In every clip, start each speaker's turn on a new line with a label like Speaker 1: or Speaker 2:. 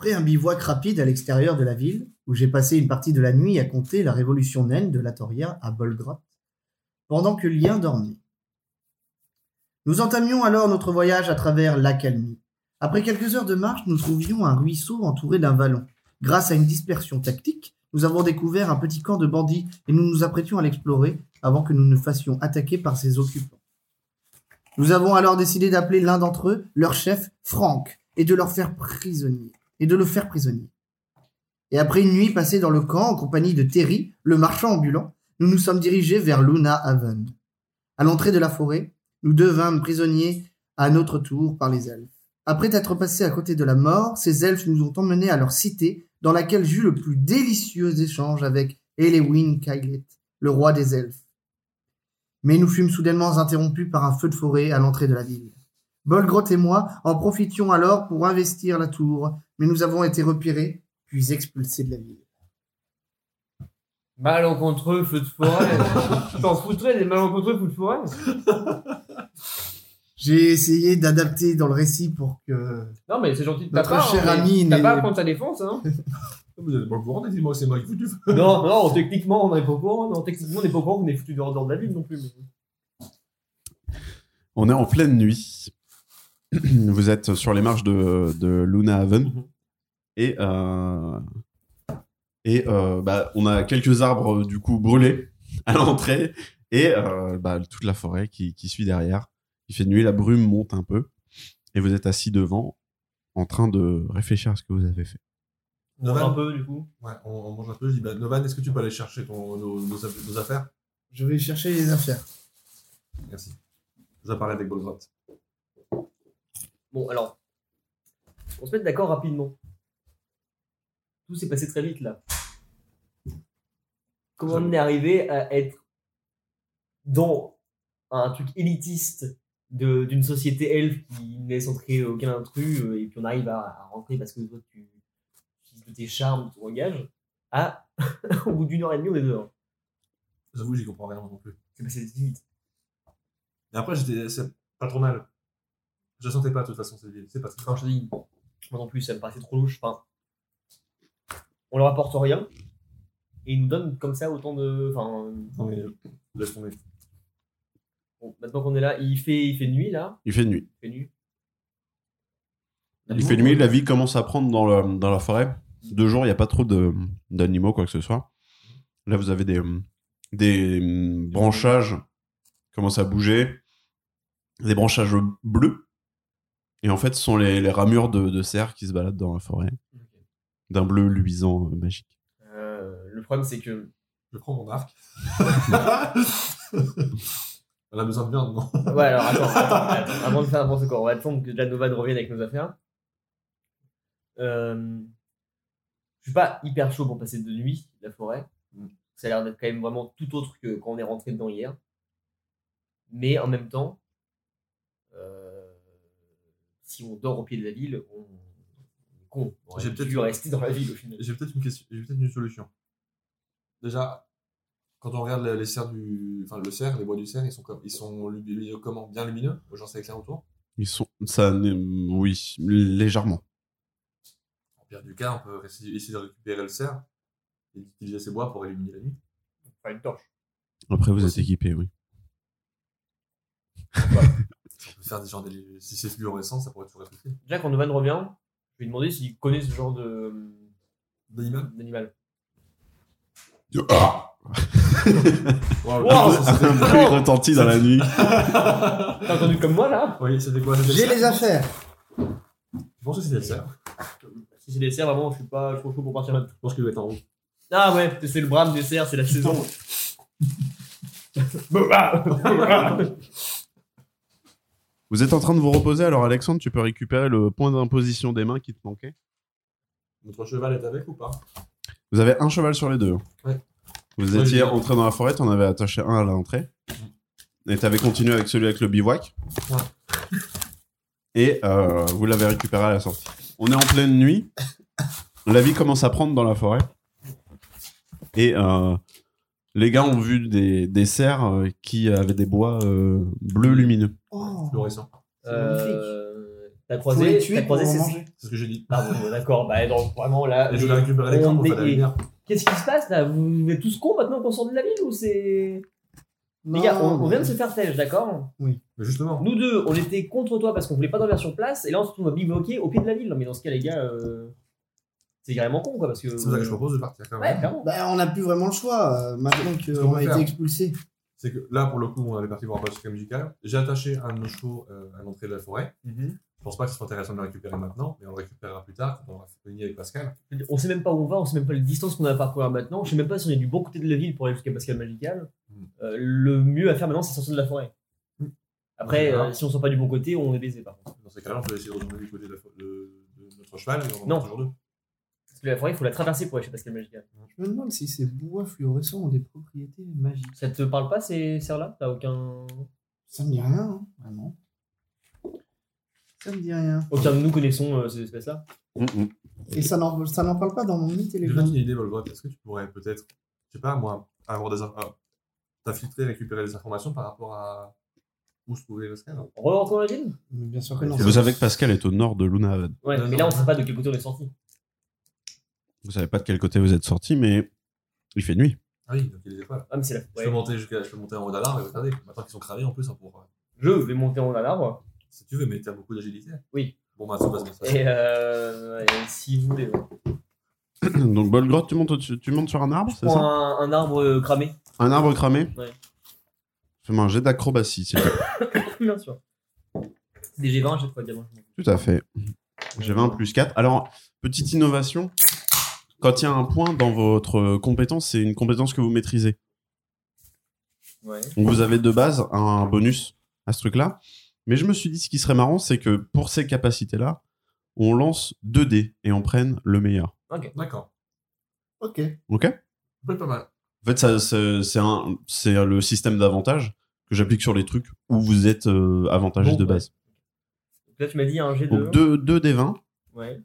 Speaker 1: Après un bivouac rapide à l'extérieur de la ville, où j'ai passé une partie de la nuit à compter la révolution naine de la Toria à Bolgrat, pendant que Lien dormait. Nous entamions alors notre voyage à travers l'accalmie. Après quelques heures de marche, nous trouvions un ruisseau entouré d'un vallon. Grâce à une dispersion tactique, nous avons découvert un petit camp de bandits et nous nous apprêtions à l'explorer avant que nous ne fassions attaquer par ses occupants. Nous avons alors décidé d'appeler l'un d'entre eux, leur chef, Franck, et de leur faire prisonnier, et de le faire prisonnier. Et après une nuit passée dans le camp en compagnie de Terry, le marchand ambulant, nous nous sommes dirigés vers Luna Haven. À l'entrée de la forêt, nous devînmes prisonniers à notre tour par les elfes. Après être passés à côté de la mort, ces elfes nous ont emmenés à leur cité, dans laquelle j'eus le plus délicieux échange avec Elewin Kylet, le roi des elfes. Mais nous fûmes soudainement interrompus par un feu de forêt à l'entrée de la ville. Bolgroth et moi en profitions alors pour investir la tour, mais nous avons été repérés, puis expulsés de la ville.
Speaker 2: Malencontreux, feu de forêt. Je T'en foutrais des malencontreux feux de forêt
Speaker 1: J'ai essayé d'adapter dans le récit pour que
Speaker 2: Non, mais c'est gentil de ta
Speaker 1: Notre
Speaker 2: part. hein,
Speaker 1: cher
Speaker 2: mais
Speaker 1: ami
Speaker 2: T'as
Speaker 1: n'est-
Speaker 2: pas à prendre ta défense, hein
Speaker 3: Vous êtes pas au courant, dites-moi, c'est moi qui vous tue.
Speaker 2: Non, non, techniquement, on n'est pas au courant. Non, techniquement, on n'est pas au courant qu'on est foutu dehors, dehors de la ville non plus. mais-
Speaker 4: On est en pleine nuit. Vous êtes sur les marches de, de Luna Haven.
Speaker 2: Mhm.
Speaker 4: Et, euh, et euh, bah, on a quelques arbres, euh, du coup, brûlés à l'entrée. Et euh, bah, toute la forêt qui, qui suit derrière. Il fait nuit, la brume monte un peu. Et vous êtes assis devant, en train de réfléchir à ce que vous avez fait.
Speaker 2: Un
Speaker 3: Novan,
Speaker 2: peu, du coup.
Speaker 3: ouais, on, on mange un peu. Je dis, bah, Novan, est-ce que tu peux aller chercher ton, nos, nos aff- nos affaires
Speaker 1: je vais chercher les affaires.
Speaker 3: Merci. Je vais parler avec Bolgrot.
Speaker 2: Bon, alors, on se met d'accord rapidement. Tout s'est passé très vite là. Comment on est arrivé à être dans un truc élitiste de- d'une société elfe qui ne laisse entrer aucun intrus euh, et puis on arrive à, à rentrer parce que toi tu utilises de tes charmes, de ton langage, à au bout d'une heure et demie on est dehors.
Speaker 3: J'avoue, j'y comprends rien moi non plus.
Speaker 2: C'est passé vite.
Speaker 3: Et après, j'étais c'est pas trop mal. Je sentais pas de toute façon cette ville. C'est pas très
Speaker 2: Enfin, je te dis, moi non plus, ça me paraissait trop louche. Enfin, on leur apporte rien et ils nous donnent comme ça autant de. Enfin,
Speaker 3: Non, mais euh, laisse tomber.
Speaker 2: bon, maintenant qu'on est là, il fait, il fait nuit là.
Speaker 4: Il fait nuit.
Speaker 2: Il fait nuit.
Speaker 4: Il fait nuit, la vie commence à prendre dans, le- dans la forêt. Deux jours, il n'y a pas trop de- d'animaux, quoi que ce soit. Là, vous avez des, hum, des hum, branchages qui commencent à bouger. Des branchages bleus. Et en fait, ce sont les, les ramures de, de cerfs qui se baladent dans la forêt. D'un bleu luisant euh, magique.
Speaker 2: Euh, le problème, c'est que.
Speaker 3: Je prends mon arc. On a besoin de viande, non
Speaker 2: Ouais, alors attends, attends, attends, avant de faire n'importe quoi, on va attendre que Janovan revienne avec nos affaires. Euh, Je suis pas hyper chaud pour passer de nuit la forêt. Ça a l'air d'être quand même vraiment tout autre que quand on est rentré dedans hier. Mais en même temps, euh, si on dort au pied de la ville, on, on est con. On
Speaker 3: J'ai
Speaker 2: aurait
Speaker 3: peut-être-
Speaker 2: dû rester dans la ville au final.
Speaker 3: J'ai peut-être une question, j'ai peut-être une solution. Déjà, quand on regarde les, les cerfs du, enfin le cerf, les bois du cerf, ils sont comme, ils sont lu- lu- comment, bien lumineux, genre c'est éclair autour.
Speaker 4: Ils sont. Ça, n'est- oui, légèrement.
Speaker 3: En pire du cas, on peut essayer, essayer de récupérer le cerf et d'utiliser ses bois pour illuminer la nuit.
Speaker 2: Enfin, une torche.
Speaker 4: Après, vous êtes
Speaker 3: Aussi.
Speaker 4: équipé, oui.
Speaker 3: On peut faire des gens, des- si c'est fluorescent, ça pourrait toujours être utile.
Speaker 2: Déjà, quand Novan revient, je vais lui demander s'il connaît ce genre de- euh,
Speaker 3: D'animal.
Speaker 2: d'animal.
Speaker 3: Wow,
Speaker 2: Wow.
Speaker 3: ça,
Speaker 4: Un
Speaker 3: c'était-
Speaker 4: bruit retentit dans la nuit.
Speaker 2: T'as entendu comme moi là
Speaker 3: oui, c'était quoi c'était le
Speaker 1: J'ai
Speaker 3: cerf
Speaker 1: les affaires.
Speaker 3: Je pense que c'était le cerf.
Speaker 2: Si c'est des cerfs, vraiment, je suis pas trop chaud pour partir là
Speaker 3: Je pense qu'il doit être en rouge.
Speaker 2: Ah ouais, c'est le brame des cerfs, c'est la saison. Bah,
Speaker 4: Vous êtes en train de vous reposer, alors Alexandre, tu peux récupérer le point d'imposition des mains qui te manquait.
Speaker 3: Notre cheval est avec ou pas
Speaker 4: Vous avez un cheval sur les deux. hein.
Speaker 3: Ouais.
Speaker 4: Vous
Speaker 3: Ouais,
Speaker 4: étiez
Speaker 3: j'ai-
Speaker 4: entré dans la forêt, t'en avais attaché un à l'entrée. Et t'avais continué avec celui avec le bivouac.
Speaker 3: Ouais.
Speaker 4: Et euh, vous l'avez récupéré à la sortie. On est en pleine nuit. La vie commence à prendre dans la forêt. Et euh, les gars ont vu des, des cerfs euh, qui avaient des bois euh, bleus lumineux.
Speaker 1: Oh,
Speaker 3: Fluorescent.
Speaker 1: magnifique.
Speaker 2: Euh, T'as
Speaker 1: Faut
Speaker 2: croisé,
Speaker 1: les
Speaker 2: t'as
Speaker 1: tuer pour
Speaker 2: croisé
Speaker 1: en
Speaker 2: ces-
Speaker 1: manger.
Speaker 3: C'est ce que j'ai dit.
Speaker 2: Pardon, euh, d'accord, bah donc vraiment là.
Speaker 3: Ah, Et je
Speaker 2: mais
Speaker 3: voulais récupérer l'écran
Speaker 2: on
Speaker 3: pour faire
Speaker 2: est-
Speaker 3: la lumière.
Speaker 2: Qu'est-ce qui se passe là Vous êtes tous cons maintenant qu'on sort de la ville ou c'est. Les gars, on, on vient de se faire têche, d'accord
Speaker 3: Mais justement,
Speaker 2: Nous deux, on était contre toi parce qu'on voulait pas dormir sur place, et là on se trouve à bivouaquer au pied de la ville. Non mais dans ce cas, les gars, euh, c'est carrément con quoi parce que. euh,
Speaker 3: c'est pour ça que je propose de partir quand même.
Speaker 2: Ouais, clairement.
Speaker 1: Bah, on n'a plus vraiment le choix euh, maintenant
Speaker 3: qu'on
Speaker 1: qu'on
Speaker 3: va
Speaker 1: a été
Speaker 3: faire
Speaker 1: expulsé.
Speaker 3: c'est que là, pour le coup, on est parti voir un poste musical. J'ai attaché un de nos chevaux euh, à l'entrée de la forêt. Je pense pas que ce soit intéressant de le récupérer maintenant, mais on le récupérera plus tard quand on aura fini avec Pascal.
Speaker 2: On sait même pas où on va, on sait même pas les distances qu'on a à parcourir maintenant. Je sais même pas si on est du bon côté de la ville pour aller jusqu'à Pascal Magical.
Speaker 3: Mm.
Speaker 2: Euh, le mieux à faire maintenant, c'est sortir de la forêt.
Speaker 3: Mm.
Speaker 2: Après,
Speaker 3: Ouais,
Speaker 2: euh,
Speaker 3: ouais.
Speaker 2: si on sort pas du bon côté, on est baisé par contre.
Speaker 3: Dans ces cas-là, on peut essayer de retourner du côté de, la fo- de- de notre cheval et on
Speaker 2: Non.
Speaker 3: en a toujours deux.
Speaker 2: Parce que la forêt, il faut la traverser pour aller chez Pascal Magical.
Speaker 1: Je me demande si ces bois fluorescents ont des propriétés magiques.
Speaker 2: Ça te parle pas ces serres-là T'as aucun.
Speaker 1: Ça me dit rien, hein, vraiment. Ça me dit rien.
Speaker 2: Aucun de nous connaissons euh, ces espèces-là.
Speaker 4: Mm, mm.
Speaker 1: Et ça n'en ça n'en parle pas dans mon mythe et
Speaker 3: J'ai une idée, Volvo. Est-ce que tu pourrais peut-être, je sais pas moi, avoir des informations. T'as filtré, récupéré des informations par rapport à où se trouvait Pascal hein
Speaker 2: On re-rentre dans la ville
Speaker 1: Mais bien sûr que non.
Speaker 4: Vous savez que Pascal est au nord de Lunavad.
Speaker 2: Ouais,
Speaker 3: Non,
Speaker 2: mais
Speaker 3: non.
Speaker 2: là on sait pas de quel côté on est sorti.
Speaker 4: Vous savez pas de quel côté vous êtes sorti, mais il fait nuit.
Speaker 3: Ah oui, donc il y a des étoiles.
Speaker 2: Ah, mais c'est la
Speaker 3: Je, peux
Speaker 2: forêt.
Speaker 3: monter jusqu'à, je peux monter en haut d'alarme et regardez. Maintenant qu'ils sont cramés en plus, hein, pour, euh,
Speaker 2: Je vais monter en arbre.
Speaker 3: si tu veux, mais t'as beaucoup d'agilité.
Speaker 2: Oui.
Speaker 3: Bon, bah, ça passe bien. ça.
Speaker 2: Et, euh, et si vous voulez. ouais.
Speaker 4: Donc Bolgrot, tu montes, au-dessus- tu montes sur un arbre,
Speaker 2: Je
Speaker 4: c'est
Speaker 2: prends
Speaker 4: ça
Speaker 2: un, un arbre euh, cramé.
Speaker 4: Un arbre cramé
Speaker 2: Ouais.
Speaker 4: Fais-moi un jet d'acrobatie, s'il te plaît.
Speaker 2: Bien sûr. C'est des G20 à chaque fois, gamin.
Speaker 4: Tout à fait. J'ai 20 plus 4. Alors, petite innovation. Quand il y a un point dans votre euh, compétence, c'est une compétence que vous maîtrisez.
Speaker 2: Ouais.
Speaker 4: Donc vous avez de base un bonus à ce truc-là. Mais je me suis dit, ce qui serait marrant, c'est que pour ces capacités-là, on lance 2 dés et on prenne le meilleur.
Speaker 3: D'accord.
Speaker 1: Ok.
Speaker 4: OK
Speaker 3: Ouais, Pas mal.
Speaker 4: En fait, ça, c'est c'est un- c'est le système d'avantage que j'applique sur les trucs où vous êtes euh, avantagé
Speaker 2: Bon,
Speaker 4: de
Speaker 2: ouais.
Speaker 4: base.
Speaker 2: Donc là tu m'as dit un G2.
Speaker 4: Donc 2 dés 20.
Speaker 2: Ouais.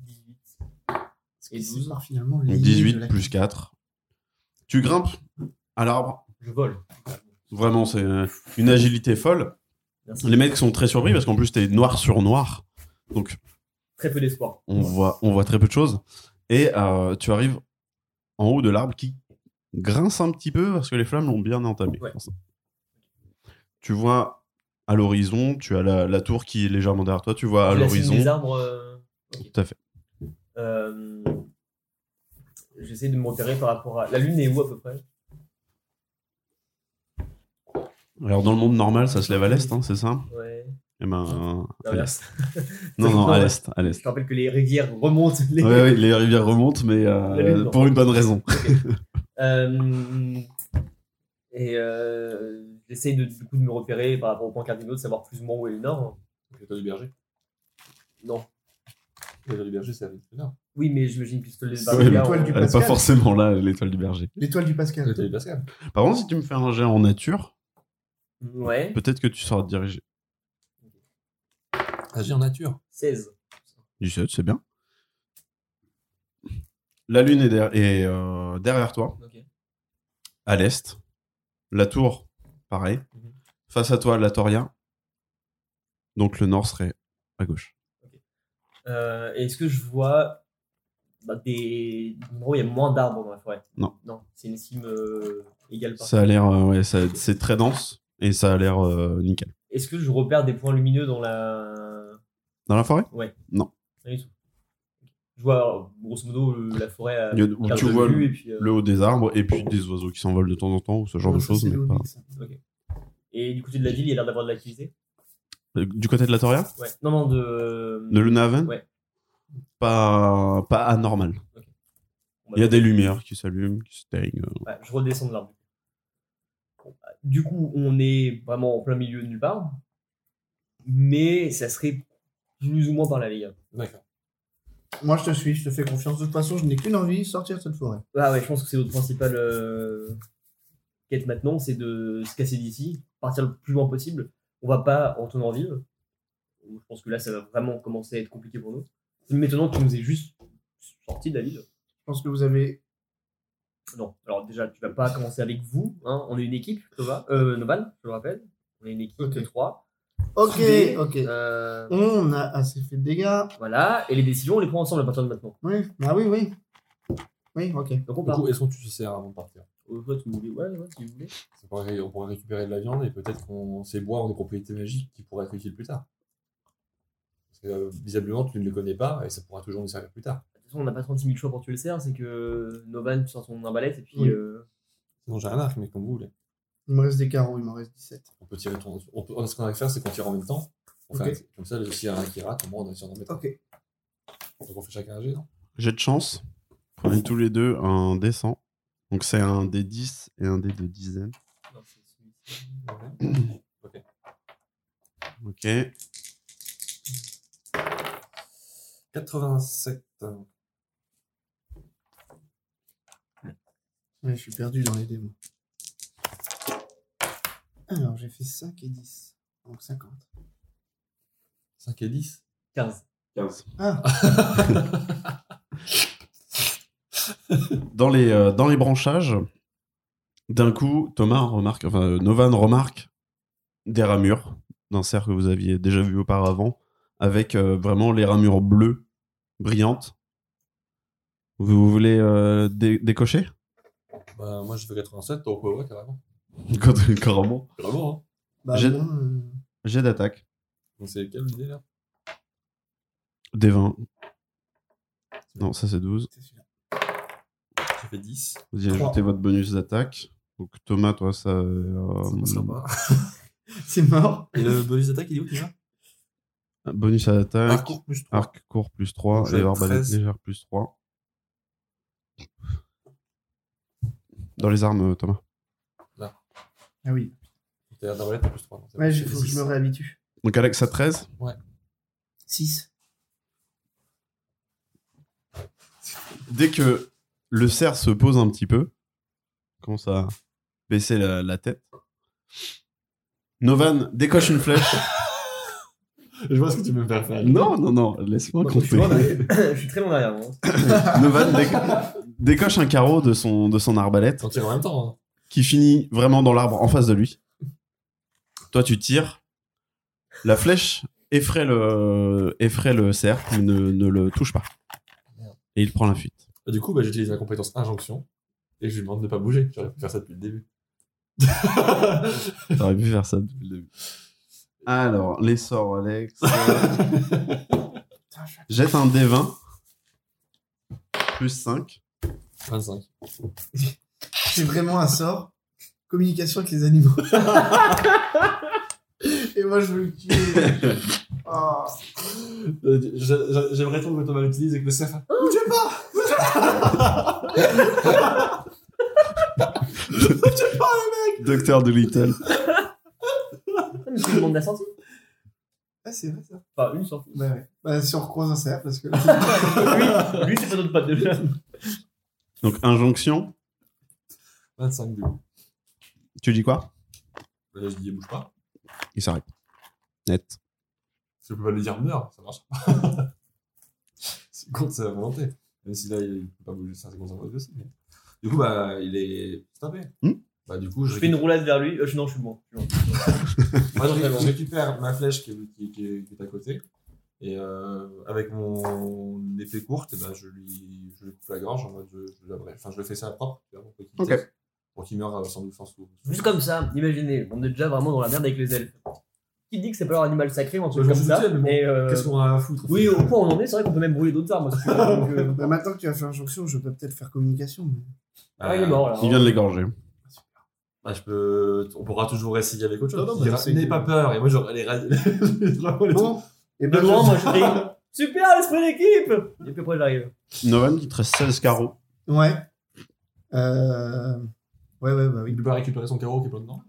Speaker 2: 18.
Speaker 1: Et
Speaker 2: Et 12.
Speaker 1: finalement les limites
Speaker 4: Donc 18
Speaker 1: de la-
Speaker 4: plus 4. Tu grimpes à l'arbre.
Speaker 2: Je vole.
Speaker 4: Vraiment, c'est euh, une agilité folle.
Speaker 2: Merci.
Speaker 4: Les mecs sont très surpris parce qu'en plus, t'es noir sur noir. Donc,
Speaker 2: Très peu d'espoir.
Speaker 4: on, voit, on voit très peu de choses. Et euh, tu arrives en haut de l'arbre qui grince un petit peu parce que les flammes l'ont bien entamé.
Speaker 2: Ouais.
Speaker 4: Tu vois à l'horizon, tu as la, la tour qui est légèrement derrière toi, tu vois à
Speaker 2: Je la signe
Speaker 4: l'horizon.
Speaker 2: des arbres. euh,
Speaker 4: Tout à fait.
Speaker 2: Euh, J'essaie de me repérer par rapport à. La lune est où à peu près
Speaker 4: Alors, dans le monde normal, ça se lève à l'est, hein, c'est ça
Speaker 2: Ouais.
Speaker 4: Eh ben, euh, à l'est.
Speaker 2: L'inverse.
Speaker 4: Non, non, à l'est. À
Speaker 2: Je
Speaker 4: l'est.
Speaker 2: te rappelle que les rivières remontent. Les...
Speaker 4: Ouais, ouais, les rivières remontent, mais euh,
Speaker 2: La lune, non.
Speaker 4: pour une bonne raison.
Speaker 2: Euh, et euh, j'essaie de, du coup de me repérer par rapport aux points cardinaux, de savoir plus ou moins où est le nord.
Speaker 3: L'étoile du berger.
Speaker 2: Non.
Speaker 3: L'étoile du berger, c'est la ville du nord.
Speaker 2: Oui, mais j'imagine que le euh,
Speaker 4: Ouais, mais-
Speaker 1: l'étoile du
Speaker 4: Elle est pas
Speaker 1: Pascal.
Speaker 4: forcément là, l'étoile du berger.
Speaker 1: L'étoile du Pascal.
Speaker 3: L'étoile du Pascal.
Speaker 4: Par contre, si tu me fais un jet en nature,
Speaker 2: Ouais.
Speaker 4: peut-être que tu seras dirigé.
Speaker 3: Agir en nature.
Speaker 2: 16.
Speaker 4: 17, c'est bien. La lune est, der- est, euh, derrière toi,
Speaker 2: Ok.
Speaker 4: à l'est. La tour, pareil.
Speaker 2: Mhm.
Speaker 4: Face à toi, la Toria. Donc le nord serait à gauche.
Speaker 2: Euh, Est-ce que je vois bah, des des endroits où il y a moins d'arbres dans la forêt
Speaker 4: Non.
Speaker 2: Non, c'est une cime euh, égale pas.
Speaker 4: Ça a l'air, euh, ouais, ça- c'est très dense et ça a l'air euh, nickel.
Speaker 2: Est-ce que je repère des points lumineux dans la.
Speaker 4: Dans la forêt
Speaker 2: Rien du tout. Je vois grosso modo le- la forêt à
Speaker 4: Il y a- où
Speaker 2: perte
Speaker 4: tu
Speaker 2: de
Speaker 4: vois
Speaker 2: vue
Speaker 4: le,
Speaker 2: et puis, euh,
Speaker 4: le haut des arbres et puis des oiseaux qui s'envolent de temps en temps ou ce genre
Speaker 1: Ah,
Speaker 4: de
Speaker 1: ça,
Speaker 4: choses.
Speaker 1: c'est
Speaker 4: mais
Speaker 1: le
Speaker 4: pas-
Speaker 1: Hobbit, ça.
Speaker 2: et du côté de la ville, il y a l'air d'avoir de l'activité.
Speaker 4: Euh, Du côté de la Toria
Speaker 2: Ouais. Non, non, de.
Speaker 4: De Lunaven
Speaker 2: Ouais.
Speaker 4: Pas, pas anormal.
Speaker 2: Bon, bah,
Speaker 4: Il y a des lumières qui s'allument, qui s'éteignent. euh.
Speaker 2: ouais, je redescends de l'arbre. Bon, bah, du coup, on est vraiment en plein milieu de nulle part. Mais ça serait plus ou moins par là, les gars.
Speaker 3: D'accord.
Speaker 1: Moi, je te suis, je te fais confiance. De toute façon, je n'ai qu'une envie, sortir de cette forêt.
Speaker 2: Ah ouais, je pense que c'est notre principale euh, quête maintenant, c'est de se casser d'ici, partir le plus loin possible. On va pas retourner en ville. Je pense que là, ça va vraiment commencer à être compliqué pour nous. C'est maintenant que tu nous es juste sorti de la ville.
Speaker 1: Je pense que vous avez.
Speaker 2: Non, alors déjà, tu vas pas commencer avec vous. hein. On est une équipe, Nova, euh, Noval, je le rappelle. On est une équipe
Speaker 1: Ok.
Speaker 2: de trois.
Speaker 1: Ok,
Speaker 2: soudés.
Speaker 1: ok.
Speaker 2: Euh,
Speaker 1: On a assez fait de dégâts.
Speaker 2: voilà, et les décisions, on les prend ensemble à partir de maintenant.
Speaker 1: Oui, ah oui, oui. Oui, ok.
Speaker 2: Donc on
Speaker 3: Du
Speaker 2: part.
Speaker 3: coup, est-ce qu'on tue ce cerf avant de partir
Speaker 2: Euh, toi, tu voulais- ouais, ouais, si vous voulez.
Speaker 3: Ça pourrait- On pourrait récupérer de la viande et peut-être qu'on ces bois ont des propriétés magiques qui pourraient être utiles plus tard. Parce que euh, visiblement, tu ne les connais pas et ça pourra toujours nous servir plus tard.
Speaker 2: De toute façon, on n'a pas 36 000 choix pour tuer le cerf, c'est que Novan sort son arbalète et puis.
Speaker 1: Oui.
Speaker 2: euh,
Speaker 3: Sinon, j'ai un arc, mais comme vous voulez.
Speaker 1: Il me reste des carreaux, il m'en reste 17.
Speaker 3: On peut tirer ton. on peut- Ce qu'on va faire, c'est qu'on tire en même temps. On fait
Speaker 1: Ok.
Speaker 3: un- Comme ça, le- s'il y en a un qui rate, au moins on est sûr d'en mettre. un.
Speaker 1: Ok.
Speaker 3: Donc on fait chacun un jet, non
Speaker 4: J'ai de chance. Prenez tous les deux un D100. Donc c'est un D10 et un D de dizaine.
Speaker 2: non, c'est celui-ci.
Speaker 4: Ok.
Speaker 3: 87.
Speaker 1: Ouais, je suis perdu dans les démons. Alors, j'ai fait 5 et 10. Donc 50.
Speaker 3: 5 et 10.
Speaker 2: 15.
Speaker 1: Ah,
Speaker 4: Dans les, euh, dans les branchages, d'un coup, Thomas remarque, enfin euh, Novan remarque des ramures d'un cerf que vous aviez déjà vu auparavant, avec euh, vraiment les ramures bleues brillantes. Vous voulez euh, dé- décocher
Speaker 3: Bah, moi, je fais 87, donc ouais, ouais, carrément.
Speaker 4: Carrément.
Speaker 3: Carrément, hein.
Speaker 1: bah,
Speaker 4: J'ai-
Speaker 1: moi, euh,
Speaker 4: J'ai d'attaque.
Speaker 3: Donc c'est quelle l'idée, là
Speaker 4: D20. Non, ça c'est 12.
Speaker 1: c'est celui-là.
Speaker 3: J'ai fait 10.
Speaker 4: Vous y
Speaker 1: Trois.
Speaker 4: ajoutez votre bonus d'attaque. Donc Thomas, toi, ça. euh,
Speaker 3: Ça passe sympa.
Speaker 1: C'est mort.
Speaker 3: Et le bonus d'attaque, il est où déjà
Speaker 4: bonus à l'attaque.
Speaker 3: Arc court plus trois.
Speaker 4: Arc court plus 3,
Speaker 3: Donc, j'avais
Speaker 4: et arbalète
Speaker 3: 13.
Speaker 4: légère plus 3. Dans les armes, euh, Thomas.
Speaker 1: Ah oui.
Speaker 3: T'as l'air d'arbalète, t'as plus 3.
Speaker 1: Ouais, il faut que je me réhabitue.
Speaker 4: Donc Alex à 13.
Speaker 1: 6.
Speaker 4: Dès que le cerf se pose un petit peu, commence à baisser la, la tête. Novan décoche une flèche.
Speaker 3: Je vois ce que tu veux me faire faire.
Speaker 4: non, non, non, laisse-moi
Speaker 1: Moi, je
Speaker 4: compter.
Speaker 1: suis loin, mais-
Speaker 2: je suis très loin derrière. moi. Ah,
Speaker 4: Novan déco- décoche un carreau de son, de son arbalète
Speaker 3: On tire en même temps.
Speaker 4: qui finit vraiment dans l'arbre en face de lui. Toi, tu tires. La flèche effraie le, effraie le cerf, mais ne, ne le touche pas.
Speaker 3: Merde.
Speaker 4: Et il prend la fuite.
Speaker 3: hein. Du coup, bah, j'utilise ma compétence injonction et je lui demande de ne pas bouger. J'aurais pu faire ça depuis le début.
Speaker 4: T'aurais pu faire ça depuis le début. Alors, les sorts, Alex.
Speaker 1: Putain, je-
Speaker 4: Jette un D20. Plus 5.
Speaker 3: 25.
Speaker 1: C'est vraiment un sort. Communication avec les animaux. Et moi, je veux le tuer. Ah.
Speaker 3: Euh, j'a- j'a- J'aimerais trop que Thomas l'utilise et que le cerf.
Speaker 4: Docteur de Little.
Speaker 2: Ah, mais c'est le monde de la sortie.
Speaker 1: Ah, c'est vrai ça.
Speaker 2: Enfin, une sortie.
Speaker 1: Bah, ouais. bah, si on recroise un cerf, parce que.
Speaker 2: lui, lui c'est pas d'autre patte déjà.
Speaker 4: Donc, injonction.
Speaker 3: 25 du coup. Bah,
Speaker 4: Tu dis quoi
Speaker 3: Là, je dis, il bouge pas.
Speaker 4: Il s'arrête. Net.
Speaker 3: Je peux pas lui dire meurs, ça marche pas. c'est contre sa volonté. Même si là, il peut pas bouger, ça, c'est contre sa volonté aussi. mais- Du coup, bah, il est stoppé.
Speaker 4: Hmm.
Speaker 3: bah, du coup, je,
Speaker 2: Je fais une roulade vers lui. Euh, je- non, je suis loin. Je suis loin.
Speaker 3: Moi, je récupère- je récupère ma flèche qui est, qui- qui est- qui est à côté. Et euh, avec mon épée courte, eh ben, je, lui, je lui coupe la gorge. En mode je, je, l'abrais. enfin, je le fais ça propre. tu vois, pour qu'il
Speaker 4: Ok.
Speaker 3: pour qu'il meure euh, sans doute sans sou.
Speaker 2: Juste comme ça, imaginez, on est déjà vraiment dans la merde avec les elfes. Qui dit que c'est pas leur animal sacré ou un truc
Speaker 3: Bah, Je m'en
Speaker 2: comme ça
Speaker 3: foutais, mais bon,
Speaker 2: et, euh,
Speaker 3: Qu'est-ce qu'on a à foutre
Speaker 2: Oui, au point où on en est, c'est vrai qu'on peut même brûler d'autres armes. si tu veux, donc, euh,
Speaker 1: Bah, maintenant que tu as fait injonction, je peux peut-être faire communication. mais-
Speaker 2: Ah, il est mort là.
Speaker 4: Il vient de l'égorger.
Speaker 3: Euh, Bah, je peux... On pourra toujours essayer avec autre chose.
Speaker 1: Non, non,
Speaker 3: Il
Speaker 1: mais
Speaker 3: dira,
Speaker 1: c'est-
Speaker 3: N'aie pas peur. Et moi, j'aurai les, ra- les drapeaux, les trucs.
Speaker 1: Bon. Et
Speaker 2: De
Speaker 1: ben,
Speaker 2: loin,
Speaker 1: je-
Speaker 2: moi je crie Super l'esprit d'équipe Et puis après j'arrive.
Speaker 4: Novan, il te reste 16 carreaux.
Speaker 1: Ouais. Euh... Ouais, ouais, bah
Speaker 3: Il
Speaker 1: oui.
Speaker 3: peut pas récupérer son carreau qui est pas dedans.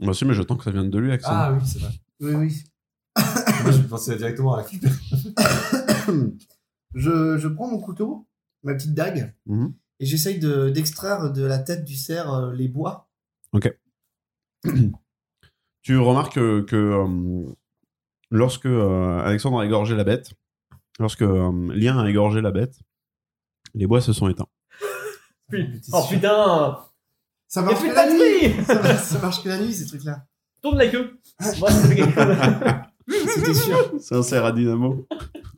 Speaker 4: Bah, si, mais j'attends que ça vienne de lui, Axel.
Speaker 3: Ah oui, c'est vrai.
Speaker 1: Oui, oui.
Speaker 3: moi, je pensais directement à récupérer.
Speaker 1: Je, je prends mon couteau, ma petite dague,
Speaker 4: Mhm.
Speaker 1: et j'essaye de- d'extraire de, la tête du cerf euh, les bois.
Speaker 4: Tu remarques que, que, euh, lorsque euh, Alexandre a égorgé la bête, lorsque euh, Lien a égorgé la bête, les bois se sont éteints.
Speaker 2: Puis- Oh putain
Speaker 1: Ça
Speaker 2: Y'a
Speaker 1: marche
Speaker 2: plus
Speaker 1: que
Speaker 2: de
Speaker 1: la nuit
Speaker 2: batterie
Speaker 1: ça marche, ça marche que la nuit, ces trucs-là.
Speaker 2: Tourne la queue.
Speaker 4: Ah,
Speaker 2: Moi, ça fait quelque chose.
Speaker 1: C'était sûr.
Speaker 4: C'est un cerf à dynamo.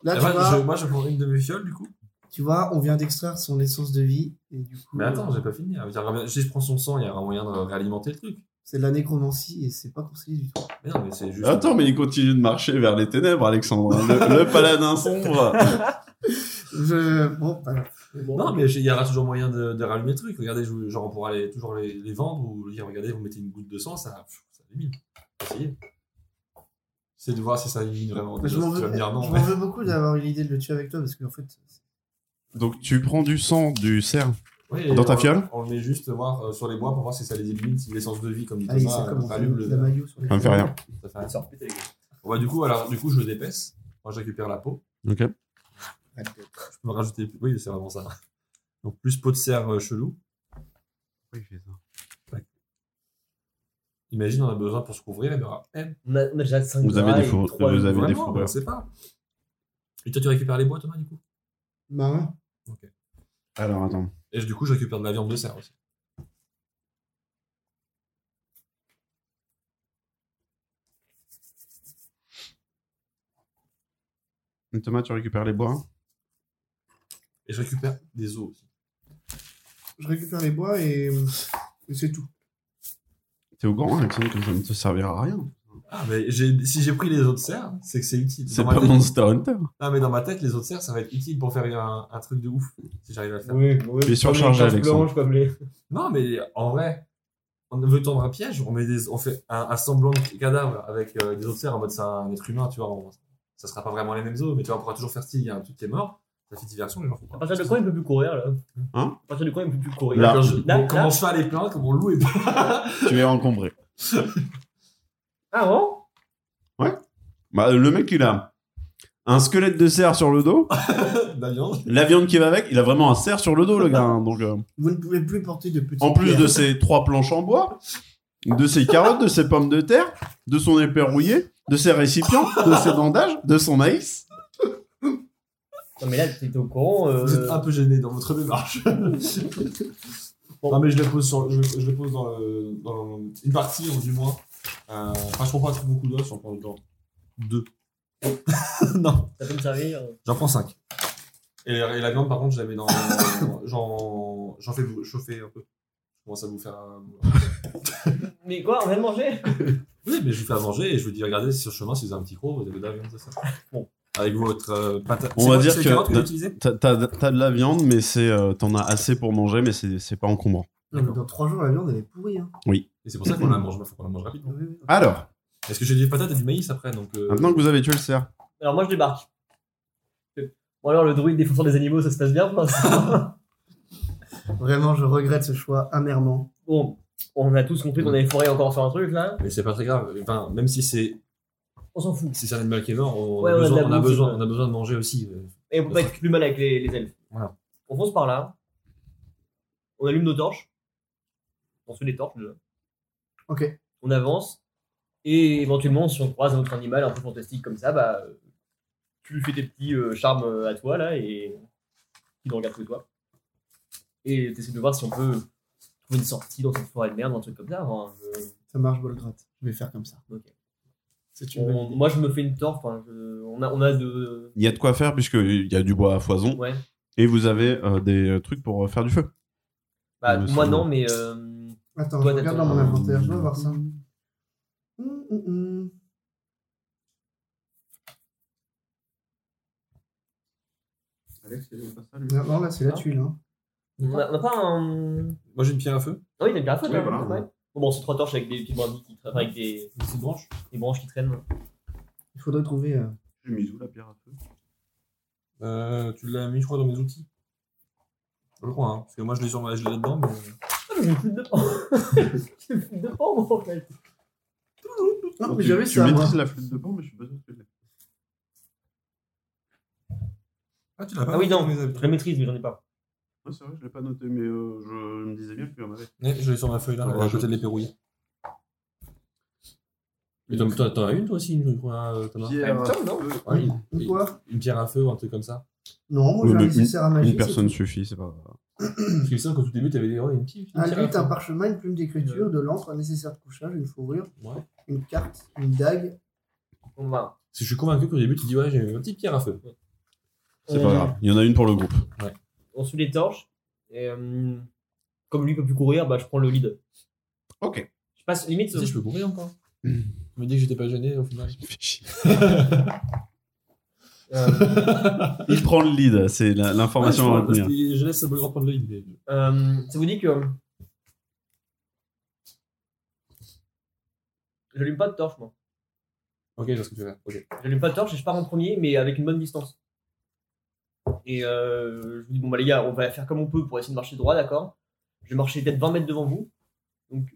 Speaker 1: Là, Ah,
Speaker 3: Et
Speaker 1: tu
Speaker 3: moi, je,
Speaker 1: vois,
Speaker 3: moi, je prends une de mes fioles, du coup.
Speaker 1: tu vois, on vient d'extraire son essence de vie. Et du coup, euh,
Speaker 3: Mais attends, j'ai pas fini. hein. Il y aura- Si je prends son sang, il y aura moyen de réalimenter le truc.
Speaker 1: c'est de la nécromancie et c'est pas conseillé du tout.
Speaker 3: Mais non, mais c'est juste.
Speaker 4: Attends, mais il continue de marcher vers les ténèbres, Alexandre. hein. Le, le paladin sombre.
Speaker 1: Je... Bon, bah, voilà.
Speaker 3: Non, mais j'ai- il y aura toujours moyen de, de rallumer le truc. Regardez, je- genre, on pourra les- toujours les, les vendre ou dire, regardez, vous mettez une goutte de sang, ça, pff, ça élimine. Essayez. C'est de voir si ça élimine vraiment.
Speaker 1: je
Speaker 3: Déjà,
Speaker 1: m'en
Speaker 3: tu
Speaker 1: veux,
Speaker 3: vas me dire
Speaker 1: je
Speaker 3: non.
Speaker 1: m'en veux beaucoup d'avoir eu l'idée de le tuer avec toi parce qu'en fait,
Speaker 4: Donc tu prends du sang du cerf.
Speaker 3: Ouais, et
Speaker 4: Dans ta
Speaker 3: on-
Speaker 4: fiole
Speaker 3: On le met juste voir euh, sur les bois pour voir si ça les élimine, si l'essence de vie, comme dit
Speaker 1: allez,
Speaker 3: Thomas,
Speaker 1: ça
Speaker 3: euh,
Speaker 1: commence.
Speaker 3: rallume
Speaker 1: La
Speaker 3: le.
Speaker 1: maillot sur les
Speaker 4: Ça me fait rien.
Speaker 3: ça fait rien.
Speaker 2: Sors, putain, les gars.
Speaker 3: Bon, bah, du coup, alors, du coup, je le dépaisse. Moi, je récupère la peau.
Speaker 4: Ok.
Speaker 3: Je peux rajouter. Oui, c'est vraiment ça. Donc, plus peau de cerf euh, chelou. Imagine, on a besoin pour se couvrir, il y aura M.
Speaker 2: On a, on a déjà 5
Speaker 4: Vous avez des faux- vous avez- des
Speaker 3: Vraiment,
Speaker 4: fourrures.
Speaker 3: on sait pas. Et toi, tu récupères les bois, Thomas, du coup
Speaker 1: Bah ouais.
Speaker 4: Alors attends.
Speaker 3: Et je- du coup, je récupère de la viande de cerf aussi.
Speaker 4: Thomas, tu récupères les bois.
Speaker 3: Et je récupère des os aussi.
Speaker 1: Je récupère les bois et, et c'est tout.
Speaker 4: T'es au courant, Alexandre, que ça ne te servira à rien.
Speaker 3: Ah, mais j'ai- si j'ai pris les os de cerf, c'est que c'est utile.
Speaker 4: C'est
Speaker 3: Dans ma
Speaker 4: pas
Speaker 3: tête-
Speaker 4: Monster Hunter.
Speaker 3: Non, mais dans ma tête, les os de cerf, ça va être utile pour faire un, un truc de ouf. Si j'arrive à le faire.
Speaker 2: Oui, oui.
Speaker 4: Tu es surchargé,
Speaker 2: Comme les
Speaker 4: Alexandre.
Speaker 2: planches, comme les-
Speaker 3: Non, mais en vrai, on veut tendre un piège, on, met des, on fait un, un semblant de cadavre avec euh, des os de cerf en mode c'est un être humain, tu vois. on- ça sera pas vraiment les mêmes os, mais tu vois, on pourra toujours faire style, il y a un truc qui est mort. Ça fait diversion, les gens font pas.
Speaker 2: À partir de quand il peut plus courir là
Speaker 4: Hein
Speaker 2: À partir de quand il peut plus courir
Speaker 4: Ah. Là.
Speaker 3: Quand je-
Speaker 2: Là,
Speaker 3: quand
Speaker 2: là.
Speaker 3: mon cheval est plein, quand mon loup est plein.
Speaker 4: tu es encombré.
Speaker 2: Ah bon
Speaker 4: Bah, le mec, il a un squelette de cerf sur le dos.
Speaker 3: la viande.
Speaker 4: La viande qui va avec, il a vraiment un cerf sur le dos, le gars. hein. Donc, euh,
Speaker 1: Vous ne pouvez plus porter de petits.
Speaker 4: en plus de ses trois planches en bois, de ses carottes, de ses pommes de terre, de son épée rouillée, de ses récipients, de ses bandages, de son maïs.
Speaker 2: Non, mais là, tu étais au courant. euh,
Speaker 3: Vous êtes un peu gêné dans votre démarche. non, mais je le pose, sur, je, je le pose dans, le- dans une partie, ou du moins. Euh, Enfin, je prends pas trop beaucoup d'os, j'en prends dans deux. non,
Speaker 2: Ça peut me servir.
Speaker 3: j'en prends cinq. Et, et la viande, par contre, je la mets dans. j'en, j'en fais bou- chauffer un peu. Je commence à vous faire. un-
Speaker 2: Mais quoi, on vient de manger
Speaker 3: Oui, mais je vous fais à manger et je vous dis, regardez sur le chemin, si vous avez un petit croc, vous avez de la viande, c'est ça.
Speaker 2: Bon.
Speaker 3: Avec votre euh, patate.
Speaker 4: On
Speaker 3: c'est
Speaker 4: va
Speaker 3: quoi-
Speaker 4: dire
Speaker 3: c'est
Speaker 4: que-
Speaker 3: les carottes que
Speaker 4: de-
Speaker 3: vous utilisez
Speaker 4: T'as- T'as t'as de la viande, mais c'est euh, t'en as assez pour manger, mais c'est c'est pas encombrant.
Speaker 1: Non, mais dans trois jours, la viande, elle est pourrie.
Speaker 4: Ah.
Speaker 1: Hein.
Speaker 3: Et c'est pour ça qu'on la mange, faut qu'on la mange rapidement.
Speaker 1: Oui, oui.
Speaker 4: Alors,
Speaker 3: Parce que j'ai des patates et du maïs après, donc. euh,
Speaker 4: maintenant que vous avez tué le cerf,
Speaker 2: Alors moi, je débarque. Bon, alors le druide défenseur des animaux, ça se passe bien pour l'instant
Speaker 1: Vraiment, je regrette ce choix amèrement.
Speaker 2: Bon, on a tous compris qu'on avait foiré encore sur un truc là.
Speaker 3: Mais c'est pas très grave. Enfin, même si c'est
Speaker 2: On s'en fout.
Speaker 3: si c'est un animal qui est mort, on,
Speaker 2: Ouais,
Speaker 3: a,
Speaker 2: ouais,
Speaker 3: besoin,
Speaker 2: de la
Speaker 3: on, a,
Speaker 2: bouffe,
Speaker 3: besoin,
Speaker 2: ouais.
Speaker 3: on a besoin de manger aussi. euh.
Speaker 2: Et on peut pas être plus mal avec les, les elfes.
Speaker 3: Voilà.
Speaker 2: On fonce par là. On allume nos torches. On se fait des torches déjà.
Speaker 1: Ok.
Speaker 2: On avance. Et éventuellement, si on croise un autre animal un peu fantastique comme ça, bah, euh, tu lui fais tes petits euh, charmes euh, à toi là et il ne regarde que toi. Et t'essaies de voir si on peut trouver une sortie dans cette forêt de merde, un truc comme ça. hein. Je-
Speaker 1: Ça marche, Bolgrat. Je vais faire comme ça.
Speaker 2: Ok.
Speaker 1: C'est une bonne
Speaker 2: on-
Speaker 1: idée.
Speaker 2: moi, je me fais une torche. enfin, je- on a, on a de.
Speaker 4: il y a de quoi faire, puisqu'il y a du bois à foison,
Speaker 2: Ouais.
Speaker 4: et vous avez euh, des trucs pour euh, faire du feu.
Speaker 2: Bah,
Speaker 4: Il me
Speaker 2: moi
Speaker 4: semble.
Speaker 2: non, mais euh,
Speaker 1: Attends,
Speaker 2: Toi,
Speaker 1: je regarde
Speaker 2: t'as
Speaker 1: dans mon
Speaker 4: ton-
Speaker 1: inventaire. Je dois voir ça. Hum, hum, hum. Non, non, là, c'est la
Speaker 2: Ah.
Speaker 1: tuile. Hein.
Speaker 2: on a- on a pas un.
Speaker 3: Moi j'ai une pierre à feu,
Speaker 2: Ah oui, t'as bien fait,
Speaker 4: Oui, voilà.
Speaker 2: Bon, bon, c'est trois torches avec des petites brindilles qui tra- enfin, avec des,
Speaker 3: une petite branche.
Speaker 2: des branches qui traînent.
Speaker 1: Il faudrait trouver. euh,
Speaker 4: J'ai mis où la pierre à feu
Speaker 3: Euh, tu l'as mis, je crois, dans mes outils. Je le crois, hein, parce que moi je l'ai sur ma- je l'ai là-dedans. Mais...
Speaker 2: Ah, j'ai une flûte de pan J'ai une flûte de pan, moi, en fait
Speaker 1: Non, mais
Speaker 4: Tu,
Speaker 1: j'avais
Speaker 4: tu
Speaker 1: ça. Moi.
Speaker 4: maîtrises la flûte de pan, mais je suis pas sûr que tu l'aies.
Speaker 3: Ah, tu l'as pas
Speaker 2: Ah oui,
Speaker 3: dans
Speaker 2: non,
Speaker 3: mes
Speaker 2: je
Speaker 3: habits.
Speaker 2: la maîtrise, mais j'en ai pas.
Speaker 4: Ouais, c'est vrai, je l'ai pas noté, mais euh, je me disais bien que tu en avais.
Speaker 3: Ouais, je l'ai sur ma feuille là,
Speaker 4: Ouais,
Speaker 3: à
Speaker 4: je-
Speaker 3: côté de l'épée rouillée. Mais t'en- t'en t'en as une toi aussi, je crois, euh, Thomas
Speaker 4: Pierre,
Speaker 2: putain, non.
Speaker 4: feu.
Speaker 3: Ouais,
Speaker 1: Ou
Speaker 3: une,
Speaker 1: quoi
Speaker 3: une pierre à feu ou un truc comme ça.
Speaker 1: Non, moi,
Speaker 4: Oui,
Speaker 1: j'ai un
Speaker 4: mais
Speaker 1: nécessaire à magie.
Speaker 4: Une personne suffit, c'est pas.
Speaker 3: Parce que ça, quand tu débutes, t'avais des ouais, une petite.
Speaker 1: Un lutte, un parchemin, une plume d'écriture, de l'encre, un nécessaire de couchage, une fourrure,
Speaker 3: Ouais.
Speaker 1: une carte, une dague.
Speaker 2: On va.
Speaker 3: Parce que je suis convaincu qu'au début, tu dis, ouais, j'ai une petite pierre à feu.
Speaker 4: C'est pas grave. Il y en a une pour le groupe.
Speaker 2: On suit les torches. Et, euh, comme lui peut plus courir, bah, je prends le lead.
Speaker 4: Ok.
Speaker 2: Je passe limite.
Speaker 3: Tu sais, je peux courir encore. On m'a dit que j'étais pas gêné au final.
Speaker 2: euh,
Speaker 4: Il prend le lead, c'est la- l'information à
Speaker 3: Ouais, je,
Speaker 4: retenir.
Speaker 3: pense que je laisse le grand prendre le lead. mais-
Speaker 2: Euh, ça vous dit que. J'allume pas de torche, moi.
Speaker 3: Ok, je vois ce que tu veux faire. Ok.
Speaker 2: J'allume pas de torche et je pars en premier, mais avec une bonne distance. Et euh, je vous dis, bon, bah les gars, on va faire comme on peut pour essayer de marcher droit, d'accord Je vais marcher peut-être 20 mètres devant vous. Donc,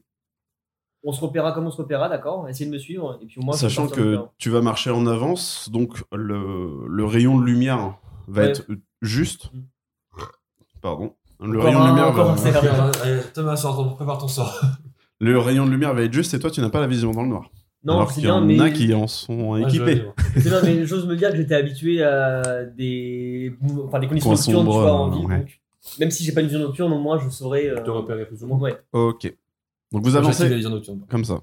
Speaker 2: on se repérera comme on se repérera, d'accord Essayez de me suivre. Et puis au moins, je vais
Speaker 4: Sachant
Speaker 2: partir
Speaker 4: que
Speaker 2: en-
Speaker 4: tu vas marcher en avance, donc le, le rayon de lumière va
Speaker 2: Ouais.
Speaker 4: être juste. Pardon. Le
Speaker 2: Encore
Speaker 4: rayon, de
Speaker 2: un,
Speaker 4: lumière
Speaker 2: encore
Speaker 4: va,
Speaker 2: un. C'est
Speaker 3: Ok,
Speaker 2: vrai.
Speaker 3: alors, hein. allez, Thomas, sors ton- prépare ton sort.
Speaker 4: le rayon de lumière va être juste et toi tu n'as pas la vision dans le noir.
Speaker 2: Non,
Speaker 4: Alors
Speaker 2: c'est
Speaker 4: qu'il y en
Speaker 2: bien, mais.
Speaker 4: a qui en sont
Speaker 3: Ouais, Ah, je vais aller
Speaker 4: équipés.
Speaker 3: voir.
Speaker 2: C'est bien, mais les choses me disent que j'étais habitué à des, enfin, des conditions
Speaker 4: Points
Speaker 2: nocturnes, tu
Speaker 4: sombres,
Speaker 2: vois, en ville.
Speaker 4: ouais.
Speaker 2: donc, même si j'ai pas une vision nocturne, au moins je saurais. euh,
Speaker 3: Je te repérerai plus ou moins.
Speaker 2: Ouais.
Speaker 4: Ok. Donc vous
Speaker 3: J'active la
Speaker 4: avancez
Speaker 3: vision nocturne.
Speaker 4: comme ça.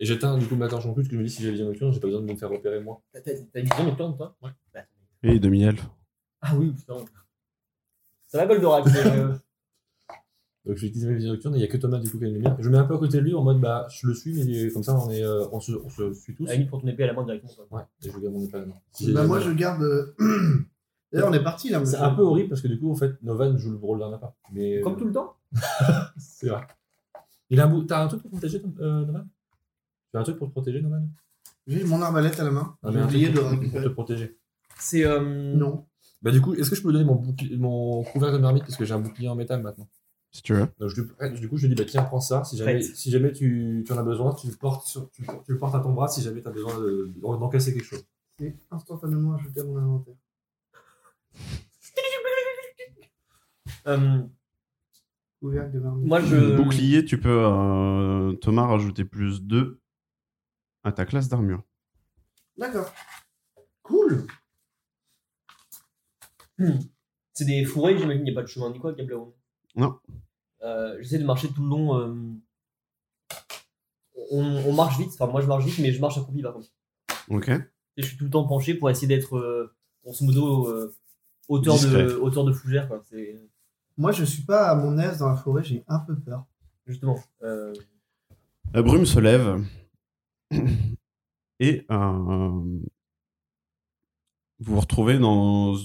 Speaker 3: Et j'éteins du coup ma torche en plus, parce que je me dis si j'ai la vision nocturne, j'ai pas besoin de me faire repérer moi.
Speaker 2: T'as t'as- t'as une vision nocturne, toi
Speaker 3: Ouais.
Speaker 2: Bah,
Speaker 4: Et demi-elfe.
Speaker 2: Ah oui, putain. Ça va, Goldorak c'est, euh,
Speaker 3: Donc j'utilise ma vision nocturne et il y a que Thomas du coup qui a une lumière. Je me mets un peu à côté de lui en mode bah je le suis, mais il est- comme ça on, est, euh, on, se, on se suit tous.
Speaker 2: À la limite, pour ton épée à la main directement. quoi.
Speaker 3: Ouais, et je garde mon épée à la main. Si j'ai
Speaker 1: Bah,
Speaker 3: la
Speaker 1: moi,
Speaker 3: main.
Speaker 1: je garde. euh, D'ailleurs, on est parti là.
Speaker 3: C'est
Speaker 1: monsieur.
Speaker 3: un peu horrible parce que du coup en fait Novan joue le rôle d'un appart. Mais euh,
Speaker 2: Comme tout le temps
Speaker 3: c'est vrai. Il a un bout. T'as un truc pour protéger Tom- euh, Novan Tu as un truc pour te protéger Novan
Speaker 1: J'ai mon arbalète à la main.
Speaker 3: Non, Ah, mais
Speaker 1: J'ai
Speaker 3: un
Speaker 1: oublié
Speaker 3: truc
Speaker 1: de
Speaker 3: pour- pour te
Speaker 1: récupérer.
Speaker 3: protéger.
Speaker 2: C'est. euh,
Speaker 1: Non.
Speaker 3: Bah du coup, est-ce que je peux lui donner mon, bouclier- mon couvert de marmite parce que j'ai un bouclier en métal maintenant
Speaker 4: Si tu veux.
Speaker 3: Donc, je lui prête- du coup, je lui dis, bah, tiens, prends ça. Si jamais,
Speaker 2: Prête.
Speaker 3: si jamais tu, tu en as besoin, tu le portes, sur- tu, le- tu le portes à ton bras si jamais tu as besoin de- d'encaisser quelque chose.
Speaker 1: C'est instantanément ajouté à mon inventaire.
Speaker 2: euh,
Speaker 1: Couvercle de marmite.
Speaker 2: moi, je.
Speaker 4: Bouclier, tu peux, euh, Thomas, rajouter plus 2 à ta classe d'armure.
Speaker 1: D'accord. Cool.
Speaker 2: C'est des fourrés, j'imagine, il n'y a pas de chemin ni quoi, Gable Room.
Speaker 4: Non.
Speaker 2: Euh, J'essaie de marcher tout le long. euh, On, on marche vite, enfin, moi je marche vite, mais je marche accroupi par contre.
Speaker 4: Ok.
Speaker 2: Et je suis tout le temps penché pour essayer d'être, euh, grosso modo, euh, hauteur,
Speaker 4: Discret.
Speaker 2: de, hauteur de fougère, quoi. C'est
Speaker 1: Moi, je suis pas à mon aise dans la forêt, j'ai un peu peur.
Speaker 2: justement. euh,
Speaker 4: La brume se lève et euh, vous vous retrouvez dans,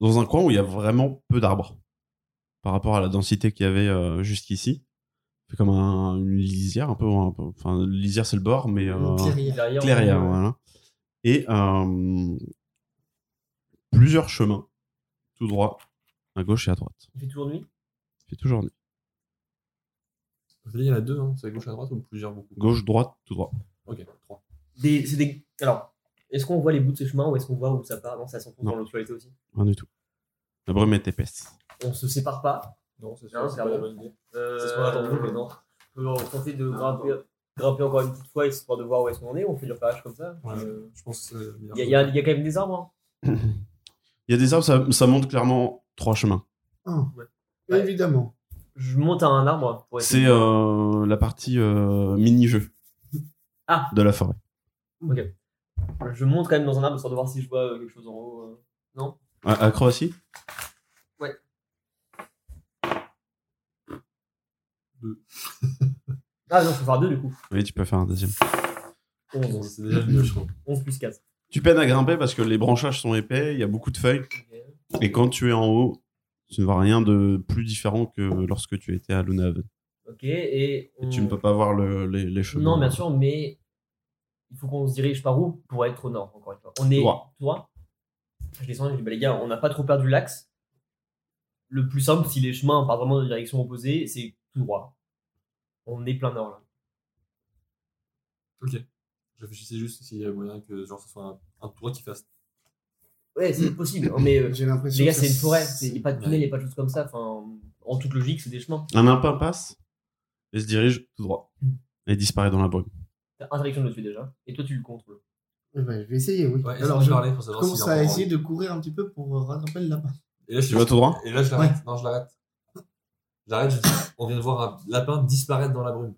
Speaker 4: dans un coin où il y a vraiment peu d'arbres par rapport à la densité qu'il y avait euh, jusqu'ici. C'est comme un- une lisière, un peu. un peu- Enfin, lisière, c'est le bord, mais.
Speaker 1: Une
Speaker 4: euh,
Speaker 1: clairière.
Speaker 2: derrière,
Speaker 4: clairière,
Speaker 2: on-
Speaker 4: voilà. Et euh, plusieurs chemins, tout droit, à gauche et à droite.
Speaker 2: Il fait toujours nuit.
Speaker 4: C'est toujours nuit.
Speaker 3: Je te dis, il y en a deux, hein. c'est à gauche à droite ou plusieurs beaucoup
Speaker 4: Gauche, droite, tout droit.
Speaker 3: Ok, trois.
Speaker 2: Des, c'est des... Alors, est-ce qu'on voit les bouts de ces chemins ou est-ce qu'on voit où ça part Non, ça s'enfonce
Speaker 4: Non.
Speaker 2: dans l'obscurité aussi.
Speaker 4: Rien du tout. La brume est épaisse.
Speaker 2: On se sépare pas.
Speaker 3: Non, c'est
Speaker 2: sûr, c'est pas la
Speaker 3: bonne idée.
Speaker 2: Euh,
Speaker 3: C'est ce qu'on attend de nous, mais non.
Speaker 2: On peut tenter de
Speaker 3: Ah,
Speaker 2: grimper, grimper encore une petite fois histoire de voir où est-ce qu'on est. On fait du repérage comme ça.
Speaker 3: Ouais.
Speaker 2: Euh,
Speaker 3: Je pense que c'est.
Speaker 2: Il y, a- il y a il y a quand même des arbres. hein.
Speaker 4: Il y a des arbres, ça, ça monte clairement trois chemins.
Speaker 1: Un.
Speaker 2: Ouais. Ouais.
Speaker 1: Évidemment.
Speaker 2: hein. Je monte à un arbre pour essayer.
Speaker 4: C'est euh, la partie euh, mini-jeu
Speaker 2: Ah.
Speaker 4: de la forêt. euh,
Speaker 2: Je monte quand même dans un arbre histoire de voir si je vois euh, quelque chose en haut. euh.
Speaker 4: À, à Croatie
Speaker 2: Ah non, faut faire deux du coup.
Speaker 4: Oui, tu peux faire un deuxième.
Speaker 2: 11,
Speaker 3: C'est déjà mieux, je crois.
Speaker 2: 11 plus 4.
Speaker 4: Tu peines à grimper parce que les branchages sont épais, il y a beaucoup de feuilles. Et quand tu es en haut, tu ne vois rien de plus différent que lorsque tu étais à Lunaven.
Speaker 2: Ok, et.
Speaker 4: Et
Speaker 2: on-
Speaker 4: tu ne peux pas voir le- les, les chemins.
Speaker 2: Hmm. Non, bien sûr, mais il faut qu'on se dirige par où pour être au nord, encore une fois. On est.
Speaker 4: Droit.
Speaker 2: Toi Je descends et je dis, bah, les gars, on n'a pas trop perdu l'axe. Le plus simple, si les chemins partent vraiment dans une direction opposée, c'est tout droit. On est plein nord, là.
Speaker 3: Ok. Je réfléchissais juste s'il y a moyen que genre, ce soit un, un toit qui fasse.
Speaker 2: Ouais,
Speaker 4: Hmm.
Speaker 2: c'est possible, mais euh,
Speaker 1: J'ai l'impression
Speaker 2: les gars,
Speaker 1: que
Speaker 2: c'est une
Speaker 1: ça-
Speaker 2: forêt. Il n'y a pas de tunnel, il n'y a pas de choses comme ça. Enfin, en toute logique, c'est des chemins.
Speaker 4: Un impin passe et se dirige tout droit. Et disparaît dans la brume.
Speaker 2: T'as interdiction de le tuer déjà, et toi, tu le contrôles.
Speaker 1: Eh ben, je vais essayer, oui.
Speaker 3: Ouais,
Speaker 1: Alors,
Speaker 3: je
Speaker 1: je
Speaker 3: parlais pour savoir
Speaker 1: commence
Speaker 3: s'il y a
Speaker 1: à
Speaker 3: un-
Speaker 1: essayer de courir un petit peu pour euh, rattraper le lapin.
Speaker 3: Et là, je
Speaker 4: Tu vas tout
Speaker 1: Hein
Speaker 4: droit
Speaker 3: Et là, je l'arrête. Non, je l'arrête. J'arrête, je dis, on vient de voir un lapin disparaître dans la brume.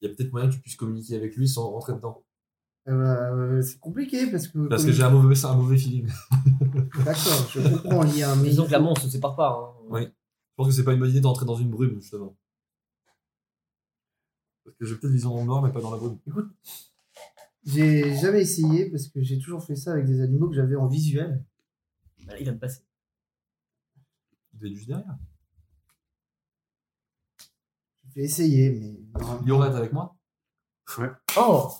Speaker 3: Il y a peut-être moyen que tu puisses communiquer avec lui sans rentrer dedans.
Speaker 1: Euh, euh, c'est compliqué parce que.
Speaker 3: Parce que j'ai un mauvais, c'est un mauvais feeling. Je
Speaker 1: D'accord, je comprends, il y a un.
Speaker 2: Disons que clairement, on se sépare pas. hein.
Speaker 3: Ouais. pense que c'est pas une bonne idée d'entrer dans une brume, justement. Parce que j'ai peut-être vision dans le noir, mais pas dans la brume.
Speaker 1: J'ai jamais essayé parce que j'ai toujours fait ça avec des animaux que j'avais en visuel.
Speaker 2: Bah, Il vient de passer.
Speaker 3: Il est juste derrière.
Speaker 1: J'ai essayé, mais. non.
Speaker 3: Yo, reste avec moi.
Speaker 2: Oh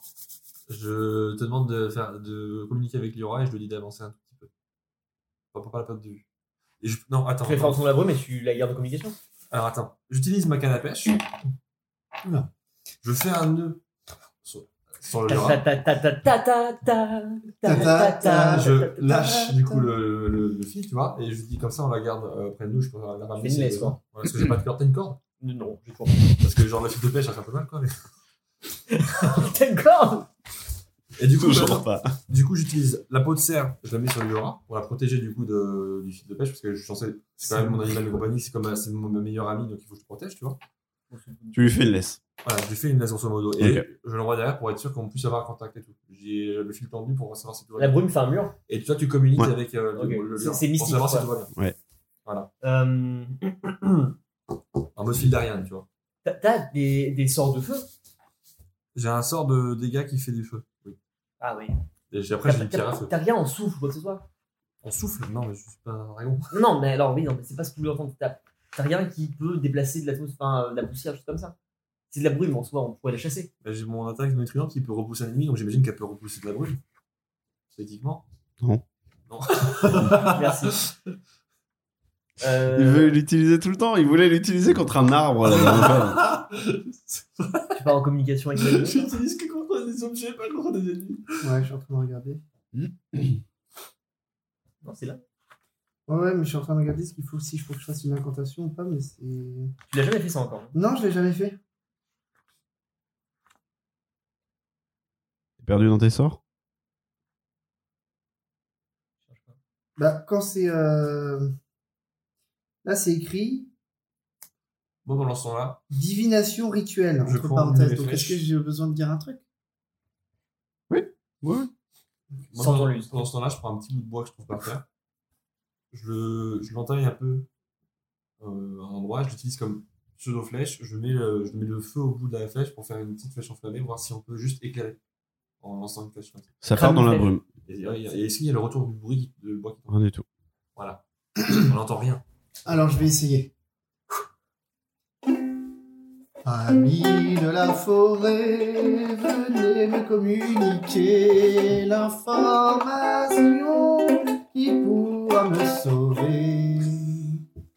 Speaker 3: Je te demande de, faire, de communiquer avec Liora et je lui dis d'avancer un tout petit peu. Pas, pas, pas la perte de vue. Et je- non, attends.
Speaker 2: Tu fais
Speaker 3: attends.
Speaker 2: forcément la brume mais tu la gardes en communication.
Speaker 3: Alors attends. J'utilise ma canne à pêche. Oula. Je fais un nœud sur, sur le Liora. Je lâche du coup le, le, le fil, tu vois, et je dis comme ça on la garde euh, près de nous. Je peux la ramener.
Speaker 2: Une
Speaker 3: si
Speaker 2: laisse,
Speaker 3: besoin.
Speaker 2: quoi.
Speaker 3: Ouais, parce que j'ai pas de corde, t'as une corde.
Speaker 2: Non, j'ai toujours
Speaker 3: Parce que genre le fil de pêche, ça fait un peu mal quoi. mais-
Speaker 2: T'es corde
Speaker 3: Et du coup,
Speaker 4: Toujours pas.
Speaker 3: Du coup, j'utilise la peau de cerf, je la mets sur Liora pour la protéger du coup de, du fil de pêche parce que je suis censé, c'est quand même mon animal de compagnie, c'est comme euh, c'est mon- ma meilleure amie donc il faut que je le protège, tu vois.
Speaker 4: Tu lui fais une laisse.
Speaker 3: Voilà, je lui fais une laisse grosso modo et
Speaker 4: Ok.
Speaker 3: je l'envoie derrière pour être sûr qu'on puisse avoir un contact et tout. J'ai le fil tendu pour savoir si tout va
Speaker 2: La
Speaker 3: bien.
Speaker 2: brume fait un mur.
Speaker 3: Et toi, tu communiques
Speaker 4: Ouais.
Speaker 3: avec euh,
Speaker 2: Ok.
Speaker 3: le, le
Speaker 2: C'est-
Speaker 3: Liora
Speaker 2: c'est mystique,
Speaker 3: pour savoir si
Speaker 2: quoi.
Speaker 3: tout va bien.
Speaker 2: Euh,
Speaker 3: Un mode fil d'Ariane, tu vois.
Speaker 2: t'as- T'as des, des sorts de feu
Speaker 3: J'ai un sort de dégâts qui fait des feux. Oui.
Speaker 2: Ah oui.
Speaker 3: Et j'ai- après, j'ai
Speaker 2: T'as
Speaker 3: une pierre à
Speaker 2: t'as-
Speaker 3: feu.
Speaker 2: t'as rien en souffle ou quoi que ce soit
Speaker 3: On souffle Non, mais je suis pas un dragon.
Speaker 2: Non, mais alors oui, non, mais c'est pas ce que vous voulez entendre. T'as t'as rien qui peut déplacer de l'atmosphère, enfin, euh, de la poussière, juste comme ça. C'est de la brume en soi, on pourrait la chasser.
Speaker 3: Là, J'ai mon attaque nutrient qui peut repousser un ennemi, donc j'imagine qu'elle peut repousser de la brume. Techniquement.
Speaker 2: Merci. Euh,
Speaker 4: Il veut l'utiliser tout le temps. Il voulait l'utiliser contre un arbre. là, dans le jeu.
Speaker 2: Tu pars en communication avec les deux.
Speaker 3: J'utilise que contre des objets, pas contre des ennemis.
Speaker 1: Ouais, je suis en train de regarder.
Speaker 2: Non, c'est là.
Speaker 1: Ouais, ouais, mais je suis en train de regarder ce qu'il faut, si je faut que je fasse une incantation ou pas, mais c'est.
Speaker 2: Tu l'as jamais fait ça encore.
Speaker 1: Non, je l'ai jamais fait.
Speaker 4: T'es perdu dans tes sorts
Speaker 1: Bah, quand c'est. euh, Là, c'est écrit
Speaker 3: Bon, pendant ce temps-là,
Speaker 1: divination rituelle,
Speaker 3: Je
Speaker 1: entre
Speaker 3: prends
Speaker 1: parenthèses.
Speaker 3: mes
Speaker 1: Donc, est-ce
Speaker 3: flèches.
Speaker 1: que j'ai besoin de dire un truc
Speaker 4: Ouais.
Speaker 3: moi,
Speaker 2: Sans
Speaker 3: pendant,
Speaker 2: enluse.
Speaker 3: pendant ce temps-là, je prends un petit bout de bois que je trouve par terre. Je, le- je l'entaille un peu euh, à un endroit, je l'utilise comme pseudo-flèche. Je mets, le, je mets le feu au bout de la flèche pour faire une petite flèche enflammée, voir si on peut juste éclairer en lançant une flèche comme ça.
Speaker 4: Ça part dans la
Speaker 2: Crame-flèche.
Speaker 4: brume.
Speaker 3: Et, euh, il y a- et est-ce qu'il y a le retour du bruit qui- de bois qui tombe
Speaker 4: Rien du tout.
Speaker 3: Voilà. On n'entend rien.
Speaker 1: Alors, je vais essayer. Amis de la forêt, venez me communiquer l'information qui pourra me sauver.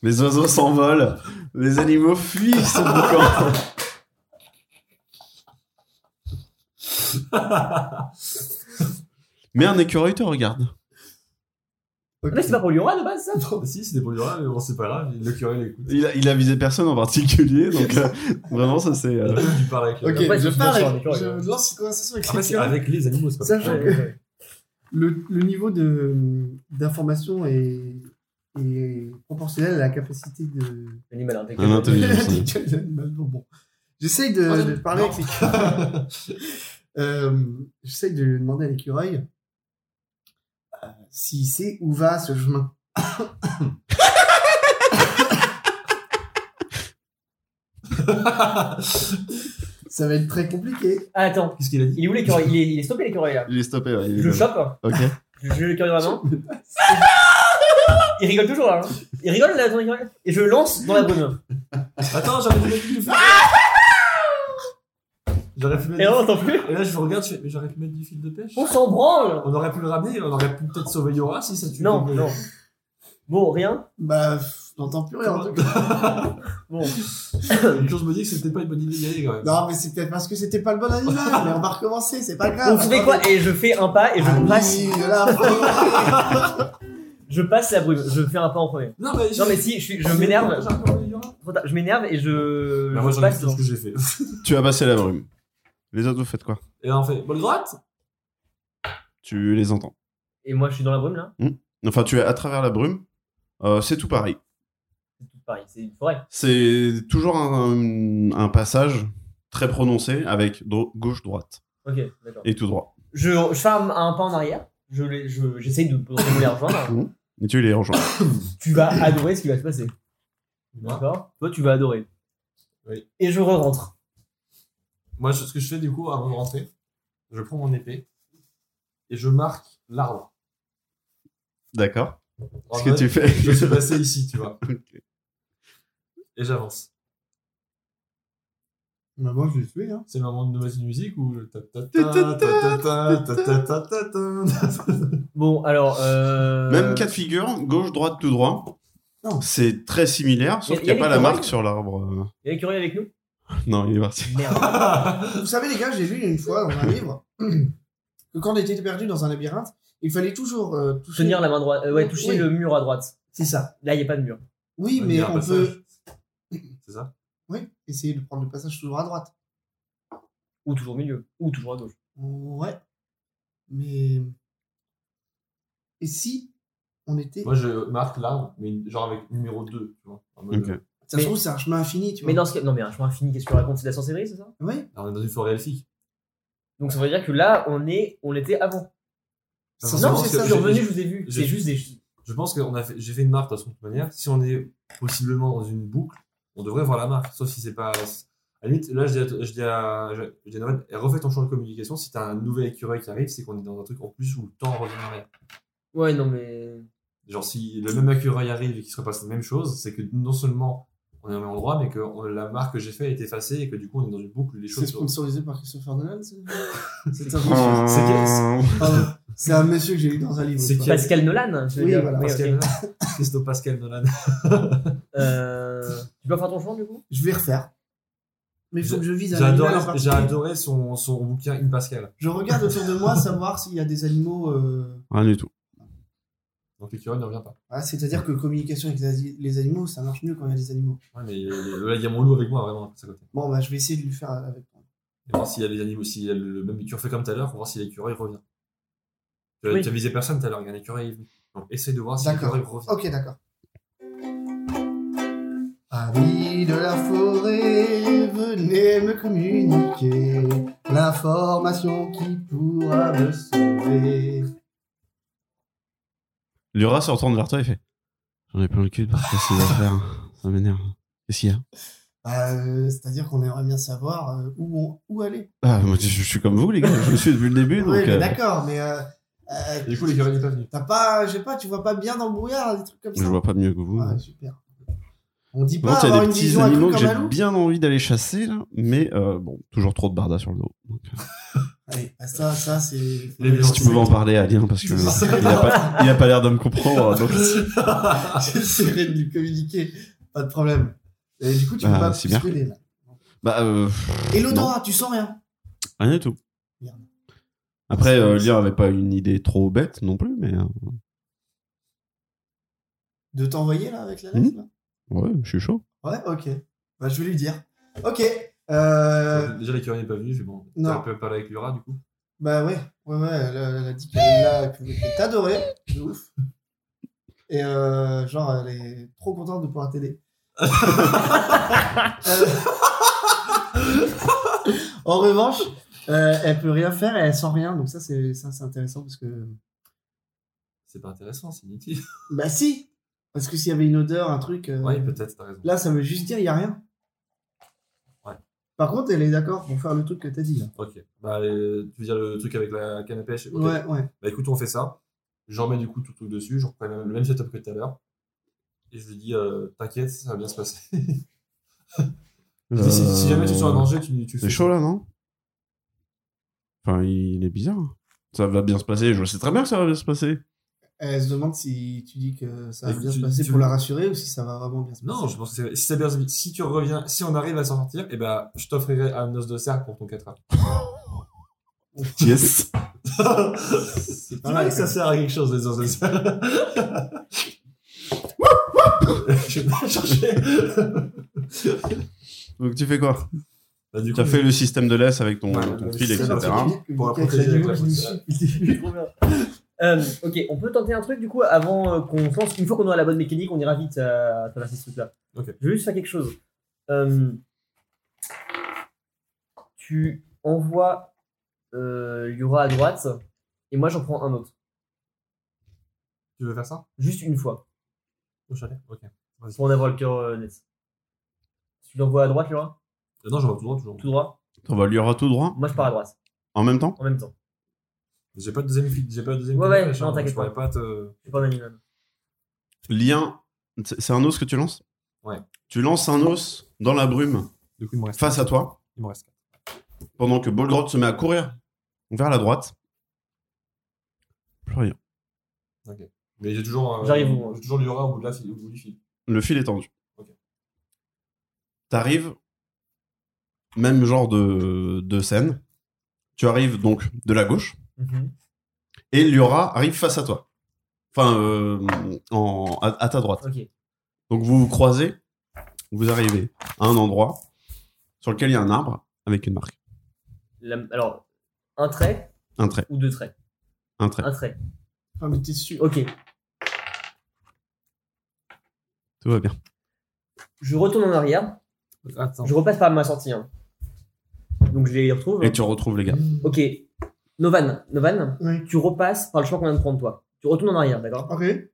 Speaker 4: Les oiseaux s'envolent. Les animaux fuient ce boucan. Mais un écureuil te regarde.
Speaker 1: Ok.
Speaker 2: Ah, Mais c'est pas pour Lyon hein, de base, ça
Speaker 3: si, c'est des bruits là, mais bon, c'est pas grave, le curé l'écoute.
Speaker 4: Il a, il a visé personne en particulier, donc euh, vraiment ça c'est. euh,
Speaker 3: Tu parles avec le-
Speaker 1: Ok,
Speaker 2: Après,
Speaker 1: je
Speaker 2: tu
Speaker 1: parle
Speaker 2: vas sur
Speaker 1: avec-
Speaker 2: un écran,
Speaker 1: je
Speaker 2: euh.
Speaker 1: lance une conversation avec
Speaker 3: Après, c'est
Speaker 1: quelqu'un.
Speaker 3: avec les animaux, c'est pas
Speaker 1: Sachant
Speaker 3: pareil.
Speaker 1: que le, le niveau de, d'information est, est proportionnel à la capacité de.
Speaker 2: L'animal hein, t'es
Speaker 4: Un
Speaker 2: que-
Speaker 4: intelligence. oui.
Speaker 1: de l'animal. Bon, bon. J'essaye de,
Speaker 3: Oh,
Speaker 1: de parler
Speaker 3: non.
Speaker 1: avec l'écureuil. Euh, J'essaye de demander à l'écureuil euh, s'il sait où va ce chemin. Ça va être très compliqué.
Speaker 2: Ah, attends.
Speaker 3: Qu'est-ce qu'il a dit
Speaker 2: Il est où l'écureuil il est, il est stoppé l'écureuil là.
Speaker 4: Il est stoppé, ouais. il est
Speaker 2: Je le
Speaker 4: stoppé.
Speaker 2: chope,
Speaker 4: Ok.
Speaker 2: je je lui mets l'écureuil dans la main. Il rigole toujours là. hein. Il rigole là, ton écureuil. Et je le lance dans la brume.
Speaker 3: Attends, j'avais fumé du fil. J'aurais pu
Speaker 2: Et
Speaker 3: mettre
Speaker 2: là, on
Speaker 3: du-
Speaker 2: n'entend plus.
Speaker 3: Et là, je vous regarde, je fais, mais j'aurais pu mettre du fil de pêche.
Speaker 2: On s'en branle.
Speaker 3: On aurait pu le ramener, on aurait pu peut-être sauver Yora si ça tue.
Speaker 2: Non,
Speaker 3: le-
Speaker 2: non. Bon, rien.
Speaker 1: Bah, pff, j'entends plus rien. en tout cas.
Speaker 2: Bon.
Speaker 3: Une chose me dit que c'était pas une bonne idée d'y aller quand même.
Speaker 1: Non, mais c'est peut-être parce que c'était pas le bon animal. mais on va recommencer, c'est pas grave.
Speaker 2: On se fait quoi Et je fais un pas et je
Speaker 1: Amis
Speaker 2: passe.
Speaker 1: de la forêt.
Speaker 2: Je passe la brume. Je fais un pas en premier.
Speaker 3: Non, mais,
Speaker 2: Non mais si, je, suis- je m'énerve. Trop tard, Je m'énerve et je.
Speaker 3: Bah, moi,
Speaker 2: je
Speaker 3: j'en ai
Speaker 2: passe
Speaker 3: fait ce que j'ai fait.
Speaker 4: Tu as passé la brume. Les autres, vous faites quoi
Speaker 3: Et là, on fait, bonne droite
Speaker 4: Tu les entends.
Speaker 2: Et moi, je suis dans la brume là.
Speaker 4: Enfin, tu es à travers la brume. Euh, c'est tout pareil.
Speaker 2: C'est tout pareil, c'est une forêt.
Speaker 4: C'est toujours un, un passage très prononcé avec gauche-droite
Speaker 2: Ok, d'accord.
Speaker 4: et tout droit.
Speaker 2: Je, je fais un, un pas en arrière. Je les- je- J'essaye de, de les rejoindre.
Speaker 4: Et tu les rejoins.
Speaker 2: tu vas adorer ce qui va se passer.
Speaker 3: Moi,
Speaker 2: D'accord Toi, tu vas adorer.
Speaker 3: Oui.
Speaker 2: Et je re-rentre.
Speaker 3: moi, ce ce que je fais du coup avant de rentrer, je prends mon épée et je marque l'arbre.
Speaker 4: D'accord.
Speaker 3: En
Speaker 4: Ce que
Speaker 3: mode,
Speaker 4: tu fais.
Speaker 3: Je suis passé ici, tu vois.
Speaker 4: Ok.
Speaker 3: Et j'avance.
Speaker 1: Bah, moi, je l'ai tué, hein.
Speaker 3: C'est le moment de mettre une musique ou le ta ta ta ta ta ta ta ta ta ta ta.
Speaker 2: Bon, alors. Euh...
Speaker 4: Même cas de figure, gauche, droite, tout droit.
Speaker 1: Non.
Speaker 4: C'est très similaire,
Speaker 2: Y
Speaker 4: sauf
Speaker 2: a-
Speaker 4: qu'il
Speaker 2: y
Speaker 4: n'y a
Speaker 2: a
Speaker 4: pas
Speaker 2: des
Speaker 4: la
Speaker 2: coraux
Speaker 4: marque sur l'arbre. euh.
Speaker 2: Il y a Curie avec nous
Speaker 4: Non, il est parti.
Speaker 2: Merde.
Speaker 1: Vous savez, les gars, j'ai lu une fois dans un livre que quand on était perdu dans un labyrinthe, il fallait toujours euh, toucher.
Speaker 2: Tenir la main droite. euh, ouais, toucher
Speaker 1: Oui.
Speaker 2: le mur à droite.
Speaker 1: C'est ça.
Speaker 2: Là, il n'y a pas de mur.
Speaker 1: Oui,
Speaker 3: On a
Speaker 1: mais
Speaker 3: dit un
Speaker 1: on
Speaker 3: passage.
Speaker 1: peut
Speaker 3: C'est ça
Speaker 1: oui, essayer de prendre le passage toujours à droite.
Speaker 2: Ou toujours au milieu. Ou toujours à gauche.
Speaker 1: Ouais. Mais. Et si on était.
Speaker 3: Moi, je marque l'arbre, mais genre avec numéro 2, tu vois. En mode,
Speaker 4: Ok.
Speaker 3: euh,
Speaker 1: Ça
Speaker 2: Mais-
Speaker 1: se trouve, c'est un chemin infini, tu vois.
Speaker 2: Mais dans ce cas. Non, mais un chemin infini, qu'est-ce que tu racontes C'est de la sorcellerie, c'est ça
Speaker 1: Oui.
Speaker 3: on est euh, dans une forêt elfique.
Speaker 2: Donc ça veut dire que là, on est, on l'était avant.
Speaker 1: Ça
Speaker 3: Enfin,
Speaker 1: se
Speaker 2: Non,
Speaker 3: c'est
Speaker 1: trouve,
Speaker 3: parce
Speaker 1: c'est
Speaker 3: que
Speaker 1: ça.
Speaker 2: je suis
Speaker 3: j'ai-
Speaker 1: le-
Speaker 2: revenu, je vous ai vu.
Speaker 3: j'ai-
Speaker 2: C'est juste des.
Speaker 3: Je pense que j'ai fait une marque de toute façon, de toute manière. Si on est possiblement dans une boucle, on devrait voir la marque. Sauf si c'est pas. À la limite, là, je dis à, je dis à, je dis à Noël, eh, refais ton champ de communication. Si t'as un nouvel écureuil qui arrive, c'est qu'on est dans un truc en plus où le temps redémarrait.
Speaker 2: Ouais, non, mais.
Speaker 3: Genre, si le même écureuil arrive et qu'il se repasse la même chose, c'est que non seulement on est au même endroit, mais que on- la marque que j'ai faite est effacée et que du coup, on est dans une boucle où les
Speaker 1: C'est
Speaker 3: choses.
Speaker 1: sponsorisé par Christopher Nolan, c'est C'est un monsieur.
Speaker 4: Euh,
Speaker 1: Pardon. C'est un monsieur que j'ai lu dans un livre.
Speaker 3: C'est
Speaker 1: toi.
Speaker 3: qui a-
Speaker 2: Pascal Nolan, je veux
Speaker 1: Oui,
Speaker 2: dire.
Speaker 1: voilà,
Speaker 2: Oui, ok.
Speaker 3: Pascal Nolan. Christophe Pascal Nolan.
Speaker 2: Euh, tu peux faire ton chemin du coup
Speaker 1: Je vais refaire. Mais il faut
Speaker 3: J'a-
Speaker 1: que je vise un
Speaker 3: J'ai
Speaker 1: animal en
Speaker 3: adoré, j'ai
Speaker 1: particulier.
Speaker 3: adoré son, son bouquin In Pascal.
Speaker 1: Je regarde autour de moi savoir s'il y a des animaux. euh,
Speaker 4: Rien du tout.
Speaker 3: Donc l'écureuil ne revient pas.
Speaker 1: voilà, C'est-à-dire que communication avec les asi- les animaux, ça marche mieux quand il y a des animaux.
Speaker 3: Ouais, mais euh, là, il y a mon loup avec moi, vraiment, à côté.
Speaker 1: Bon, bah, je vais essayer de lui faire avec.
Speaker 3: Et voir s'il y a les animaux, s'il y a le, le même écureuil comme tout à l'heure, pour voir si l'écureuil revient. Tu as-
Speaker 2: Oui.
Speaker 3: tu as visé personne tout à l'heure, il y a un écureuil. est venu. Donc essaye de voir si
Speaker 1: D'accord.
Speaker 3: l'écureuil revient.
Speaker 1: Ok, d'accord. Amis de la forêt, venez me communiquer l'information qui pourra me sauver.
Speaker 4: Le rat se retourne vers toi et fait J'en ai plein le cul de partager ces affaires. Ça m'énerve. Qu'est-ce qu'il y a
Speaker 1: Euh, C'est-à-dire qu'on aimerait bien savoir euh, où, on- où aller.
Speaker 4: Ah, moi, je, je suis comme vous, les gars. Je me suis depuis le début.
Speaker 1: Oui,
Speaker 4: Donc,
Speaker 1: mais
Speaker 4: euh,
Speaker 1: d'accord, mais euh, euh,
Speaker 3: Et du coup, l'écureuil n'est pas venu.
Speaker 1: t'as pas, je sais pas, tu vois pas bien dans le brouillard, des trucs comme
Speaker 4: je
Speaker 1: ça.
Speaker 4: vois pas de mieux que vous.
Speaker 1: Ouais, super. On dit
Speaker 4: Par
Speaker 1: pas
Speaker 4: contre, il y
Speaker 1: avoir
Speaker 4: a
Speaker 1: une
Speaker 4: des petits
Speaker 1: vision accrue
Speaker 4: animaux que
Speaker 1: comme un
Speaker 4: j'ai
Speaker 1: loup.
Speaker 4: bien envie d'aller chasser, là, mais euh, bon, toujours trop de barda sur le dos. Donc, euh,
Speaker 1: Allez, ah, ça, ça c'est.
Speaker 3: Les
Speaker 4: si tu peux en parler à Lien, parce que euh, il a pas- il a pas l'air de me comprendre. donc-
Speaker 1: J'essaierai de lui communiquer, pas de problème. Et du coup, tu peux
Speaker 4: Ah,
Speaker 1: pas
Speaker 4: c'est bien.
Speaker 1: spoiler, là.
Speaker 4: Bah, euh,
Speaker 1: Et l'odorat, tu sens rien.
Speaker 4: rien du tout.
Speaker 1: Merde.
Speaker 4: Après, euh, Lien avait pas une idée trop bête non plus, mais euh,
Speaker 1: De t'envoyer là avec la
Speaker 4: Hmm.
Speaker 1: lettre
Speaker 4: ouais, je suis chaud.
Speaker 1: Ouais, ok. Bah, je vais lui dire. Ok. Euh,
Speaker 3: Déjà, l'écureuil n'est pas venu, j'ai bon.
Speaker 1: Non.
Speaker 3: T'as un peu parlé avec le rat, du coup.
Speaker 1: bah ouais, ouais, ouais. Elle, elle- elle a dit qu'elle l'a- qu'elle t'adorait, de ouf. Et euh, genre, elle est trop contente de pouvoir t'aider. Euh, en revanche, euh, elle peut rien faire et elle sent rien. Donc ça, c'est ça, c'est intéressant parce que
Speaker 3: C'est pas intéressant, c'est inutile.
Speaker 1: Bah si Parce que s'il y avait une odeur, un truc... euh,
Speaker 3: Ouais, peut-être, t'as raison.
Speaker 1: Là, ça veut juste dire, il n'y a rien.
Speaker 3: Ouais.
Speaker 1: Par contre, elle est d'accord pour faire le truc que t'as dit, là.
Speaker 3: Ok. Bah, euh, tu veux dire le truc avec la canne à pêche Ok.
Speaker 1: Ouais, ouais.
Speaker 3: Bah, écoute, on fait ça. J'en mets du coup tout le truc dessus, je reprends le même setup que tout à l'heure. Et je lui dis, euh, t'inquiète, ça va bien se passer. Je dis, si, si jamais tu es sur un danger, tu, tu le
Speaker 4: Euh, C'est
Speaker 3: fais.
Speaker 4: chaud là, non Enfin, il est bizarre. Ça va bien se passer, je sais très bien que ça va bien se passer.
Speaker 1: Elle se demande si tu dis que ça va
Speaker 3: Mais
Speaker 1: bien
Speaker 3: tu-
Speaker 1: se passer
Speaker 3: tu
Speaker 1: pour
Speaker 3: veux-
Speaker 1: la rassurer ou si ça va vraiment bien se passer.
Speaker 3: Non, je pense que c'est- si, ça bien- si tu reviens, si on arrive à s'en sortir, eh ben, je t'offrirai un os de cerf pour ton 4 heures.
Speaker 4: Yes
Speaker 3: C'est
Speaker 1: pas mal,
Speaker 3: que ça sert à quelque chose, les os de cerf. je vais pas chercher.
Speaker 4: Donc tu fais quoi
Speaker 3: Bah, du
Speaker 4: Tu as
Speaker 3: coup,
Speaker 4: fait le système de laisse avec ton,
Speaker 3: Ouais,
Speaker 4: ton
Speaker 3: le
Speaker 4: fil,
Speaker 3: système
Speaker 4: etc.
Speaker 3: de laisse.
Speaker 1: Pour
Speaker 3: Pour la
Speaker 1: la
Speaker 3: protéger,
Speaker 1: protéger.
Speaker 3: ouais,
Speaker 2: Trop bien. Euh, ok, on peut tenter un truc du coup avant euh, qu'on se lance. Une fois qu'on aura la bonne mécanique, on ira vite à traverser ce truc-là.
Speaker 3: Ok.
Speaker 2: Je veux juste faire quelque chose. Euh, tu envoies euh, Yura à droite et moi j'en prends un autre.
Speaker 3: Tu veux faire ça
Speaker 2: Juste une fois
Speaker 3: au chalet Ok. Vas-y.
Speaker 2: pour en avoir le cœur euh, net. Tu l'envoies à droite, Yura
Speaker 3: Euh, Non, j'en vais tout droit toujours.
Speaker 2: Tout droit
Speaker 4: T'en vas lui aura tout droit
Speaker 2: Moi je pars à droite
Speaker 4: en même temps
Speaker 2: en même temps.
Speaker 3: J'ai pas de deuxième fil. J'ai pas de deuxième
Speaker 2: Ouais,
Speaker 3: fil
Speaker 2: ouais,
Speaker 3: de flèche,
Speaker 2: non,
Speaker 3: hein, donc
Speaker 2: t'inquiète
Speaker 3: Je pourrais pas te.
Speaker 2: Je suis pas un animal.
Speaker 4: Lien. C'est c'est un os que tu lances
Speaker 3: Ouais.
Speaker 4: Tu lances un os dans la brume
Speaker 3: Du coup, il me reste.
Speaker 4: face à toi
Speaker 3: Il me reste.
Speaker 4: pendant que Bolgrot se met à courir vers la droite. Plus rien.
Speaker 3: Mais j'ai toujours. euh,
Speaker 2: J'arrive où, hein.
Speaker 3: J'ai toujours le aura au bout de la fil- au bout du fil.
Speaker 4: Le fil est tendu.
Speaker 3: Ok.
Speaker 4: T'arrives, même genre de, de scène. Tu arrives donc de la gauche
Speaker 2: Mhm.
Speaker 4: et Liora arrive face à toi. Enfin, euh, en- à, à ta droite.
Speaker 2: Ok.
Speaker 4: Donc vous vous croisez, vous arrivez à un endroit sur lequel il y a un arbre avec une marque.
Speaker 2: La- alors, un trait
Speaker 4: Un trait,
Speaker 2: ou deux traits
Speaker 4: un trait.
Speaker 2: Un trait.
Speaker 1: Ah, mais t'es sûr.
Speaker 2: Ok.
Speaker 4: Tout va bien.
Speaker 2: Je retourne en arrière.
Speaker 3: Attends.
Speaker 2: Je repasse par ma sortie. hein. Donc je les retrouve.
Speaker 4: Et tu retrouves les gars.
Speaker 2: Ok. Novan, Novan,
Speaker 1: Oui.
Speaker 2: tu repasses par le chemin qu'on vient de prendre toi. Tu retournes en arrière, d'accord
Speaker 1: Ok,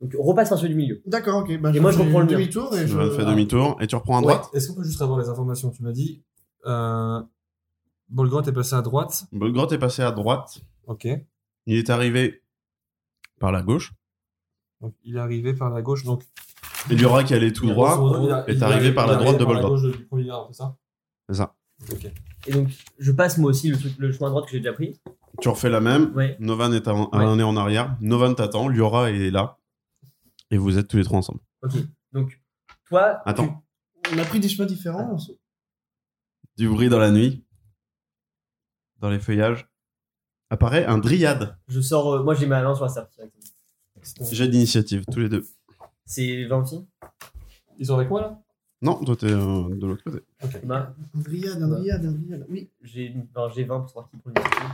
Speaker 2: Donc tu repasses par celui du milieu.
Speaker 1: d'accord, ok. Bah,
Speaker 2: Et moi, je
Speaker 1: fais
Speaker 2: reprends le mien.
Speaker 1: demi-tour et
Speaker 4: Tu
Speaker 1: je.
Speaker 4: fais demi-tour et tu reprends à
Speaker 3: Ouais,
Speaker 4: droite.
Speaker 3: Est-ce qu'on peut juste avoir les informations Tu m'as dit. Euh, Bolgrot est passé à droite.
Speaker 4: Bolgrot est passé à droite.
Speaker 3: Ok.
Speaker 4: Il est arrivé par la gauche.
Speaker 3: Donc, il est arrivé par la gauche. Donc,
Speaker 4: Et Liora qui allait tout droit. est arrivé par la droite de
Speaker 3: Bolgrot.
Speaker 4: Bolgrot.
Speaker 3: du premier arbre, c'est ça
Speaker 4: C'est ça.
Speaker 3: Ok.
Speaker 2: Et donc je passe moi aussi le, truc- le chemin à droite que j'ai déjà pris.
Speaker 4: Tu refais la même.
Speaker 2: Ouais.
Speaker 4: Novan est en,
Speaker 2: Ouais.
Speaker 4: un est en arrière. Novan t'attend. Liora est là. Et vous êtes tous les trois ensemble.
Speaker 2: Ok. Donc toi.
Speaker 4: Attends.
Speaker 1: On a pris des chemins différents. on se-
Speaker 4: Du bruit dans la nuit. Dans les feuillages. Apparaît un dryade.
Speaker 2: tu- je sors. euh, moi j'ai ma main sur la serpe. directement.
Speaker 4: J'ai d'initiative, tous les deux.
Speaker 2: C'est 26
Speaker 3: Ils sont avec moi là
Speaker 4: Non, toi t'es euh, de l'autre côté.
Speaker 2: Emma
Speaker 1: Un dryade, un
Speaker 2: Ouais.
Speaker 1: dryade, un dryade. Oui.
Speaker 2: J'ai enfin, j'ai 20 pour savoir qui prend l'initiative.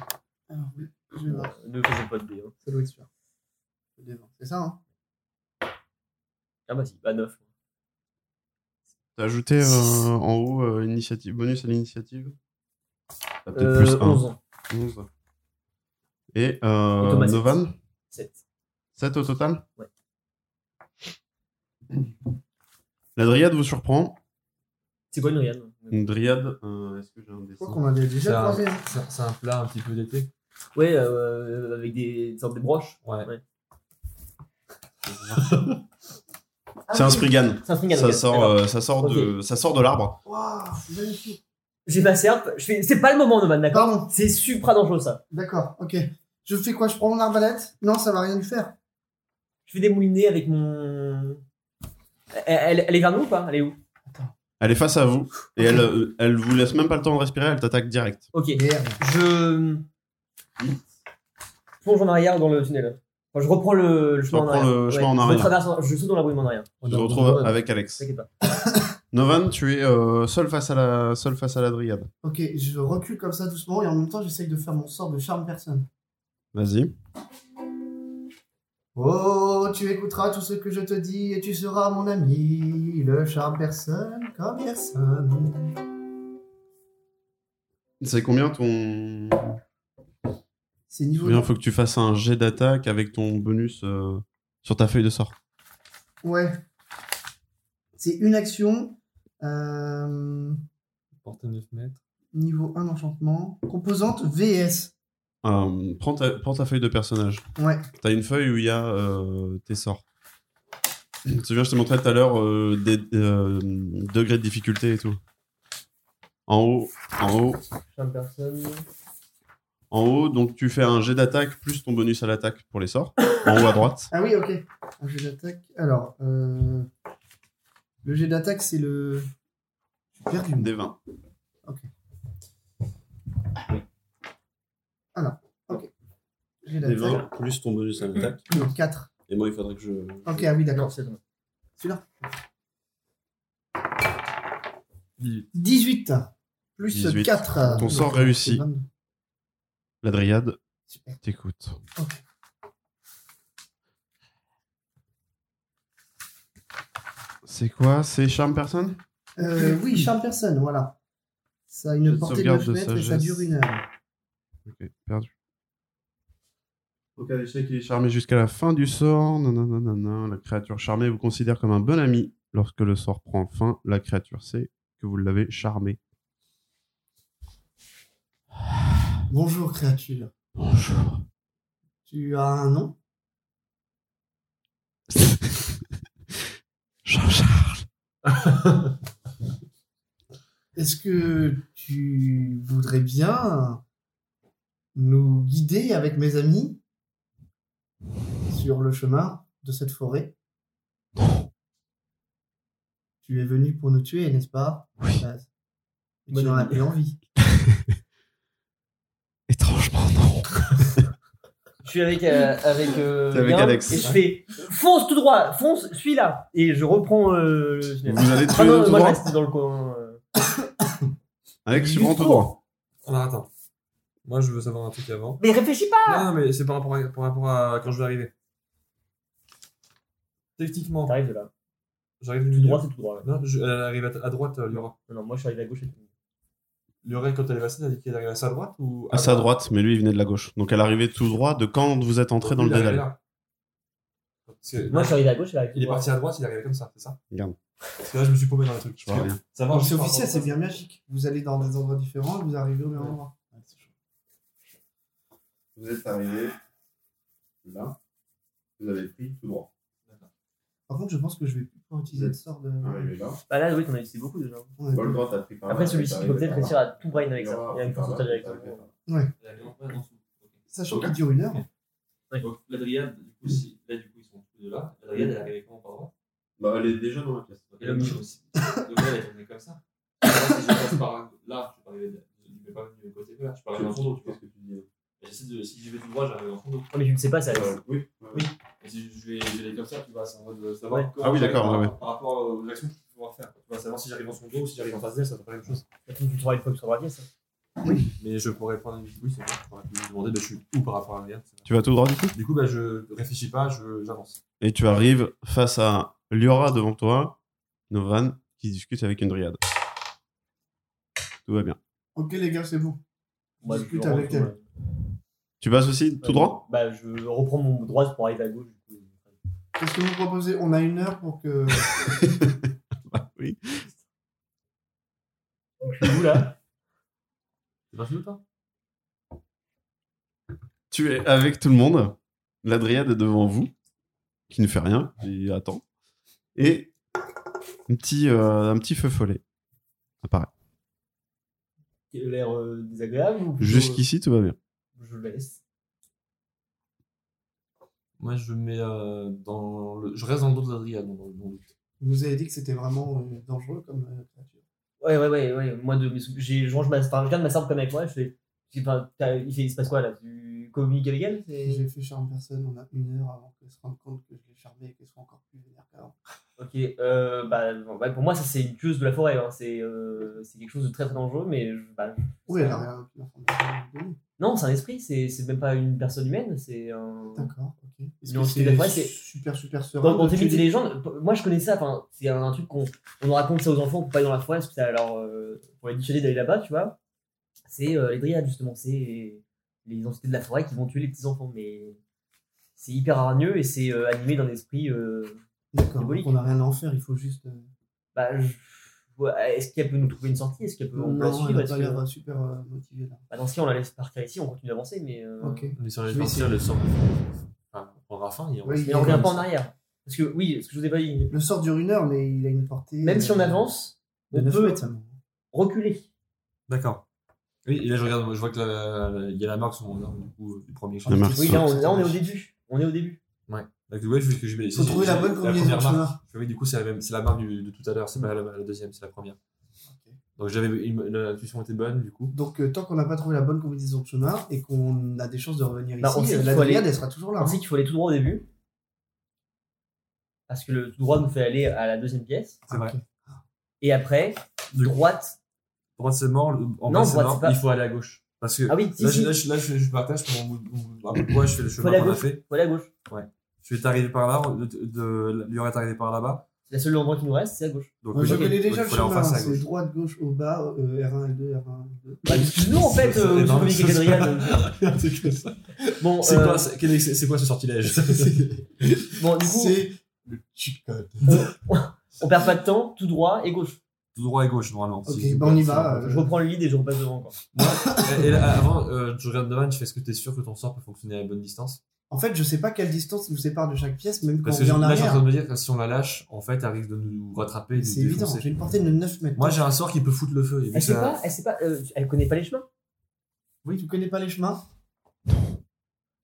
Speaker 1: Alors, oui, je vais voir.
Speaker 2: Ne faisons pas de dé. hein.
Speaker 1: Ça doit être sûr. Le devant. C'est ça, hein
Speaker 2: Ah bah si, bah 9.
Speaker 4: T'as ajouté euh, en haut euh, initiative, bonus à l'initiative. T'as peut-être
Speaker 2: Euh,
Speaker 4: plus un.
Speaker 2: 11 ans.
Speaker 4: 11. Et euh,
Speaker 2: Et Thomas, sept.
Speaker 4: Novan
Speaker 2: 7.
Speaker 4: 7 au total
Speaker 2: Ouais.
Speaker 4: La dryade vous surprend.
Speaker 2: C'est quoi une Rihanna
Speaker 4: Une dryade, euh, est-ce que j'ai un
Speaker 1: Je crois
Speaker 4: dessin
Speaker 1: qu'on avait
Speaker 3: C'est
Speaker 1: déjà
Speaker 3: un,
Speaker 1: croisé. hein.
Speaker 3: c'est- c'est un plat un petit peu d'été.
Speaker 2: Ouais, euh, avec des, des sortes de broches.
Speaker 3: Ouais.
Speaker 1: Ah
Speaker 4: C'est un
Speaker 1: oui.
Speaker 4: spriggan.
Speaker 2: C'est un string à
Speaker 4: Ça
Speaker 2: la
Speaker 4: sort,
Speaker 2: gueule.
Speaker 4: euh, ça sort de, ça sort de l'arbre.
Speaker 1: Waouh, c'est magnifique.
Speaker 2: J'ai ma serpe, je fais. C'est pas le moment, Noman, d'accord
Speaker 1: Pardon,
Speaker 2: C'est supra dangereux ça.
Speaker 1: d'accord, ok. Je fais quoi Je prends mon arbalète Non, ça va rien lui faire.
Speaker 2: Je fais des moulinets avec mon. Elle, elle- elle est vers nous ou pas Elle est où
Speaker 4: Elle est face à vous et elle, euh, elle vous laisse même pas le temps de respirer. Elle t'attaque direct.
Speaker 2: Ok.
Speaker 1: Merde.
Speaker 2: Je. Plonge en arrière dans le tunnel. Enfin, je reprends le, le chemin en
Speaker 4: reprends
Speaker 2: arrière.
Speaker 4: le chemin en
Speaker 2: je
Speaker 4: arrière.
Speaker 2: retraverse en- je saute dans la brume en arrière.
Speaker 4: Tu te retrouves avec Alex.
Speaker 2: T'inquiète pas.
Speaker 4: Novan, tu es euh, seul face à la, seul face à la dryade.
Speaker 1: Ok, je recule comme ça doucement et en même temps, j'essaye de faire mon sort de charme personne.
Speaker 4: Vas-y.
Speaker 1: Oh, tu écouteras tout ce que je te dis et tu seras mon ami. Le charme personne comme personne.
Speaker 4: C'est combien ton
Speaker 1: C'est niveau.
Speaker 4: Combien faut que tu fasses un jet d'attaque avec ton bonus euh, sur ta feuille de sort.
Speaker 1: Ouais. C'est une action. euh,
Speaker 3: Portée 9 mètres.
Speaker 1: niveau 1 enchantement. Composante VS.
Speaker 4: Euh, prends, ta, prends ta feuille de personnage.
Speaker 1: Ouais.
Speaker 4: T'as une feuille où il y a euh, tes sorts. Tu te souviens, je te montrais tout à l'heure euh, des euh, degrés de difficulté et tout. En haut, en haut,
Speaker 2: Charme personne.
Speaker 4: en haut, donc tu fais un jet d'attaque plus ton bonus à l'attaque pour les sorts. En haut à droite.
Speaker 1: Ah oui, ok. Un jet d'attaque. Alors, euh, le jet d'attaque, c'est le. J'ai perdu.
Speaker 4: Des 20.
Speaker 1: Jet
Speaker 4: Des
Speaker 1: d'attaque.
Speaker 4: plus ton bonus à l'attaque.
Speaker 1: Non, 4.
Speaker 4: Et moi, il faudrait que je.
Speaker 1: Ok, ah oui, d'accord.
Speaker 2: Non, c'est bon.
Speaker 1: Celui-là.
Speaker 3: 18.
Speaker 1: 18. Plus
Speaker 4: 18.
Speaker 1: 4.
Speaker 4: Ton sort réussi. La dryade
Speaker 1: Super.
Speaker 4: t'écoute.
Speaker 1: Ok.
Speaker 4: C'est quoi C'est Charme Personne
Speaker 1: Euh, oui, Charme Personne, voilà. Ça a une
Speaker 4: Cette
Speaker 1: portée de
Speaker 4: sauvegarde
Speaker 1: 9
Speaker 4: de
Speaker 1: mètres et ça
Speaker 4: sagesse.
Speaker 1: dure une heure.
Speaker 4: Ok, perdu. Aucun échec, il est charmé jusqu'à la fin du sort. Nanana, nanana. La créature charmée vous considère comme un bon ami. Lorsque le sort prend fin, la créature sait que vous l'avez charmée.
Speaker 1: Bonjour, créature.
Speaker 4: Bonjour.
Speaker 1: Tu as un nom
Speaker 4: Jean-Charles.
Speaker 1: Est-ce que tu voudrais bien nous guider avec mes amis sur le chemin de cette forêt Tu es venu pour nous tuer, n'est-ce pas
Speaker 4: Oui.
Speaker 1: Euh, et
Speaker 2: Bonne
Speaker 1: tu n'en as
Speaker 2: idée.
Speaker 1: plus envie.
Speaker 4: Étrangement, non.
Speaker 2: Je suis avec, euh, avec, euh,
Speaker 4: T'es avec
Speaker 2: Guin,
Speaker 4: Alex.
Speaker 2: Et je fais fonce tout droit, fonce, suis là. Et je reprends euh, le cinéma.
Speaker 4: Vous allez tuer
Speaker 2: Ah non,
Speaker 4: tout
Speaker 2: moi je
Speaker 4: droit
Speaker 2: reste dans le coin. euh.
Speaker 4: Alex, tu
Speaker 3: Juste
Speaker 4: prends tout
Speaker 3: pour.
Speaker 4: droit.
Speaker 3: Alors attends. Moi, je veux savoir un truc avant.
Speaker 2: Mais réfléchis pas
Speaker 3: Ah Non, non, mais c'est par rapport, à, par rapport à quand je vais arriver. Techniquement,
Speaker 2: T'arrives de là.
Speaker 3: j'arrive
Speaker 2: Tout
Speaker 3: du
Speaker 2: droit,
Speaker 3: droit.
Speaker 2: c'est tout droit. ouais.
Speaker 3: Non, je- elle arrive à, à droite, euh, Liora.
Speaker 2: Non, non, moi je suis arrivé à gauche. et tout.
Speaker 3: Liora, quand elle est passée, elle a dit qu'elle arrive à sa droite ou
Speaker 4: À sa droite, mais lui, il venait de la gauche. Donc, elle arrivait tout droit de quand vous êtes entré dans le
Speaker 3: Il est arrivé
Speaker 4: dédale.
Speaker 3: là. Parce que-
Speaker 2: Moi je suis arrivé à gauche, elle arrive tout
Speaker 3: Il est
Speaker 2: droit.
Speaker 3: parti à droite, il est arrivé comme ça, c'est ça
Speaker 4: Regarde,
Speaker 3: Parce que là, je me suis paumé dans le truc.
Speaker 4: je vois rien.
Speaker 3: Ça
Speaker 1: Donc,
Speaker 3: marche.
Speaker 1: C'est officiel, c'est bien magique. Vous allez dans des endroits différents, vous arrivez au même
Speaker 3: Ouais.
Speaker 1: endroit.
Speaker 4: Vous êtes arrivé là. Vous avez pris tout droit.
Speaker 1: Par contre, je pense que je vais plus pouvoir utiliser le sort de.
Speaker 4: là.
Speaker 2: Bah là, oui, t'en as utilisé beaucoup déjà.
Speaker 1: Ouais.
Speaker 4: a pris par
Speaker 2: Après celui-ci, il peut peut-être réussir à tout brain avec ça. Il y a une pourcentage avec ça.
Speaker 1: Sachant qu'il dure une heure.
Speaker 5: Donc la dryade, du coup, si, là du coup ils sont tous les deux là, la dryade elle arrive comment par droite
Speaker 4: Bah, elle est déjà dans la pièce.
Speaker 5: Et l'homme il aussi. Donc là elle est tournée comme ça. Moi, si je passe par là, je peux arriver, de- je vais pas venir du côté que là, je peux arriver dans son dos, tu vois.
Speaker 4: que tu dis
Speaker 5: Mais j'essaie de, si je vais tout droit, j'arrive dans son dos.
Speaker 2: Non, Oh, mais je ne sais pas, ça.
Speaker 4: Oui.
Speaker 5: Et si je je vais, je vais aller comme ça, tu vois, c'est en mode euh,
Speaker 2: Ouais.
Speaker 5: savoir comment
Speaker 4: Ah oui,
Speaker 5: j'arrive
Speaker 4: d'accord,
Speaker 5: par,
Speaker 4: ouais,
Speaker 5: par rapport aux actions qu'il faut pouvoir faire. quoi. Tu vas savoir si j'arrive dans son dos ou si j'arrive en face d'elle, ça fait pas la même chose.
Speaker 2: Tu tu travailles une fois que tu auras la pièce.
Speaker 3: Mais je pourrais prendre une oui, c'est bon, je pourrais lui demander de je suis où par rapport à la merde. c'est
Speaker 4: Tu vas tout droit du coup
Speaker 3: bon. Du coup, bah, je réfléchis pas, je- j'avance.
Speaker 4: Et tu arrives face à Liora devant toi, Novan, qui discute avec une dryade. Tout va bien.
Speaker 1: Ok, les gars, c'est bon.
Speaker 2: Moi, je
Speaker 1: Discute
Speaker 2: rentre,
Speaker 1: avec elle.
Speaker 2: ouais.
Speaker 4: Tu passes aussi tout
Speaker 2: Ouais.
Speaker 4: droit
Speaker 2: Bah, je reprends mon droit pour arriver à gauche. Du coup.
Speaker 1: Qu'est-ce que vous proposez On a une heure pour que.
Speaker 4: Bah oui.
Speaker 2: Je suis où là
Speaker 3: C'est pas fini ou pas
Speaker 4: Tu es avec tout le monde. La dryade est devant vous, qui ne fait rien, qui attend. Et un petit, euh, un petit feu follet apparaît.
Speaker 2: L'air euh, désagréable ou plutôt,
Speaker 4: Jusqu'ici, tout va bien.
Speaker 2: euh, Je le laisse.
Speaker 3: Moi, je mets euh, dans le. Je reste dans le dos de l'Adriane, dans le dans le-
Speaker 1: Vous nous avez dit que c'était vraiment euh, dangereux comme euh, créature.
Speaker 2: Ouais, ouais, ouais, ouais. Moi, de mes sou- j'ai- je range ma, enfin, je garde ma sarde comme avec moi. Je fais, j'ai- enfin, t'as- il, fait, il se passe quoi là Tu communiques avec elle
Speaker 1: Et
Speaker 2: c'est-
Speaker 1: J'ai fait charme personne, on a une heure avant qu'elle se rende compte que je l'ai charmée et qu'elle soit encore plus vénère qu'avant.
Speaker 2: Ok, euh, bah, bon, bah, pour moi, ça c'est une tueuse de la forêt. hein. C'est euh, c'est quelque chose de très très dangereux, mais je- bah,
Speaker 1: Oui, elle a rien aucune information à nous donner.
Speaker 2: non, c'est un esprit. C'est c'est même pas une personne humaine. C'est un.
Speaker 1: D'accord, ok. Est-ce
Speaker 2: Non,
Speaker 1: que
Speaker 2: c'est la fois,
Speaker 1: c'est
Speaker 2: c'est-
Speaker 1: super super serein
Speaker 2: Dans, dans
Speaker 1: de
Speaker 2: tes mythes et
Speaker 1: tuer-
Speaker 2: légendes, p- moi je connais ça, enfin, c'est un, un truc qu'on on raconte ça aux enfants pour pas aller dans la forêt, parce que ça leur, euh, pour les dissuader d'aller là-bas, tu vois. C'est euh, les dryades, justement, c'est les entités de la forêt qui vont tuer les petits-enfants, mais c'est hyper hargneux et c'est euh, animé d'un esprit. euh,
Speaker 1: D'accord, donc
Speaker 2: symbolique.
Speaker 1: on n'a rien à en faire, il faut juste. euh,
Speaker 2: bah, je- ouais, Est-ce qu'elle peut nous trouver une sortie Est-ce qu'elle peut on peut la
Speaker 1: Non, elle
Speaker 2: suivre
Speaker 1: n'a
Speaker 2: Est-ce
Speaker 1: pas
Speaker 2: que-
Speaker 1: l'air euh, super euh, motivée là.
Speaker 2: bah, Dans ce cas, on la laisse partir ici, on continue d'avancer, mais, euh,
Speaker 1: Ok.
Speaker 3: Mais si on
Speaker 1: Je vais
Speaker 3: sortir le sort. Enfin, on prendra fin et on
Speaker 1: Oui,
Speaker 2: mais on revient pas en arrière. Parce que oui, ce que je vous ai pas dit,
Speaker 1: Le sort dure une heure, mais il a une portée.
Speaker 2: même si on
Speaker 1: euh,
Speaker 2: avance,
Speaker 1: de
Speaker 2: on
Speaker 1: neuf
Speaker 2: peut
Speaker 1: mètres seulement.
Speaker 2: reculer.
Speaker 3: D'accord. Oui, et là, je regarde, je vois que la- il y a la marque sur mon arme, du coup, du premier
Speaker 4: La marque.
Speaker 2: Oui, là on, là, on est au début. On est au début.
Speaker 3: Donc, ouais, je que je mets.
Speaker 1: Il faut trouver la bonne combinaison de
Speaker 3: première marque.
Speaker 1: chemin.
Speaker 3: Je fais, oui, du coup, c'est la, même- c'est la marque du- de tout à l'heure, c'est pas la, la deuxième, c'est la première. Donc, j'avais une- l'intuition était bonne, du coup.
Speaker 1: Donc, euh, tant qu'on n'a pas trouvé la bonne combinaison de chemin et qu'on a des chances de revenir
Speaker 2: Bah, on
Speaker 1: ici,
Speaker 2: sait
Speaker 1: euh,
Speaker 2: qu'il
Speaker 1: la
Speaker 2: faut aller-
Speaker 1: dryade, elle sera toujours là.
Speaker 2: On
Speaker 1: hein.
Speaker 2: sait qu'il faut aller tout droit au début. Parce que le tout droit nous fait aller à la deuxième pièce.
Speaker 3: C'est vrai.
Speaker 1: Ok.
Speaker 2: Et après,
Speaker 3: Du-
Speaker 2: droite.
Speaker 3: Droite, c'est mort, le- en
Speaker 2: Non,
Speaker 3: bas, c'est
Speaker 2: droite,
Speaker 3: mort,
Speaker 2: c'est pas-
Speaker 3: il faut aller à gauche. Parce que
Speaker 2: Ah oui, si,
Speaker 3: là,
Speaker 2: si,
Speaker 3: je, là, je, là, je- je partage mon mon- mon- un bout de bois, je fais le
Speaker 2: Faut
Speaker 3: chemin
Speaker 2: aller à
Speaker 3: qu'on a
Speaker 2: gauche.
Speaker 3: fait.
Speaker 2: faut aller à gauche.
Speaker 3: Je suis arrivé par là, de, de, de- Lior est arrivé par là-bas.
Speaker 2: C'est le seul endroit qui nous reste, c'est à gauche.
Speaker 3: Donc,
Speaker 1: Moi, je
Speaker 3: ok,
Speaker 1: connais
Speaker 3: donc,
Speaker 1: déjà le
Speaker 3: faut aller en
Speaker 1: chemin,
Speaker 3: face à
Speaker 1: c'est
Speaker 3: gauche.
Speaker 1: droite, gauche, au bas, euh, R1, L2, R1, L2.
Speaker 2: Bah, excuse-nous en fait,
Speaker 6: C'est-
Speaker 2: euh,
Speaker 6: c'est-
Speaker 2: monsieur
Speaker 6: non,
Speaker 2: Dominique
Speaker 6: c'est-
Speaker 2: Adrien.
Speaker 6: C'est que ça.
Speaker 2: Bon,
Speaker 3: C'est
Speaker 2: euh,
Speaker 3: quoi, c'est- quel est- c'est- c'est quoi ce sortilège
Speaker 2: bon, du coup,
Speaker 6: C'est le cheat code.
Speaker 2: on perd pas de temps, tout droit et gauche.
Speaker 3: Tout droit et gauche, normalement.
Speaker 1: Ok,
Speaker 3: Si-
Speaker 1: bah on y
Speaker 3: si-
Speaker 1: va. euh,
Speaker 2: Je reprends le lead et je repasse devant. Quoi.
Speaker 3: Et, et là, avant, euh, tu regardes Dolan, tu fais est-ce que t'es sûr que ton sort peut fonctionner à la bonne distance
Speaker 1: En fait, je sais pas quelle distance nous sépare de chaque pièce, même quand
Speaker 3: Parce
Speaker 1: on
Speaker 3: que je-
Speaker 1: est en
Speaker 3: là, je suis en train
Speaker 1: arrière.
Speaker 3: de me dire que si on la lâche, en fait, elle risque de nous rattraper et de
Speaker 1: C'est
Speaker 3: nous
Speaker 1: évident, j'ai
Speaker 3: défoncer.
Speaker 1: une portée de 9 mètres.
Speaker 3: Moi, j'ai un sort qui peut foutre le feu. Et vu
Speaker 2: Elle sait
Speaker 3: ça-
Speaker 2: pas, elle sait pas, euh, elle connaît pas les chemins.
Speaker 1: Oui, tu connais pas les chemins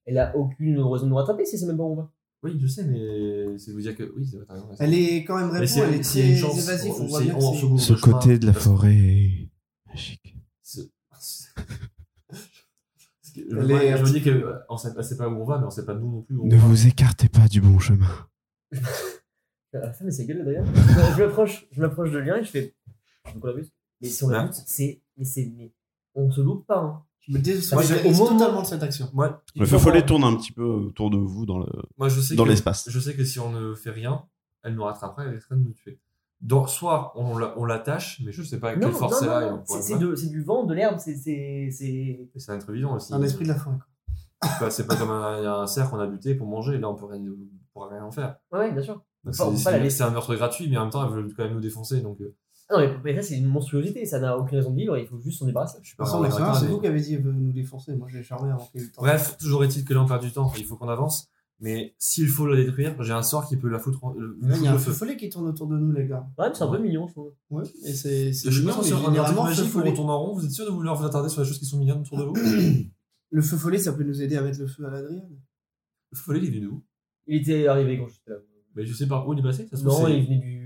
Speaker 2: Elle a aucune raison de nous rattraper si c'est même pas où on va.
Speaker 3: Oui, je sais, mais c'est de vous dire que oui, c'est vrai, t'as raison,
Speaker 1: Elle est quand même
Speaker 3: Mais
Speaker 1: répond,
Speaker 3: c'est-
Speaker 1: elle est
Speaker 3: s'il y a une
Speaker 1: très
Speaker 3: chance,
Speaker 1: évasive, on
Speaker 3: on-
Speaker 1: voit
Speaker 3: c'est-
Speaker 1: bien que
Speaker 3: on
Speaker 1: c'est-
Speaker 3: se gourre.
Speaker 7: Ce
Speaker 3: Le chemin
Speaker 7: côté de la
Speaker 3: de la-
Speaker 7: forêt est magique.
Speaker 3: Ce- Parce que je,
Speaker 1: Elle est-
Speaker 3: moi, je me dis que euh, on sait, elle sait pas où on va, mais on sait pas nous non plus où on
Speaker 7: Ne
Speaker 3: va.
Speaker 7: vous écartez pas du bon chemin.
Speaker 2: Ah, ça, mais c'est gueule, Adrien. je m'approche, je m'approche de Lien et je fais. Donc on la bute. Mais si on la
Speaker 3: Là.
Speaker 2: bute, c'est, mais c'est, mais on se loupe pas. Hein.
Speaker 1: Je me
Speaker 3: Moi, j'ai- au
Speaker 1: désolidarise
Speaker 3: moment-
Speaker 1: totalement de cette action.
Speaker 3: Moi,
Speaker 4: Le feu follet tourne un petit peu autour de vous dans le-
Speaker 3: moi, je sais
Speaker 4: dans
Speaker 3: que-
Speaker 4: l'espace.
Speaker 3: Je sais que si on ne fait rien, elle nous rattrapera et elle risquerait de nous tuer. Donc, soit on la- on l'attache, mais je sais pas avec quelle force elle a. et on
Speaker 2: non, c'est,
Speaker 3: pourrait
Speaker 2: c'est
Speaker 3: pas-
Speaker 2: de- c'est du vent, de l'herbe, c'est, c'est, c'est.
Speaker 3: Mais ça va être évident aussi.
Speaker 1: C'est un esprit de la forêt. quoi.
Speaker 3: C'est pas- Bah, C'est pas comme un, un cerf qu'on a buté pour manger. Là, on peut rien, on pourra rien en faire.
Speaker 2: Ouais, ouais, bien sûr.
Speaker 3: Donc,
Speaker 2: Enfin, on
Speaker 3: c'est-
Speaker 2: peut pas la
Speaker 3: C'est
Speaker 2: laisser.
Speaker 3: c'est un meurtre gratuit, mais en même temps, elle veut quand même nous défoncer. Donc, euh,
Speaker 2: Ah Non, mais, mais là, c'est une monstruosité, ça n'a aucune raison de vivre, il faut juste s'en débarrasser.
Speaker 3: je suis
Speaker 1: De
Speaker 3: pas
Speaker 1: toute façon,
Speaker 3: vraiment
Speaker 1: l'expérience, c'est
Speaker 3: d'accord, mais-
Speaker 1: vous qui avez dit elle veut nous défoncer. Moi, je l'ai charmé avant qu'il y ait le temps.
Speaker 3: Bref, toujours est-il que là, on perd du temps. Il faut qu'on avance. Mais s'il faut la détruire, j'ai un sort qui peut la foutre en, le,
Speaker 1: Là, il y a
Speaker 3: le
Speaker 1: un
Speaker 3: feu.
Speaker 1: feu follet qui tourne autour de nous, les gars.
Speaker 2: Ouais, mais c'est un peu mignon, je trouve.
Speaker 1: Ouais, et c'est. c'est
Speaker 3: Je suis
Speaker 1: mignon,
Speaker 3: pas sûr
Speaker 1: mais
Speaker 3: sur un
Speaker 1: généralement,
Speaker 3: artefact
Speaker 1: le feu
Speaker 3: magique où on
Speaker 1: follet.
Speaker 3: retourne en rond. Vous êtes sûr de vouloir vous attarder sur les choses qui sont mignonnes autour de vous Le
Speaker 1: Le feu follet, ça peut nous aider à mettre le feu à l'Adrienne.
Speaker 3: follet, il est venu d'où
Speaker 2: Il était arrivé quand j'étais là.
Speaker 3: Mais je sais pas où il est passé. Ça se trouve,
Speaker 2: Non,
Speaker 3: c'est-
Speaker 2: il venait du.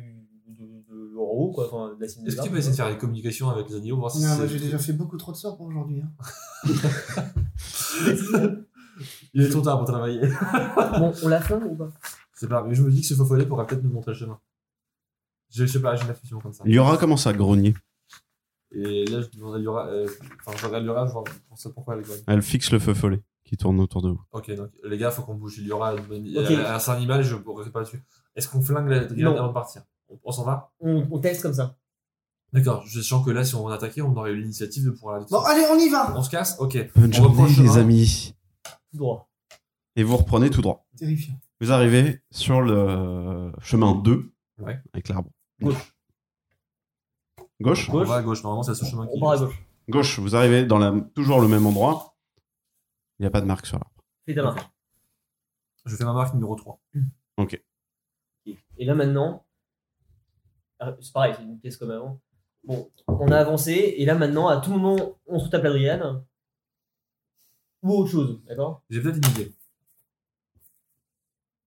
Speaker 2: de, de l'euro, quoi, enfin, de la cinéma.
Speaker 3: Est-ce que tu peux essayer de faire les communications avec les animaux voir si
Speaker 1: Non,
Speaker 3: c'est-
Speaker 1: moi, j'ai déjà fait beaucoup trop de sorts pour aujourd'hui. hein.
Speaker 3: Il est trop tard pour travailler.
Speaker 2: Bon, on la flingue ou pas
Speaker 3: C'est pas. Mais je me dis que ce faux follet pourra peut-être nous montrer le chemin. Je, je sais pas, j'ai une infusion comme ça.
Speaker 4: Il y aura commence à grogner.
Speaker 3: Et là, je demande à Liora. euh, Enfin, je regarde Liora, je vois pour ça pourquoi elle gagne.
Speaker 4: Elle fixe le feu follet qui tourne autour de vous.
Speaker 3: Ok, donc les gars, faut qu'on bouge. Liora, elle, elle,
Speaker 2: Ok.
Speaker 3: elle a un animal, je ne pas dessus. Est-ce qu'on flingue la grillade
Speaker 2: Non.
Speaker 3: avant de partir On, on s'en va
Speaker 2: on, on teste comme ça.
Speaker 3: D'accord, je sens que là, si on attaquait, on aurait eu l'initiative de pouvoir la
Speaker 1: Bon,
Speaker 3: détruire.
Speaker 1: allez, on y va
Speaker 3: on se casse Ok.
Speaker 7: Bonne
Speaker 3: On
Speaker 7: journée,
Speaker 3: reprend le
Speaker 7: les
Speaker 3: chemin.
Speaker 7: amis.
Speaker 2: Tout droit.
Speaker 4: Et vous reprenez tout droit.
Speaker 1: Terrifiant.
Speaker 4: Vous arrivez sur le chemin 2
Speaker 3: Ouais.
Speaker 4: avec l'arbre.
Speaker 2: Gauche.
Speaker 4: Gauche
Speaker 3: On va à gauche, normalement, c'est le seul chemin
Speaker 2: On
Speaker 3: qui.
Speaker 2: part à gauche.
Speaker 4: Gauche, vous arrivez dans la, toujours le même endroit. Il n'y a pas de marque sur l'arbre.
Speaker 2: Fais ta marque.
Speaker 3: Je fais ma marque numéro 3.
Speaker 2: Et là maintenant, ah, c'est pareil, c'est une pièce comme avant. Bon, on a avancé, et là maintenant, à tout moment, on se tape la Driane. Ou autre chose, d'accord
Speaker 3: J'ai peut-être une idée.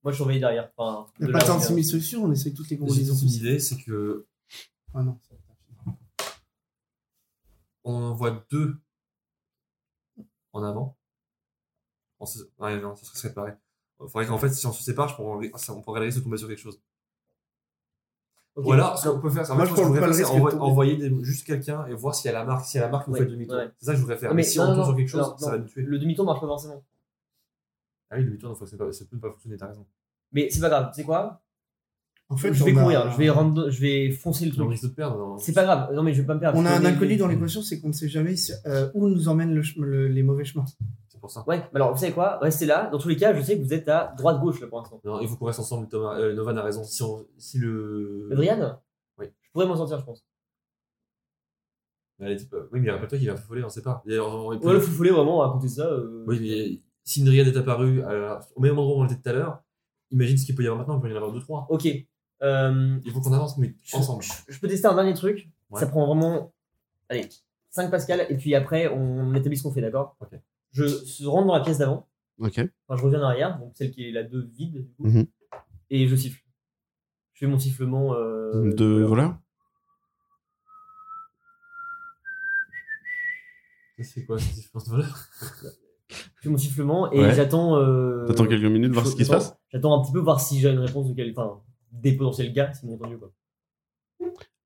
Speaker 2: Moi je surveille derrière. Enfin,
Speaker 1: Il n'y
Speaker 2: de
Speaker 1: a pas
Speaker 2: la-
Speaker 1: tant de 6000 solutions, on essaye toutes les
Speaker 3: J'ai
Speaker 1: combinaisons
Speaker 3: peut-être une
Speaker 1: possibles.
Speaker 3: idée, c'est que
Speaker 1: Ah non.
Speaker 3: on en envoie deux en avant. On se... Ouais, non, ça serait séparé. Faudrait qu'en fait, si on se sépare, je pourrais- ça- on pourrait risquer de tomber sur quelque chose.
Speaker 2: Ok.
Speaker 3: Ou alors, ce qu'on peut faire, c'est en fait,
Speaker 1: Moi,
Speaker 3: je
Speaker 1: je
Speaker 3: pense que
Speaker 1: prends
Speaker 3: je
Speaker 1: pas
Speaker 3: voudrais
Speaker 1: le
Speaker 3: faire, c'est
Speaker 1: risque de
Speaker 3: envoyer-
Speaker 1: tomber.
Speaker 3: envoyer des- juste quelqu'un et voir si elle a la marque. Si elle a la marque, vous
Speaker 2: Ouais,
Speaker 3: faites demi-tour.
Speaker 2: ouais.
Speaker 3: C'est ça que je voudrais faire.
Speaker 2: Ah,
Speaker 3: mais
Speaker 2: mais
Speaker 3: si
Speaker 2: non,
Speaker 3: on
Speaker 2: non,
Speaker 3: tombe sur
Speaker 2: non,
Speaker 3: quelque chose,
Speaker 2: non,
Speaker 3: ça
Speaker 2: non.
Speaker 3: va nous tuer.
Speaker 2: Le demi-tour marche pas forcément.
Speaker 3: Ah oui, demi-tour, donc faut que c'est pas- ça peut ne pas fonctionner, t'as raison.
Speaker 2: Mais c'est pas grave, tu sais quoi
Speaker 1: En fait,
Speaker 2: Je vais
Speaker 1: on a-
Speaker 2: courir, je vais, rendre- je vais foncer le
Speaker 3: Mais on
Speaker 2: truc.
Speaker 3: risque de perdre. hein. non.
Speaker 2: C'est pas grave, non mais je vais pas me perdre.
Speaker 1: On a
Speaker 2: Je
Speaker 1: un
Speaker 2: connais-
Speaker 1: inconnu dans l'équation, c'est qu'on ne sait jamais euh, où nous emmènent le chem- le- les mauvais chemins.
Speaker 3: C'est pour ça.
Speaker 2: Ouais, mais alors vous savez quoi Restez là. Dans tous les cas, je sais que vous êtes à droite-gauche là pour l'instant.
Speaker 3: Non, il faut qu'on reste ensemble. Thomas, euh, Novan a raison. Si, on- si le.
Speaker 2: Adriane
Speaker 3: Euh, Oui.
Speaker 2: Je pourrais m'en sortir, je pense.
Speaker 3: Mais elle était pas- euh, Oui, mais rappelle-toi qu'il a fofolé, on sait pas. Et alors, on-
Speaker 2: Ouais, le fou follet, vraiment, à côté de ça. euh,
Speaker 3: Oui, mais si une riade est apparue à la- au même endroit où on était tout à l'heure, imagine ce qu'il peut y avoir maintenant, il peut y en avoir deux, trois.
Speaker 2: Ok. Euh,
Speaker 3: Il faut qu'on avance, mais
Speaker 2: je,
Speaker 3: ensemble.
Speaker 2: je- je peux tester un dernier truc.
Speaker 3: Ouais.
Speaker 2: Ça prend vraiment. Allez, 5 Pascal, et puis après, on établit ce qu'on fait, d'accord
Speaker 3: Ok.
Speaker 2: Je se rentre dans la pièce d'avant.
Speaker 4: Ok.
Speaker 2: Enfin, je reviens en arrière, donc celle qui est la 2 vide, du coup.
Speaker 4: Mhm.
Speaker 2: Et je siffle. Je fais mon sifflement. euh,
Speaker 4: Deux voleurs
Speaker 3: C'est quoi cette différence de valeur
Speaker 2: Je fais mon sifflement et
Speaker 4: Ouais.
Speaker 2: j'attends. euh,
Speaker 4: T'attends quelques minutes voir
Speaker 2: je-
Speaker 4: ce qui se
Speaker 2: j'attends-
Speaker 4: passe
Speaker 2: J'attends un petit peu voir si j'ai une réponse de quelqu'un. Enfin, des potentiels gars, s'ils m'ont entendu, quoi.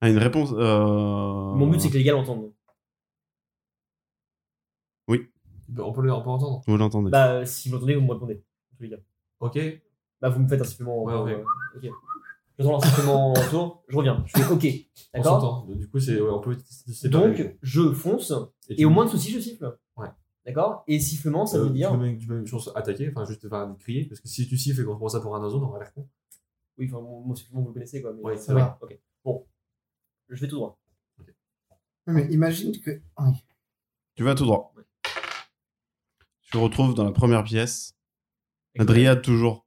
Speaker 4: Ah, une réponse. euh,
Speaker 2: Mon but, c'est que les gars l'entendent.
Speaker 3: Eh ben, On peut le- on peut entendre.
Speaker 4: Vous l'entendez.
Speaker 2: Bah, euh, si vous l'entendez, vous me répondez. en tous les cas.
Speaker 3: Ok
Speaker 2: Bah, vous me faites un supplément.
Speaker 3: Ouais, ouais.
Speaker 2: euh, ok. Je faisons l'encerclement en tour, je reviens. Je fais OK.
Speaker 3: On
Speaker 2: D'accord
Speaker 3: s'entend. Donc, Du coup, c'est, ouais, on peut se séparer.
Speaker 2: Donc, je fonce,
Speaker 3: tu-
Speaker 2: et au moins de soucis, je siffle.
Speaker 3: Ouais.
Speaker 2: D'accord Et sifflement, ça
Speaker 3: Euh,
Speaker 2: veut dire.
Speaker 3: Tu peux même, tu peux même chose attaquer, enfin juste enfin, crier, parce que si tu siffles et qu'on prend ça pour un oiseau, on aura l'air con.
Speaker 2: Oui, enfin, mon, mon sifflement, vous le connaissez, quoi. Mais
Speaker 3: Ouais,
Speaker 2: ça
Speaker 3: c'est
Speaker 2: va. Ok. Bon. Je vais tout droit.
Speaker 1: Non, Mais imagine que. oui.
Speaker 4: Tu vas tout droit. Tu retrouves dans la première pièce la
Speaker 2: Exact.
Speaker 4: dryade toujours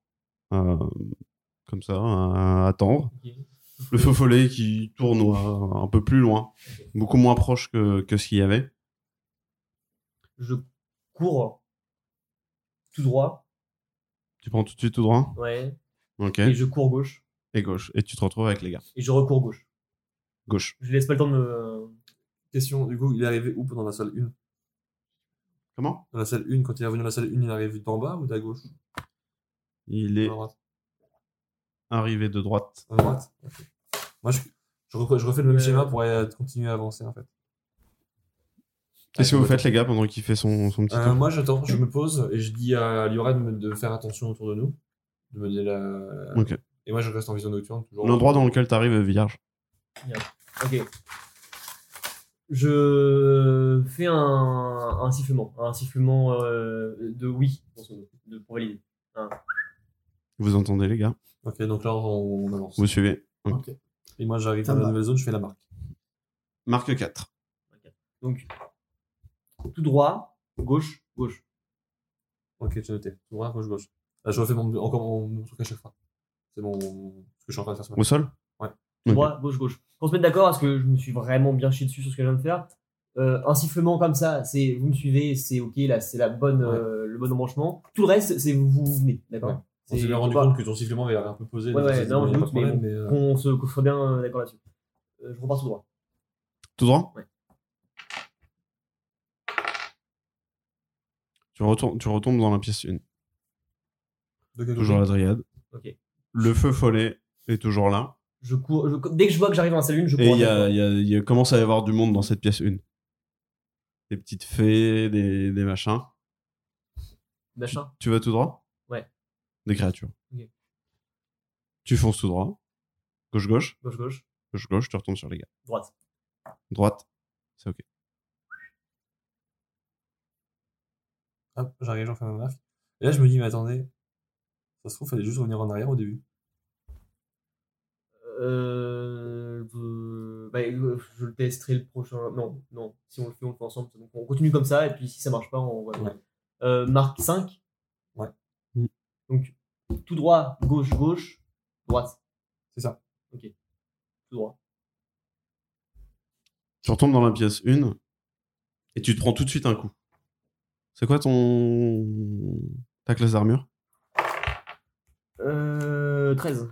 Speaker 4: euh, comme ça, à, à attendre.
Speaker 2: Ok.
Speaker 4: Le feu follet qui tourne euh, un peu plus loin, beaucoup moins proche que, que ce qu'il y avait.
Speaker 2: Je cours tout droit.
Speaker 4: Tu prends tout de suite tout droit.
Speaker 2: Ouais.
Speaker 4: Ok.
Speaker 2: Et je cours gauche.
Speaker 4: Et gauche. Et tu te retrouves avec les gars.
Speaker 2: Et je recours gauche.
Speaker 4: Gauche.
Speaker 2: Je laisse pas le temps de me.
Speaker 3: Question, du coup, il est arrivé où pendant la salle 1
Speaker 4: Comment
Speaker 3: Dans la salle 1, quand il est revenu dans la salle 1, il est arrivé d'en bas ou d'à gauche
Speaker 4: Il
Speaker 3: À
Speaker 4: est
Speaker 3: droite
Speaker 4: arrivé de droite.
Speaker 3: À droite Ok. Moi, je, je, repre- je refais le même
Speaker 2: Euh.
Speaker 3: schéma pour aller- continuer à avancer en fait.
Speaker 2: Ah,
Speaker 4: Qu'est-ce que vous faites, les gars, pendant qu'il fait son, son petit
Speaker 3: Euh,
Speaker 4: tour
Speaker 3: Moi, j'attends, je me pose et je dis à Lioran de me- de faire attention autour de nous. De me dire la...
Speaker 4: Ok.
Speaker 3: Et moi, je reste en vision nocturne toujours.
Speaker 4: L'endroit dans lequel tu arrives, vierge.
Speaker 2: Ok. Je fais un, un sifflement. Un sifflement euh, de oui, grosso modo, de, pour valider.
Speaker 4: Vous entendez, les gars
Speaker 3: Ok, donc là, on, on avance.
Speaker 4: Vous suivez.
Speaker 3: Et moi, j'arrive
Speaker 1: Ça
Speaker 3: dans la
Speaker 1: va.
Speaker 3: nouvelle zone, je fais la marque.
Speaker 4: Marque 4.
Speaker 2: Donc, tout droit, gauche, gauche.
Speaker 3: Ok, j'ai noté. Droit, gauche, gauche. Là, je refais mon, encore mon, mon truc à chaque fois. C'est mon. Ce que je suis en train de faire ce matin.
Speaker 4: Au sol
Speaker 2: Tout
Speaker 4: Ok.
Speaker 2: droit, gauche, gauche. Pour se mettre d'accord, parce que je me suis vraiment bien chié dessus sur ce que je viens de faire. Euh, un sifflement comme ça, c'est vous me suivez, c'est ok, là c'est la bonne, euh, le bon embranchement. Tout le reste, c'est vous, vous venez, d'accord
Speaker 3: Ouais. On
Speaker 2: C'est-
Speaker 3: s'est bien rendu
Speaker 2: faut pas-
Speaker 3: compte que ton sifflement avait l'air un peu posé.
Speaker 2: Ouais,
Speaker 3: donc
Speaker 2: ouais,
Speaker 3: ça, c'est
Speaker 2: non,
Speaker 3: bon,
Speaker 2: je
Speaker 3: y a
Speaker 2: doute,
Speaker 3: pas de problème, mais. euh,
Speaker 2: Qu'on se qu'on soit bien euh, d'accord là-dessus. Euh, je repars tout droit.
Speaker 4: Tout droit
Speaker 2: Ouais.
Speaker 4: Tu, retournes, tu retombes dans la pièce 1.
Speaker 3: de quelque
Speaker 4: Toujours
Speaker 3: chose.
Speaker 4: la dryade.
Speaker 2: Ok.
Speaker 4: Le feu follet est toujours là.
Speaker 2: Je cours, je- dès que je vois que j'arrive dans la salle une, je cours.
Speaker 4: Et
Speaker 2: à
Speaker 4: il y
Speaker 2: chaque
Speaker 4: a,
Speaker 2: fois.
Speaker 4: il y a- il y a- commence à y avoir du monde dans cette pièce 1. Des petites fées, des, des machins.
Speaker 2: Machin.
Speaker 4: Tu vas tout droit
Speaker 2: Ouais.
Speaker 4: Des créatures.
Speaker 2: Ok.
Speaker 4: Tu fonces tout droit. Gauche-gauche.
Speaker 2: Gauche, gauche,
Speaker 4: Gauche-gauche, tu retombes sur les gars.
Speaker 2: droite.
Speaker 4: Droite. C'est ok.
Speaker 3: Hop, j'arrive, j'en fais ma marque. Et là, je me dis, mais attendez. Ça se trouve, fallait juste revenir en arrière au début.
Speaker 2: Euh, euh, bah, euh, je le testerai le prochain. Non, non. Si on le fait, on le fait ensemble. Donc on continue comme ça. Et puis si ça marche pas, on va.
Speaker 3: Ouais.
Speaker 2: Euh, marque 5.
Speaker 3: Ouais.
Speaker 4: Mm.
Speaker 2: Donc tout droit, gauche, gauche, droite.
Speaker 3: C'est ça.
Speaker 2: Ok. Tout droit.
Speaker 4: Tu retombes dans la pièce 1 et tu te prends tout de suite un coup. C'est quoi ton. ta classe d'armure
Speaker 2: Euh, 13.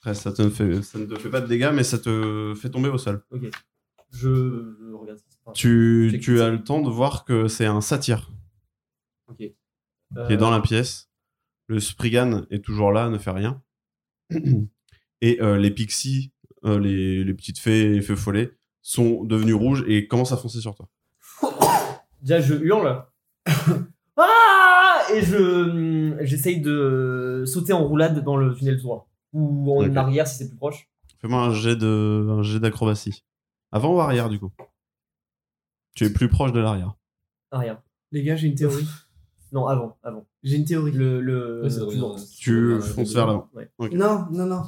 Speaker 4: 13, ça, te fait- ça ne te fait pas de dégâts, mais ça te fait tomber au sol.
Speaker 2: Ok. Je, je regarde ce qui se passe.
Speaker 4: Tu,
Speaker 2: Check
Speaker 4: tu
Speaker 2: ça.
Speaker 4: as le temps de voir que c'est un satyre
Speaker 2: Ok.
Speaker 4: qui est dans la pièce. Le Spriggan est toujours là, ne fait rien. Et euh, les pixies, euh, les, les petites fées, les feux follets, sont devenus rouges et commencent à foncer sur toi.
Speaker 2: Euh, Déjà, je hurle. ah Et je j'essaye de sauter en roulade dans le tunnel droit. Ou en
Speaker 4: Ok.
Speaker 2: arrière si c'est plus proche.
Speaker 4: Fais-moi un jet de un jet d'acrobatie. Avant ou arrière du coup Tu es plus proche de l'arrière.
Speaker 2: Arrière.
Speaker 1: Les gars, j'ai une théorie.
Speaker 2: Ah, Non, avant, avant.
Speaker 1: J'ai une théorie.
Speaker 2: Le, le,
Speaker 3: Ouais, c'est
Speaker 2: le
Speaker 3: vrai,
Speaker 2: tour.
Speaker 3: ouais.
Speaker 4: Tu
Speaker 3: Ouais,
Speaker 4: fonces
Speaker 3: ouais,
Speaker 4: vers
Speaker 3: ouais.
Speaker 4: l'avant.
Speaker 1: Non, non, non.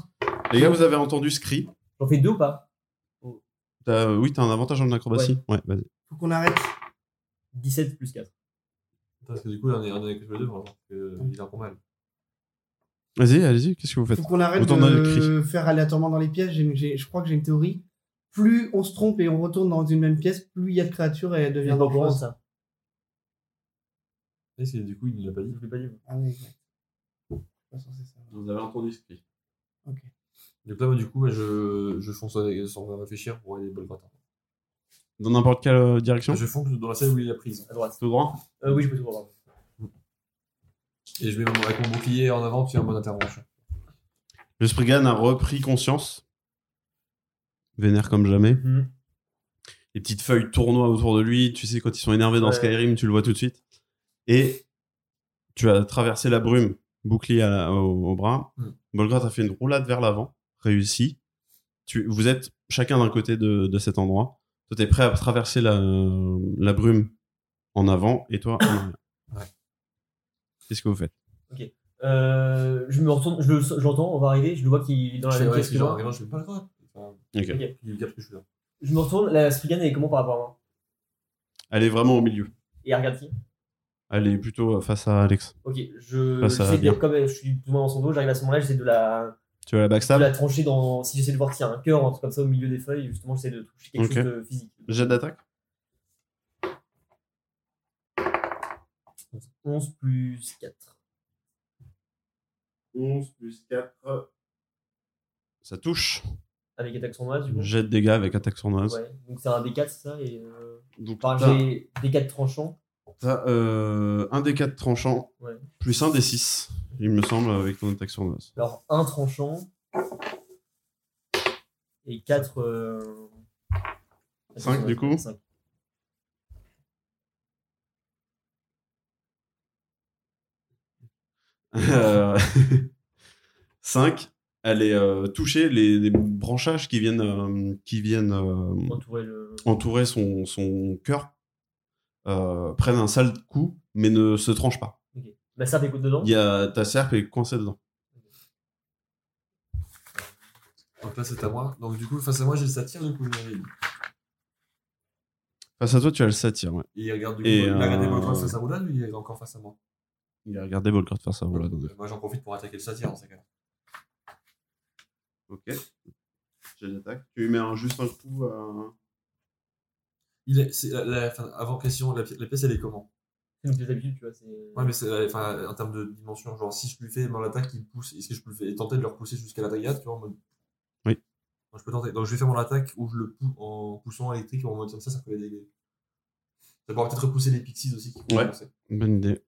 Speaker 4: Les gars, vous avez entendu ce cri
Speaker 2: J'en fais deux ou pas
Speaker 4: T'as- Oui, t'as un avantage en acrobatie. Ouais, vas-y.
Speaker 1: Faut qu'on arrête.
Speaker 2: 17 plus 4.
Speaker 3: Parce que du coup, là, on est, on est que tous les deux, vraiment. parce que euh, Il a pas mal.
Speaker 4: Vas-y, allez-y, qu'est-ce que vous faites
Speaker 1: Faut qu'on arrête
Speaker 4: Autant dans
Speaker 1: de faire aléatoirement dans les pièces. J'ai- j'ai- je crois que j'ai une théorie. Plus on se trompe et on retourne dans une même pièce, plus il y a de créatures et elles
Speaker 2: Je
Speaker 1: deviennent
Speaker 2: viens pas au courant de
Speaker 1: dangereuses.
Speaker 2: ça.
Speaker 3: Et c'est- du coup, il ne l'a pas dit.
Speaker 2: Je l'ai pas dit. moi.
Speaker 1: Ah oui, exact. De toute façon, c'est ça.
Speaker 4: Vous avez entendu ce cri.
Speaker 3: Donc là, moi, du coup, moi, je, je fonce avec- sans réfléchir pour aller le gratin.
Speaker 4: Dans n'importe quelle euh, direction
Speaker 3: Je fonce dans la salle où il a prise.
Speaker 2: À droite.
Speaker 4: Tout droit
Speaker 2: Euh, oui, je peux tout voir.
Speaker 3: Et je mets mon, avec mon bouclier en avant, puis en mode intervention.
Speaker 4: Le Spriggan a repris conscience. Vénère comme jamais.
Speaker 2: Mhm.
Speaker 4: Les petites feuilles tournoient autour de lui. Tu sais, quand ils sont énervés dans
Speaker 2: Ouais.
Speaker 4: Skyrim, tu le vois tout de suite. Et tu as traversé la brume, bouclier à la- au, au bras.
Speaker 3: Mm.
Speaker 4: Bolgrat a fait une roulade vers l'avant, réussi. Tu, vous êtes chacun d'un côté de, de cet endroit. Toi, t'es prêt à traverser la, la brume en avant et toi en arrière.
Speaker 3: Ouais.
Speaker 4: Qu'est-ce que vous faites
Speaker 2: Euh, je me retourne, je le- je l'entends, on va arriver, je le vois qu'il est dans la
Speaker 3: Je
Speaker 2: même
Speaker 3: fais, ouais,
Speaker 2: pièce
Speaker 3: c'est
Speaker 2: que
Speaker 3: genre,
Speaker 2: moi.
Speaker 3: vraiment, je fais pas le droit. Enfin,
Speaker 4: Ok.
Speaker 3: il capte que je suis là.
Speaker 2: Je me retourne, la Spriggan elle est comment par rapport à moi
Speaker 4: Elle est vraiment au milieu.
Speaker 2: Et elle regarde qui
Speaker 4: Elle est plutôt face à Alex.
Speaker 2: Ok, je, je
Speaker 4: Ah, ça va
Speaker 2: sais bien,
Speaker 4: bien.
Speaker 2: comme je suis plus ou moins dans son dos, j'arrive à ce moment-là, j'essaie de la,
Speaker 4: Tu veux la
Speaker 2: de
Speaker 4: backstab
Speaker 2: la trancher dans. Si j'essaie de voir s'il y a un cœur, un truc comme ça au milieu des feuilles, justement, j'essaie de toucher quelque
Speaker 4: Ok.
Speaker 2: chose de physique.
Speaker 4: Jet d'attaque
Speaker 2: 11 plus 4.
Speaker 1: 11 plus 4.
Speaker 4: Ça touche.
Speaker 2: Avec attaque sournoise, du coup.
Speaker 4: Jet de dégâts avec attaque sournoise.
Speaker 2: Ouais, donc c'est un D4, c'est ça et, euh,
Speaker 4: Donc
Speaker 2: enfin,
Speaker 4: t'as-
Speaker 2: j'ai D4 tranchant.
Speaker 4: t'as, euh, un des 4 tranchants,
Speaker 2: Ouais.
Speaker 4: plus un des 6, il me semble, avec ton attaque sournoise.
Speaker 2: Alors, un tranchant. Et euh, 4.
Speaker 4: Cinq, du coup.
Speaker 2: 5.
Speaker 4: Euh, 5. Elle est euh, touchée, les, les branchages qui viennent, euh, qui viennent euh,
Speaker 2: Entourer le.
Speaker 4: entourer son, son cœur euh, prennent un sale coup, mais ne se tranchent pas.
Speaker 2: La serpe écoute bah, dedans.
Speaker 4: Il y a ta serpe est coincée dedans.
Speaker 3: Donc là, c'est à moi. Donc du coup, face à moi, j'ai le satire, du coup, je m'arrive.
Speaker 4: Face à toi, tu as le satire, ouais.
Speaker 3: Et il regarde du coup,
Speaker 4: Et,
Speaker 3: il a regardé
Speaker 4: euh,
Speaker 3: mon droit face à Roland, lui, il est encore face à moi.
Speaker 4: Il a regardé Volcard faire ça. Voilà,
Speaker 3: Euh, Moi, j'en profite pour attaquer le satire dans ces cas-là.
Speaker 4: Ok. J'ai l'attaque. Tu lui mets un, juste un coup euh, à...
Speaker 3: Il est, c'est, la, la- enfin, avant question, la, pi- la pièce, elle est comment
Speaker 2: C'est une petite habitude, tu vois. c'est-
Speaker 3: Ouais, mais c'est, euh, enfin, en termes de dimension, genre, si je lui fais dans l'attaque, il pousse, est-ce que je peux le faire- tenter de le repousser jusqu'à la tagade, tu vois, en mode.
Speaker 4: Oui.
Speaker 3: Donc, je peux tenter. Donc, je vais faire mon attaque où je le pousse en poussant électrique, en mode comme ça, ça peut les dégâts. Ça pourra peut-être repousser les pixies aussi. qui
Speaker 4: Ouais.
Speaker 3: vont lancer.
Speaker 4: Bonne idée.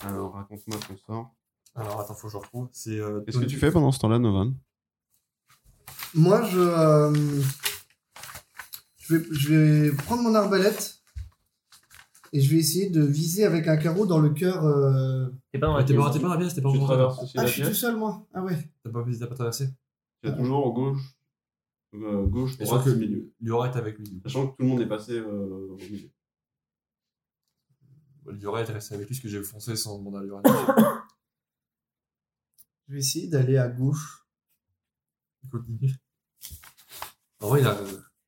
Speaker 4: Alors, raconte-moi ton sort.
Speaker 3: Alors, attends, faut que je retrouve. C'est. euh,
Speaker 4: Qu'est-ce que
Speaker 3: Tony-
Speaker 4: tu fais pendant ce temps-là, Novan
Speaker 1: Moi, je, euh, je, vais, je vais prendre mon arbalète et je vais essayer de viser avec un carreau dans le cœur. euh,
Speaker 2: T'es pas dans la
Speaker 3: Ouais, T'es
Speaker 2: pièce,
Speaker 3: pas, t'es
Speaker 2: hein.
Speaker 3: pas dans la pièce, t'es pas
Speaker 4: Tu
Speaker 3: encore-
Speaker 4: traverses aussi
Speaker 1: Ah,
Speaker 4: la
Speaker 1: je suis tout
Speaker 4: pièce.
Speaker 1: seul, moi. Ah ouais.
Speaker 3: T'as pas, t'as pas traversé.
Speaker 4: Tu es toujours en gauche. Euh, gauche,
Speaker 3: Et je crois
Speaker 4: droite,
Speaker 3: que
Speaker 4: que... milieu.
Speaker 3: Liora est avec lui. du coup.
Speaker 4: Sachant que tout le monde est passé euh, au milieu.
Speaker 3: Liora est resté avec lui parce que j'ai foncé sans demander à Liora.
Speaker 1: Je vais essayer d'aller à gauche.
Speaker 3: Continue. En vrai, il a.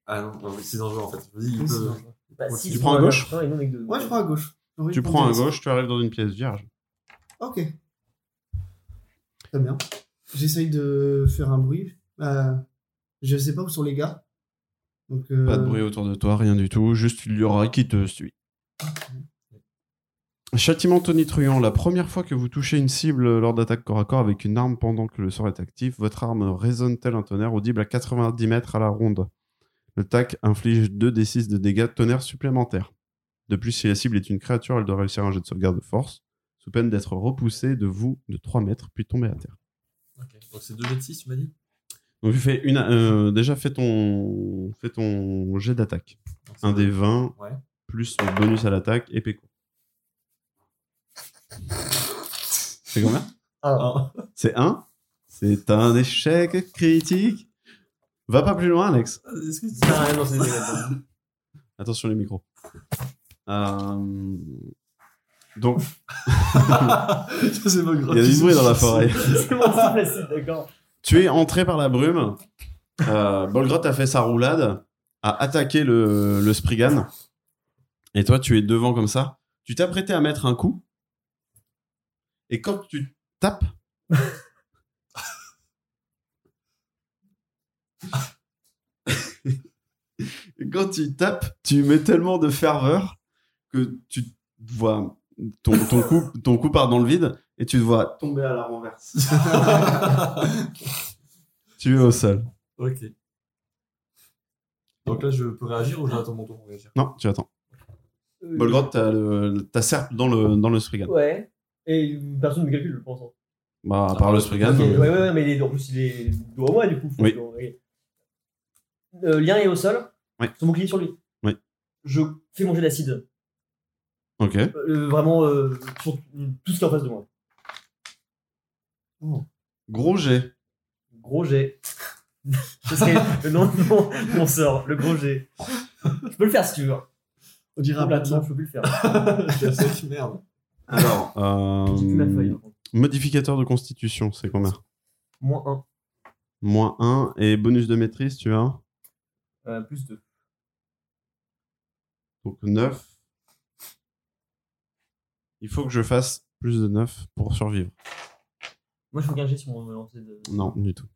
Speaker 3: Ah non, non, mais c'est dangereux en fait. Vas-y, il
Speaker 1: Oui, c'est
Speaker 3: peut.
Speaker 1: dangereux.
Speaker 2: Bah,
Speaker 3: euh, Tu
Speaker 2: si, ils
Speaker 4: prends
Speaker 2: sont
Speaker 4: à
Speaker 2: dans
Speaker 4: gauche
Speaker 2: le train et nous, on est que deux.
Speaker 1: Ouais, je prends à gauche. J'ai envie
Speaker 4: Tu
Speaker 1: de
Speaker 4: prends à
Speaker 1: tenter ça.
Speaker 4: gauche, tu arrives dans une pièce vierge.
Speaker 1: Ok. Très bien. J'essaye de faire un bruit. Euh, je sais pas où sont les gars. Donc, euh,
Speaker 4: Pas de bruit autour de toi, rien du tout. Juste il y aura qui te suit. Châtiment tonitruant. La première fois que vous touchez une cible lors d'attaque corps à corps avec une arme pendant que le sort est actif, votre arme résonne tel un tonnerre audible à 90 mètres à la ronde. Le tac inflige 2d6 de dégâts de tonnerre supplémentaires. De plus, si la cible est une créature, elle doit réussir un jet de sauvegarde de force, sous peine d'être repoussée de vous de 3 mètres puis tomber à terre.
Speaker 3: Ok. Donc c'est 2 de 6, tu m'as dit
Speaker 4: Donc tu fais une, euh, déjà fais ton, fais ton jet d'attaque.
Speaker 3: Donc, c'est
Speaker 4: Un
Speaker 3: deux.
Speaker 4: des 20
Speaker 3: Ouais.
Speaker 4: plus le bonus à l'attaque et Péco. C'est combien
Speaker 3: Ah.
Speaker 4: C'est 1 C'est un échec critique. Va pas plus loin, Alex.
Speaker 3: Est-ce que tu-
Speaker 2: Ah, non, c'est des dégâts.
Speaker 4: Attention les micros. Euh, Donc,
Speaker 3: Ça, c'est pas grave.
Speaker 4: il y a du bruit dans la forêt.
Speaker 2: C'est bon, c'est placide, d'accord.
Speaker 4: Tu es entré par la brume. Euh, Bolgrot a fait sa roulade, a attaqué le, le Spriggan. Et toi, tu es devant comme ça. Tu t'apprêtais à mettre un coup. Et quand tu tapes. Et quand tu tapes, tu mets tellement de ferveur que tu te vois. Ton, ton, coup, ton coup part dans le vide et tu te vois tomber à la renverse. tu es au sol.
Speaker 3: Ok. Donc là, je peux réagir ou j'attends mon tour pour réagir
Speaker 4: Non, tu attends. Bolgrot, t'as le- ta serpe dans le, dans le Spriggan.
Speaker 2: Euh, Ouais. Et personne ne me calcule, je pense. hein.
Speaker 4: Bah, à part le Spriggan.
Speaker 2: Ok,
Speaker 4: euh,
Speaker 2: Ah, Ouais, ouais, ouais, mais il est- en plus, il est dos à moi, du coup. faut
Speaker 4: Oui.
Speaker 2: que- ouais. Euh, Lien est au sol.
Speaker 4: Ouais.
Speaker 2: Son bouclier est sur lui.
Speaker 4: Ouais.
Speaker 2: Je fais manger d'acide.
Speaker 4: Ok.
Speaker 2: Euh, vraiment, euh, sur tout ce qui est en face de moi.
Speaker 4: Gros jet.
Speaker 2: Gros G. Ce serait le nom de mon, mon sort, le gros G. Je peux le faire si tu veux.
Speaker 1: On dirait un
Speaker 2: Oula,
Speaker 1: plateau.
Speaker 2: non, je peux plus le faire.
Speaker 8: J'ai sec, merde.
Speaker 4: Alors,
Speaker 2: J'ai plus ma feuille.
Speaker 4: euh,
Speaker 2: par contre.
Speaker 4: modificateur de constitution, c'est combien
Speaker 2: Moins
Speaker 4: Moins 1 et bonus de maîtrise, tu as
Speaker 2: 1, euh, plus 2.
Speaker 4: Donc 9. Il faut que je fasse plus de 9 pour survivre.
Speaker 2: Moi, je veux qu'un G sur mon lancer de.
Speaker 4: Non, du tout.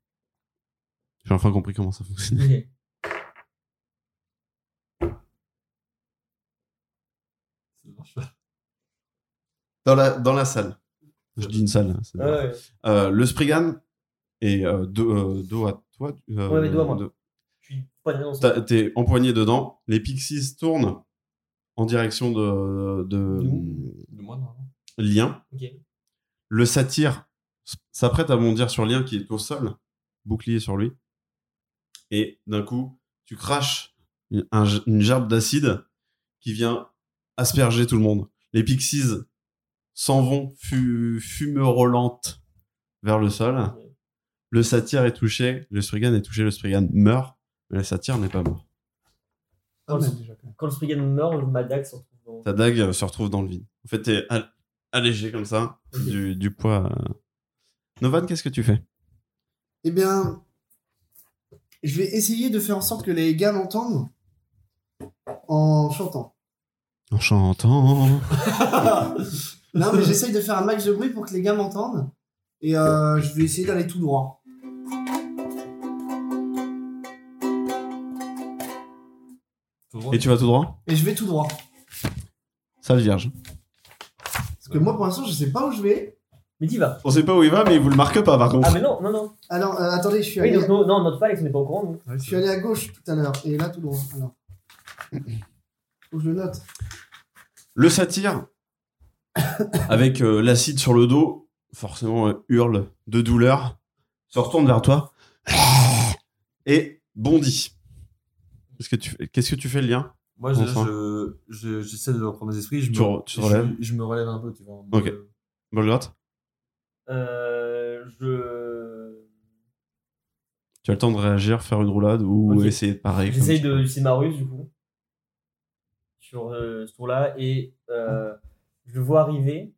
Speaker 4: J'ai enfin compris comment ça fonctionne.
Speaker 2: Ok.
Speaker 4: Dans la, dans la salle. Je dis une salle. hein, c'est
Speaker 2: Ah ouais.
Speaker 4: Euh, le Spriggan et euh, dos, euh, dos à toi. euh,
Speaker 2: Ouais, mais dos à moi.
Speaker 4: de-
Speaker 2: Je suis pas dans
Speaker 4: T'as- T'es empoigné dedans. Les pixies tournent en direction de, de
Speaker 8: De moi, normalement.
Speaker 4: Lien.
Speaker 2: Ok.
Speaker 4: Le satyre s- s'apprête à bondir sur Lien qui est au sol, bouclier sur lui. Et d'un coup, tu craches une, un ge- une gerbe d'acide qui vient asperger tout le monde. Les pixies s'en vont fu fumerolantes vers le sol. Le satyre est touché, le Spriggan est touché, le Spriggan meurt, mais le satyre n'est pas mort.
Speaker 1: Ah,
Speaker 2: Quand, le- quand le Spriggan meurt, ma dague se retrouve dans.
Speaker 4: ta dague euh, se retrouve dans le vide. En fait, t'es al- allégé comme ça du, du poids. euh. Novan, qu'est-ce que tu fais
Speaker 1: Eh bien, je vais essayer de faire en sorte que les gars m'entendent en chantant.
Speaker 9: En chantant.
Speaker 1: Non, mais j'essaye de faire un max de bruit pour que les gars m'entendent. Et euh, je vais essayer d'aller tout droit.
Speaker 8: Faut voir.
Speaker 4: Et tu vas tout droit
Speaker 1: Et je vais tout droit.
Speaker 4: Sale vierge.
Speaker 1: Parce que moi, pour l'instant, je sais pas où je vais.
Speaker 2: Mais dis va.
Speaker 4: On sait pas où il va, mais il vous le marque pas par contre.
Speaker 2: Ah, mais non, non, non.
Speaker 1: Alors, euh, attendez, je suis,
Speaker 2: Oui,
Speaker 1: allé,
Speaker 2: donc, non, non, notre Falex n'est pas au courant. nous.
Speaker 8: Ouais,
Speaker 1: je
Speaker 8: c'est
Speaker 1: suis allé à gauche tout à l'heure. Et là, tout droit. Alors. Faut que je le note.
Speaker 4: Le satyre, avec euh, l'acide sur le dos, forcément euh, hurle de douleur, se retourne vers toi et bondit. Qu'est-ce que tu fais, qu'est-ce que tu fais le lien
Speaker 8: Moi, je-
Speaker 4: Enfin.
Speaker 8: je- je- j'essaie de reprendre mes esprits. Je
Speaker 4: Tu
Speaker 8: me,
Speaker 4: re- tu te
Speaker 8: je-
Speaker 4: relèves
Speaker 8: je, me relève un peu, tu vois. en
Speaker 4: Ok.
Speaker 8: mode-
Speaker 4: Golgoth
Speaker 2: Euh, je.
Speaker 4: Tu as le temps de réagir, faire une roulade ou
Speaker 2: Ok.
Speaker 4: essayer de parer. comme
Speaker 2: J'essaye
Speaker 4: tu
Speaker 2: de
Speaker 4: peux.
Speaker 2: c'est ma ruse du coup. Sur euh, ce tour-là. Et euh, je le vois arriver.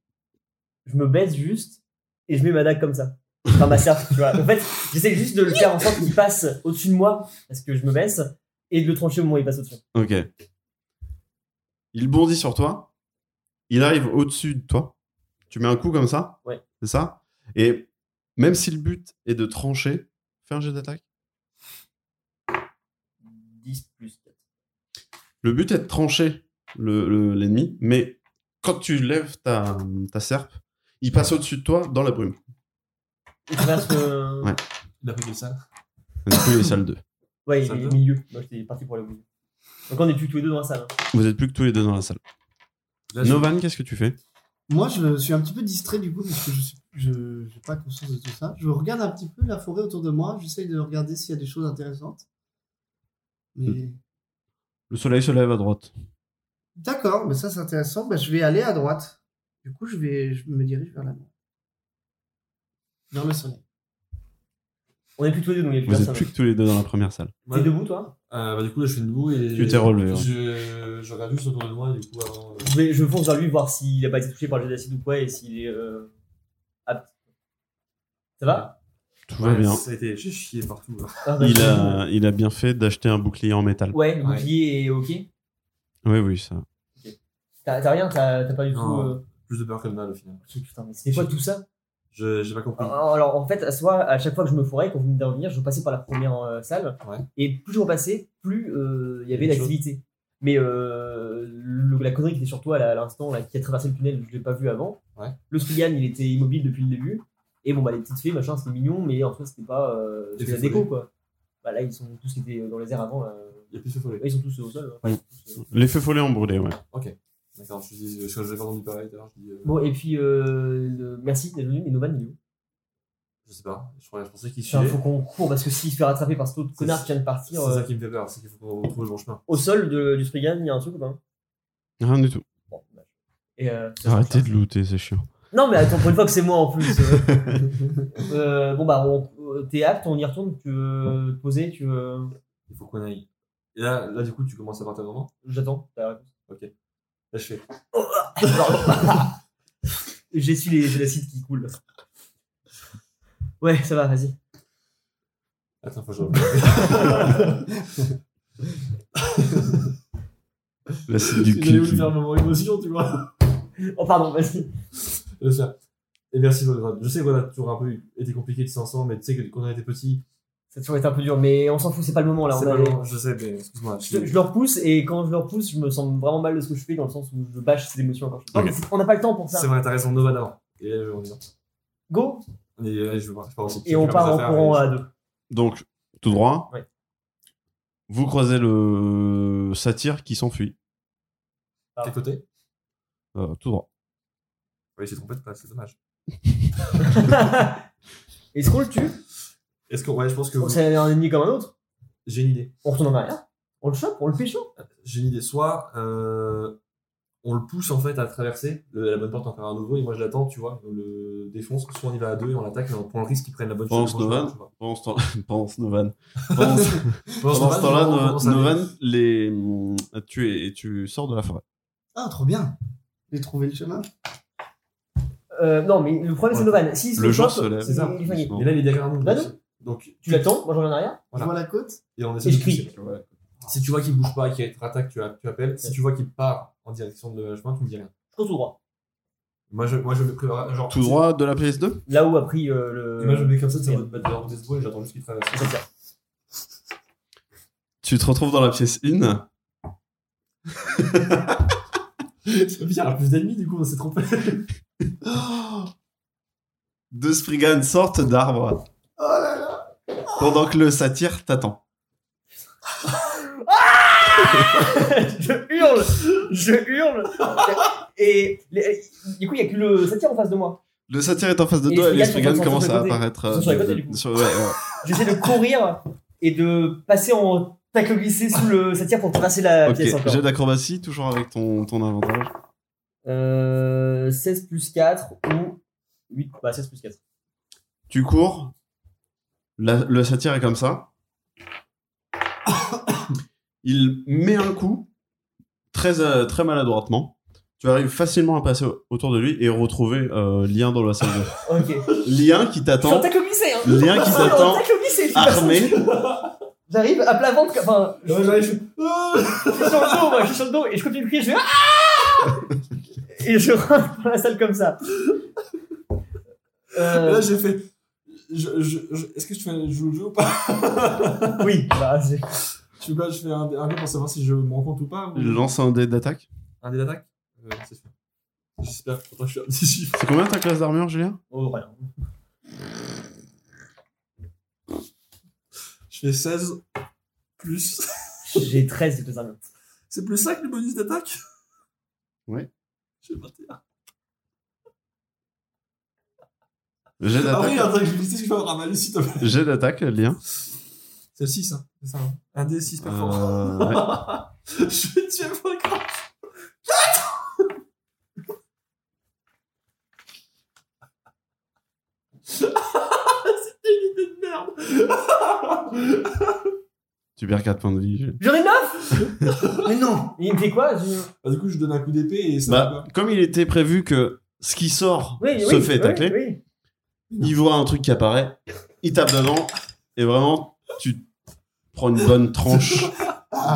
Speaker 2: Je me baisse juste. Et je mets ma dague comme ça. Enfin, ma serpe, tu vois. En fait, j'essaie juste de le faire en sorte qu'il passe au-dessus de moi. Parce que je me baisse. Et de le trancher au moment où il passe au-dessus.
Speaker 4: Ok. Il bondit sur toi. Il arrive au-dessus de toi. Tu mets un coup comme ça.
Speaker 2: Ouais.
Speaker 4: C'est ça. Et même si le but est de trancher, fais un jet d'attaque.
Speaker 2: 10 plus 4.
Speaker 4: Le but est de trancher le- le- l'ennemi, mais quand tu lèves ta, ta serpe, il passe au-dessus de toi dans la brume.
Speaker 2: Il traverse le.
Speaker 4: Ouais.
Speaker 2: Ouais,
Speaker 8: Il a pris quelle salle
Speaker 4: Vous êtes plus les salles 2.
Speaker 2: il
Speaker 8: Ça
Speaker 2: est
Speaker 8: va.
Speaker 2: au milieu. Moi, j'étais parti pour aller au milieu. Donc, on est plus tous les deux dans la salle. hein.
Speaker 4: Vous êtes plus que tous les deux dans la salle.
Speaker 8: Là, je-
Speaker 4: Novan, qu'est-ce que tu fais
Speaker 1: Moi, je suis un petit peu distrait du coup, parce que je suis- je n'ai pas conscience de tout ça. Je regarde un petit peu la forêt autour de moi, j'essaye de regarder s'il y a des choses intéressantes. Mais...
Speaker 3: Hmm.
Speaker 4: Le soleil se lève à droite.
Speaker 1: D'accord, mais ça c'est intéressant. Bah, je vais aller à droite. Du coup, je, vais... je me dirige vers la mer. Vers le soleil.
Speaker 2: On est plus tous les deux, donc il n'y a plus
Speaker 4: Vous êtes
Speaker 2: personne.
Speaker 4: plus que tous les deux dans la première salle.
Speaker 2: T'es debout, toi
Speaker 8: Euh, bah, du coup, là, je suis debout et.
Speaker 4: Tu t'es relevé, ouais.
Speaker 8: Je, je regarde juste autour de moi, du coup, avant. euh,
Speaker 2: je, vais, je fonce vers lui voir s'il a pas été touché par le jet d'acide ou quoi et s'il est euh, apte. Ça va
Speaker 4: Tout va bien.
Speaker 8: Ça a été, j'ai chié partout. là.
Speaker 2: Ah, bah,
Speaker 4: Il a, il a bien fait d'acheter un bouclier en métal.
Speaker 2: Ouais, le bouclier est ok.
Speaker 4: Oui, oui, ça.
Speaker 2: T'as t'as rien, t'as t'as pas du tout.
Speaker 8: Non.
Speaker 2: euh,
Speaker 8: Plus de peur que de mal, au final.
Speaker 2: ok, Putain, mais c'est quoi tout ça
Speaker 8: Je, j'ai pas compris.
Speaker 2: Alors, Euh, alors, en fait, à, soi, à chaque fois que je me fourrais, quand vous me revenir, je passais par la première euh, salle.
Speaker 8: Ouais.
Speaker 2: Et plus je repassais, plus euh, il y avait
Speaker 8: Des
Speaker 2: d'activité. Mais euh, le- la connerie qui était sur toi là, à l'instant, là, qui a traversé le tunnel, je l'ai pas vu avant.
Speaker 8: Ouais.
Speaker 2: Le Strigan, il était immobile depuis le début. Et bon, bah, les petites fées, machin, c'était mignon, mais en fait, c'était pas. euh, c'était la
Speaker 8: fées
Speaker 2: déco, quoi. Bah, là, ils sont tous qui étaient dans les airs avant. Là.
Speaker 8: Il y a plus de
Speaker 2: Là,
Speaker 8: follet.
Speaker 2: ils sont tous au sol. là.
Speaker 4: Ouais.
Speaker 2: Tous, euh,
Speaker 4: Les feux follets ont brûlé, ouais.
Speaker 8: D'accord, je dis, je, je vais faire du pareil tout à l'heure, je dis. euh,
Speaker 2: Bon, et puis, euh, le- merci d'être venu, mais Novan, il est où
Speaker 8: Je sais pas, je, crois- je pensais qu'il
Speaker 2: Putain,
Speaker 8: suivait.
Speaker 2: faut qu'on court, parce que s'il se fait rattraper par cet autre connard qui vient de
Speaker 8: C'est
Speaker 2: partir. euh,
Speaker 8: ça qui me fait peur, c'est qu'il faut qu'on retrouve le bon chemin.
Speaker 2: au sol de- du Spriggan, il y a un truc ou pas
Speaker 4: Rien du tout.
Speaker 2: Bon, dommage. Et, euh,
Speaker 4: Arrêtez de looter, c'est chiant.
Speaker 2: Non, mais attends, pour une fois que c'est moi en plus. euh. Euh, bon, bah, on- euh, t'es apte, on y retourne. Tu veux te poser Tu veux.
Speaker 3: Il faut qu'on aille. Et là, là, du coup, tu commences à partir vraiment
Speaker 2: J'attends ta réponse.
Speaker 3: Là, je fais.
Speaker 2: J'essuie les- j'ai l'acide qui coule. Ouais, ça va, vas-y.
Speaker 3: Attends, faut que je.
Speaker 4: Là, c'est du
Speaker 3: Il allait
Speaker 4: clic.
Speaker 3: vous faire un moment émotion, tu vois.
Speaker 2: Oh, pardon, vas-y.
Speaker 3: Je vais faire. Et merci, Godrat. Je sais que Godrat, toujours un peu été compliqué de 500, mais tu sais que quand on était petit,
Speaker 2: Ça a toujours été un peu dur, mais on s'en fout, c'est pas le moment là.
Speaker 3: c'est
Speaker 2: on
Speaker 3: pas
Speaker 2: a les-
Speaker 3: loin, je sais, mais excuse-moi. je-
Speaker 2: Je, je le repousse et quand je le repousse, je me sens vraiment mal de ce que je fais dans le sens où je bâche ses émotions encore. Non,
Speaker 4: Ok.
Speaker 2: mais c'est- On n'a pas le temps pour ça.
Speaker 3: C'est vrai, t'as raison, Nova d'avant. Et là, je vais revenir.
Speaker 2: Go
Speaker 3: Et là, je vais voir, je pars aussi.
Speaker 2: et on part en courant à
Speaker 3: à
Speaker 2: deux.
Speaker 4: Donc, tout droit.
Speaker 2: Ouais.
Speaker 4: Vous croisez le satyre qui s'enfuit.
Speaker 3: Quel côté
Speaker 4: Euh, tout droit.
Speaker 3: Oui, j'ai trompé de place, c'est dommage.
Speaker 2: Est-ce qu'on le tue
Speaker 3: Est-ce que. Ouais, je pense que. vous-
Speaker 2: C'est un ennemi comme un autre.
Speaker 3: J'ai une idée.
Speaker 2: On retourne en arrière. On le chope, on le pécho.
Speaker 3: J'ai une idée. Soit euh, on le pousse en fait à traverser le- la bonne porte en faire un nouveau et moi je l'attends, tu vois, on le défonce. Soit on y va à deux et on l'attaque et on prend le risque qu'ils prennent la bonne
Speaker 4: Pense
Speaker 3: chose.
Speaker 4: Novan.
Speaker 3: tu vois.
Speaker 4: Pendant ce temps- pendant ce Novan. Pendant ce-
Speaker 3: Pense
Speaker 4: pendant ce temps-là,
Speaker 3: on
Speaker 4: No-
Speaker 3: commence à-
Speaker 4: Novan, les... mm, tu, es, tu sors de la forêt.
Speaker 1: Ah, trop bien. J'ai trouvé le chemin.
Speaker 2: Euh, non, mais le problème c'est
Speaker 3: Ouais.
Speaker 2: Novan. Si
Speaker 4: Le jour se lève.
Speaker 2: C'est ça. Il est flingué.
Speaker 4: Doucement.
Speaker 3: Et là il est derrière nous.
Speaker 2: Bah
Speaker 3: donc-
Speaker 2: non.
Speaker 3: Donc
Speaker 2: Tu l'attends, moi je reviens en arrière.
Speaker 1: Je
Speaker 3: Voilà.
Speaker 1: vois la côte.
Speaker 3: et on essaie
Speaker 2: Et
Speaker 3: de
Speaker 2: je crie.
Speaker 3: pousser, tu vois. Si tu vois qu'il bouge pas et qu'il rattaque, tu, tu appelles. Si tu vois qu'il part en direction de la chemin, tu me dis rien.
Speaker 2: Je cours tout droit.
Speaker 3: Moi je, moi, je me prépare. Genre,
Speaker 4: Tout droit euh, de la PS2
Speaker 2: Là où a pris euh, le.
Speaker 3: Et moi je me mets comme ça, ça va te battre dans des bois et j'attends juste qu'il traverse.
Speaker 2: Comme ça.
Speaker 4: Tu te retrouves dans la pièce 1.
Speaker 3: C'est bien, il y a plus d'ennemis du coup, on s'est trompé.
Speaker 4: Deux Spriggan sortent d'arbres. Pendant que le satyre t'attend.
Speaker 2: je hurle Je hurle Et les- du coup, il n'y a que le satyre en face de moi.
Speaker 4: Le satyre est en face de
Speaker 2: Et
Speaker 4: toi et
Speaker 2: les
Speaker 4: les
Speaker 2: Spriggan
Speaker 4: Spriggan
Speaker 2: sont
Speaker 4: commencent
Speaker 2: sur
Speaker 4: à
Speaker 2: les côtés.
Speaker 4: apparaître.
Speaker 2: Ils
Speaker 4: euh,
Speaker 2: sont sur les
Speaker 4: de-
Speaker 2: côtés, du coup.
Speaker 4: sur- ouais, ouais.
Speaker 2: J'essaie de courir et de passer en tacle glissé sous le satyre pour traverser la
Speaker 4: Ok,
Speaker 2: pièce Ah, encore.
Speaker 4: jet d'acrobatie, toujours avec ton, ton avantage.
Speaker 2: Euh, 16 plus 4 ou 8. Bah, 16 plus 4.
Speaker 4: Tu cours, la- le satyre est comme ça. Il met un coup très, euh, très maladroitement. Tu arrives facilement à passer au- autour de lui et retrouver euh, Lien dans la salle de
Speaker 2: Ok.
Speaker 4: Lien qui
Speaker 2: Je suis en
Speaker 4: t'attend,
Speaker 2: tacle glissé, hein
Speaker 4: Lien qui
Speaker 2: Je suis en
Speaker 4: t'attend,
Speaker 2: tacle glissé, je suis
Speaker 4: armé.
Speaker 2: pas- J'arrive à plat ventre, enfin, je,
Speaker 3: Ouais, j'arrive, je- Ah
Speaker 2: je suis sur le dos, moi, je suis sur le dos, et je continue de crier, je fais Ah Et je rentre dans la salle comme ça.
Speaker 3: Et
Speaker 2: Euh,
Speaker 3: là, j'ai fait. Je, je, je- Est-ce que je fais, je joue le jeu ou pas
Speaker 2: oui, bah, c'est-
Speaker 3: Je sais pas, je fais un, un dé pour savoir si je me rends compte ou pas. ou-
Speaker 4: Lance un dé d'attaque.
Speaker 3: Un dé d'attaque euh, C'est sûr. J'espère que faudra que je suis un petit chiffre.
Speaker 4: C'est combien ta classe d'armure, Julien
Speaker 2: Oh, rien.
Speaker 3: Je fais 16 plus.
Speaker 2: J'ai 13 de plus un.
Speaker 3: C'est plus 5 le bonus d'attaque
Speaker 4: Ouais.
Speaker 3: J'ai 21.
Speaker 4: Jet
Speaker 3: Ah oui,
Speaker 4: d'attaque.
Speaker 3: attends, je vais lister ce que je vais ramener, s'il te plaît.
Speaker 4: Jet d'attaque, Lien.
Speaker 3: C'est le 6, hein. C'est ça. hein. Un dé 6 performant.
Speaker 4: Euh, ouais.
Speaker 3: je vais tuer mon grand. C'était une idée de merde.
Speaker 4: Tu perds 4 points de vie. Jules.
Speaker 2: J'en ai 9
Speaker 1: Mais non
Speaker 2: Il me fait quoi je-
Speaker 3: Bah, du coup, je donne un coup d'épée et ça va
Speaker 4: Bah, comme il était prévu que ce qui sort
Speaker 2: Oui,
Speaker 4: se
Speaker 2: oui,
Speaker 4: fait
Speaker 2: oui,
Speaker 4: tacler,
Speaker 2: oui.
Speaker 4: il voit un truc qui apparaît, il tape dedans, et vraiment, tu prends une bonne tranche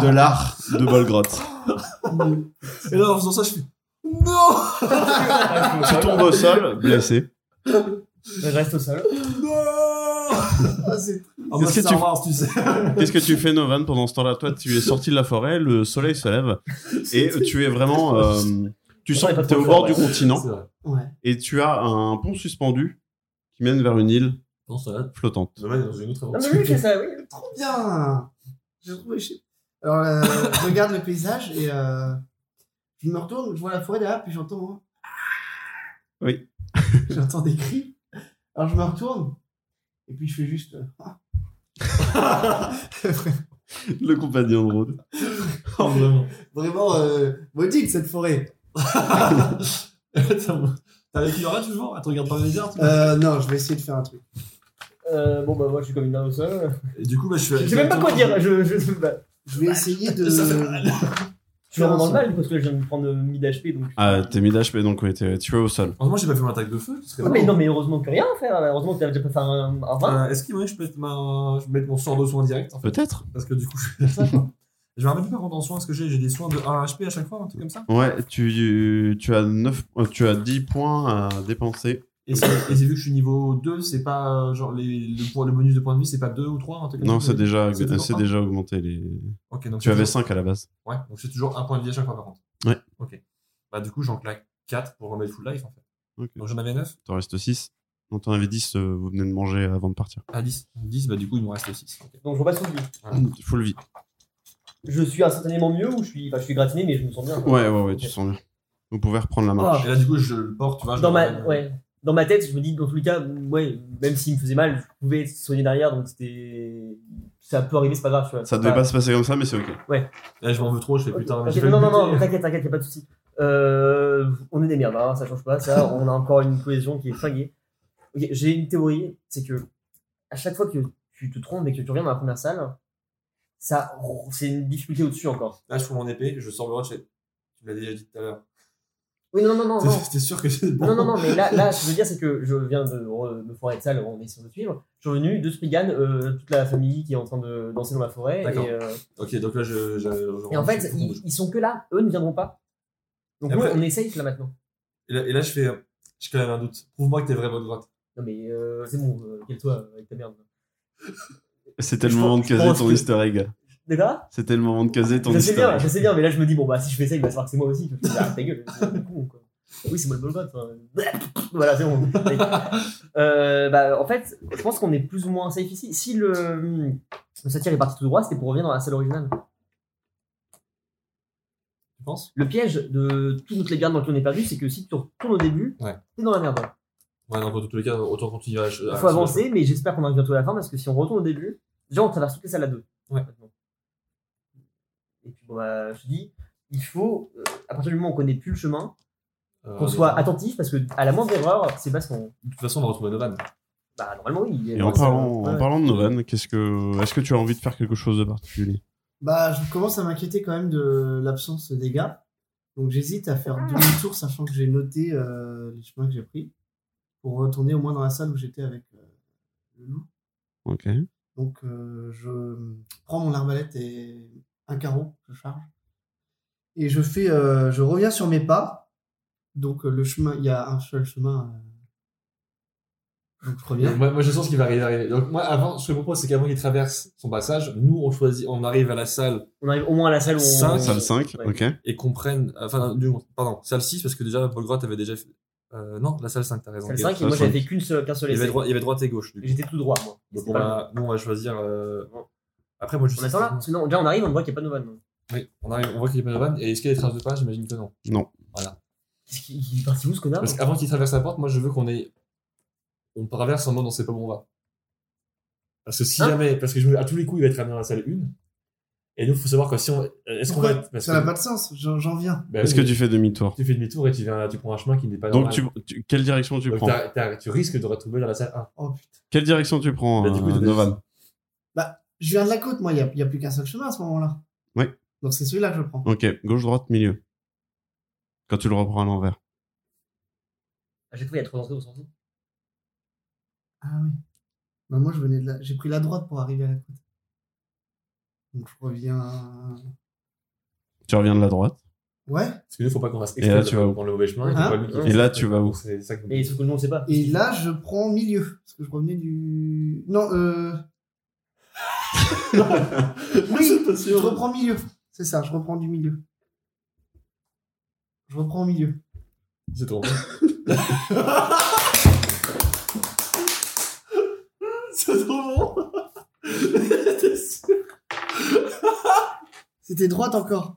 Speaker 4: de l'art de Bolgrotte.
Speaker 3: Et là, en faisant ça, je fais Non
Speaker 4: Tu tombes au sol, blessé.
Speaker 2: Je reste au sol.
Speaker 3: Non ah, C'est ah,
Speaker 4: Qu'est-ce que tu-
Speaker 3: Wars, tu sais.
Speaker 4: Qu'est-ce que tu fais, Novan, pendant ce temps-là Toi, tu es sorti de la forêt, le soleil se lève, et tu es vraiment... euh, tu sens que tu es au bord du continent,
Speaker 3: C'est vrai.
Speaker 4: et tu as un pont suspendu qui mène vers une île
Speaker 3: Non, ça va.
Speaker 4: flottante.
Speaker 3: Dommage, dans une autre
Speaker 2: Non,
Speaker 3: aventure.
Speaker 2: mais lui, il fait ça, oui.
Speaker 1: Trop bien J'ai trouvé chez... Alors, euh, je regarde le paysage et euh, je me retourne, je vois la forêt derrière, puis j'entends... hein.
Speaker 4: Oui.
Speaker 1: j'entends des cris. Alors, je me retourne et puis je fais juste... euh, ah.
Speaker 4: Le compagnon de route.
Speaker 3: Non, vraiment.
Speaker 1: Vraiment euh, maudite, cette forêt
Speaker 3: Attends, T'as la cuillère toujours Elle te regarde pas bizarre tout
Speaker 1: Euh, non, je vais essayer de faire un truc.
Speaker 2: Euh, bon, bah, moi, je suis comme une dame au sol.
Speaker 3: Et du coup, bah, je suis.
Speaker 2: Je sais même pas quoi dire. Je, je, bah,
Speaker 1: Je vais essayer de.
Speaker 3: Ça fait mal.
Speaker 2: je suis vraiment dans le mal parce que je viens de prendre euh, mid HP. Donc...
Speaker 4: Ah, t'es mis d'HP, donc ouais, t'es- tu es au sol.
Speaker 3: Heureusement, j'ai pas fait mon attaque de feu. ce serait
Speaker 2: Ouais, Ah, mais
Speaker 4: Oh.
Speaker 3: marrant.
Speaker 2: non, mais heureusement que rien à faire. Heureusement que t'as déjà pas fait un, un vingt.
Speaker 3: Euh, Est-ce qu'il y a moyen que je peux être ma... je peux mettre mon sort de soin direct en fait
Speaker 4: Peut-être
Speaker 3: Parce que du coup, je fais ça quoi. Je me rappelle plus par contre en soins, ce que j'ai, j'ai des soins de 1 HP à chaque fois, un truc comme ça.
Speaker 4: Ouais, tu, tu, as 9, euh, tu as 10 points à dépenser.
Speaker 3: Et c'est, et c'est vu que je suis niveau 2, c'est pas euh, genre les, le, point- le bonus de points de vie, c'est pas 2 ou 3, un truc comme
Speaker 4: Non,
Speaker 3: ça.
Speaker 4: c'est déjà,
Speaker 3: euh, c'est toujours
Speaker 4: c'est
Speaker 3: un.
Speaker 4: déjà augmenté. Les...
Speaker 3: Ok, donc euh,
Speaker 4: Tu
Speaker 3: c'est
Speaker 4: avais
Speaker 3: toujours-
Speaker 4: 5 à la base.
Speaker 3: Ouais, donc c'est toujours un point de vie à chaque fois par contre.
Speaker 4: Ouais.
Speaker 3: Ok. Bah du coup, j'en claque 4 pour remettre full life en fait.
Speaker 4: Ok.
Speaker 3: Donc j'en avais 9
Speaker 4: T'en restes 6. Non, t'en avais 10, euh, vous venez de manger avant de partir.
Speaker 3: à 10. 10, bah du coup, il me reste 6.
Speaker 2: Donc, je vois pas ce que je dis.
Speaker 3: Ah.
Speaker 4: Full vie.
Speaker 2: Je suis instantanément mieux ou je suis, enfin, je suis gratiné, mais je me sens bien. quoi.
Speaker 4: Ouais, ouais, ouais, tu te sens bien. Vous pouvez reprendre la marche.
Speaker 3: Et là, du coup, je le porte, tu vois. je
Speaker 2: Dans
Speaker 3: le
Speaker 2: ma,
Speaker 3: ramène, euh,
Speaker 2: ouais. Dans ma tête, je me dis, dans tous les cas, ouais, même s'il me faisait mal, je pouvais être soigné derrière, donc c'était. Ça peut arriver, c'est pas grave,
Speaker 3: Ah.
Speaker 2: tu vois.
Speaker 4: Ça
Speaker 2: C'est
Speaker 4: devait
Speaker 2: pas-
Speaker 4: pas se passer comme ça, mais c'est ok.
Speaker 3: Là, je m'en veux trop, je fais putain. mais
Speaker 2: Ok,
Speaker 3: je vais
Speaker 2: non,
Speaker 3: le
Speaker 2: non, non,
Speaker 3: buter.
Speaker 2: t'inquiète, t'inquiète, y'a pas de soucis. Euh, on est des merdes, hein, ça change pas, ça. on a encore une cohésion qui est flinguée. Ok, J'ai une théorie, c'est que à chaque fois que tu te trompes et que tu reviens dans la première salle, ça, c'est une difficulté au-dessus encore.
Speaker 3: Là, je prends mon épée, je sors le rocher. Tu me l'as déjà dit tout à l'heure.
Speaker 2: Oui, non, non, non, non.
Speaker 3: T'es sûr que c'est bon
Speaker 2: Non, non, non, mais là, là, ce que je veux dire, c'est que je viens de re- me foirer de salle en essayant de suivre. Je suis revenu de Spriggan, euh, toute la famille qui est en train de danser dans la forêt.
Speaker 3: D'accord.
Speaker 2: Et, euh,
Speaker 3: Ok, donc là, je. je, je-
Speaker 2: et en fait, ils, ils sont que là, eux ne viendront pas. Donc
Speaker 3: Et
Speaker 2: nous,
Speaker 3: après-
Speaker 2: on essaye là maintenant.
Speaker 3: Et là, et là, je fais. euh, J'ai quand même un doute. Prouve-moi que t'es vrai bonne droite.
Speaker 2: Non, mais euh, c'est bon, euh, calme-toi euh, avec ta merde.
Speaker 4: C'était le
Speaker 2: Je
Speaker 4: moment de
Speaker 2: pense- je pense
Speaker 4: caser ton
Speaker 2: que-
Speaker 4: easter egg.
Speaker 2: D'accord
Speaker 4: C'était le moment de caser ton
Speaker 2: Je sais
Speaker 4: easter
Speaker 2: bien,
Speaker 4: egg.
Speaker 2: je sais bien, mais là je me dis, bon bah si je fais ça, il va savoir que c'est moi aussi. Je fais, arrête ta gueule, c'est un con, quoi. Oui, c'est moi le Bolgot. voilà, c'est bon. Euh, bah, en fait, je pense qu'on est plus ou moins safe ici. Si le, le satire est parti tout droit, c'était pour revenir dans la salle originale.
Speaker 3: Tu penses
Speaker 2: Le piège de toutes les gardes dans lesquelles on est perdu, c'est que si tu retournes au début,
Speaker 3: Ouais.
Speaker 2: t'es dans la merde. hein.
Speaker 3: Ouais, non, dans tous les cas, autant continuer à. à-
Speaker 2: Il
Speaker 3: à-
Speaker 2: faut avancer, mais j'espère qu'on arrive bientôt à la fin parce que si on retourne au début, déjà on traverse toutes les salles à deux.
Speaker 3: Ouais.
Speaker 2: maintenant. Et puis bon, bah, je te dis, il faut, euh, à partir du moment où on connaît plus le chemin,
Speaker 3: Euh,
Speaker 2: qu'on soit attentif parce que à la moindre erreur, c'est parce qu'on.
Speaker 3: De toute façon, on a retrouvé Novan.
Speaker 2: Bah normalement oui. il est
Speaker 4: Et
Speaker 2: dans
Speaker 4: en
Speaker 2: la salle. hein.
Speaker 4: parlant, en
Speaker 2: Ouais.
Speaker 4: parlant de Novan, qu'est-ce que, est-ce que tu as envie de faire quelque chose de particulier
Speaker 1: Bah, je commence à m'inquiéter quand même de l'absence des gars. Donc, j'hésite à faire demi-tour, sachant que j'ai noté euh, les chemins que j'ai pris pour retourner au moins dans la salle où j'étais avec euh, le loup.
Speaker 4: Ok.
Speaker 1: Donc, euh, je prends mon arbalète et un carreau, je charge. Et je fais, euh, je reviens sur mes pas. Donc, euh, le chemin, il y a un seul chemin. euh. Donc, je reviens.
Speaker 3: Moi, moi, je sens ce qui va arriver, arriver. Donc, moi, avant, ce que je propose, c'est qu'avant qu'il traverse son passage, nous, on choisit, on arrive à la salle
Speaker 2: On arrive au moins à la salle où. on-
Speaker 3: Cinq,
Speaker 4: Salle 5,
Speaker 2: Ouais.
Speaker 4: ok.
Speaker 3: et qu'on prenne. euh, Enfin, du moins, pardon, salle 6, parce que déjà, Bolgrot avait déjà fait. Euh, non, la salle 5, t'as raison.
Speaker 2: Salle 5 et moi
Speaker 4: Salle
Speaker 2: j'avais fait qu'une seule- qu'un seul
Speaker 3: Il y, avait
Speaker 2: essai.
Speaker 3: droit, il y avait droite et gauche. Du
Speaker 2: Et
Speaker 3: coup.
Speaker 2: J'étais tout droit moi.
Speaker 3: Donc
Speaker 2: C'est
Speaker 3: on
Speaker 4: bah,
Speaker 2: pas
Speaker 3: va, nous on va choisir. euh, Après moi je
Speaker 2: le- On attend là Parce que non, déjà on arrive, on voit qu'il n'y a pas de Novan. non.
Speaker 3: Oui, on, arrive, on voit qu'il n'y a pas de vanne. Et est-ce qu'il y a des traces de pas J'imagine que
Speaker 4: Ah,
Speaker 3: non.
Speaker 2: Qu'est-ce qu'il- Il est parti où ce connard
Speaker 3: Parce qu'avant qu'il traverse la porte, moi je veux qu'on ait. On traverse en mode on sait pas où on va. Parce que si
Speaker 2: Hein
Speaker 3: jamais. Parce que je me- à tous les coups il va être ramené dans la salle 1. Et nous faut savoir que si on. Est-ce qu'on va.
Speaker 1: Pourquoi
Speaker 3: être- Parce
Speaker 1: Ça n'a pas de sens, j'en j'en viens.
Speaker 3: bah
Speaker 4: Est-ce que
Speaker 3: oui,
Speaker 4: tu fais demi-tour
Speaker 3: tu fais demi-tour et tu, viens, tu prends un chemin qui n'est pas
Speaker 4: Donc,
Speaker 3: normal.
Speaker 4: tu, tu- quelle direction tu
Speaker 3: Donc,
Speaker 4: prends
Speaker 3: t'as- t'as- tu risques de retomber dans la salle 1.
Speaker 1: Oh, putain.
Speaker 4: Quelle direction tu prends,
Speaker 3: Bah, du coup,
Speaker 4: euh,
Speaker 3: t'as-
Speaker 4: Novan
Speaker 1: Je viens de la côte, moi, il n'y a, il y a plus qu'un seul chemin à ce moment-là.
Speaker 4: Oui.
Speaker 1: Donc c'est celui-là que je prends.
Speaker 4: Ok, gauche, droite, milieu. Quand tu le reprends à l'envers.
Speaker 2: À chaque fois il y a trois entrées au sens.
Speaker 1: Ah oui. Bah, moi, je venais de la... j'ai pris la droite pour arriver à la côte. Donc je reviens.
Speaker 4: Tu reviens de la droite.
Speaker 1: Ouais.
Speaker 3: Parce que nous faut pas qu'on reste
Speaker 4: Et là,
Speaker 3: extrait
Speaker 4: tu vas où
Speaker 3: prendre le mauvais chemin.
Speaker 1: Hein
Speaker 3: et, qu'on voit lui qui-
Speaker 4: Et là, tu vas où
Speaker 3: C'est ça que-
Speaker 2: Mais sauf que nous on sait pas.
Speaker 1: Et là, je prends milieu. Parce que je revenais du. Non, euh. oui, je reprends milieu. C'est ça, je reprends du milieu. Je reprends au milieu.
Speaker 3: C'est trop
Speaker 1: Hein
Speaker 3: bon. C'est trop bon.
Speaker 1: C'était droite encore.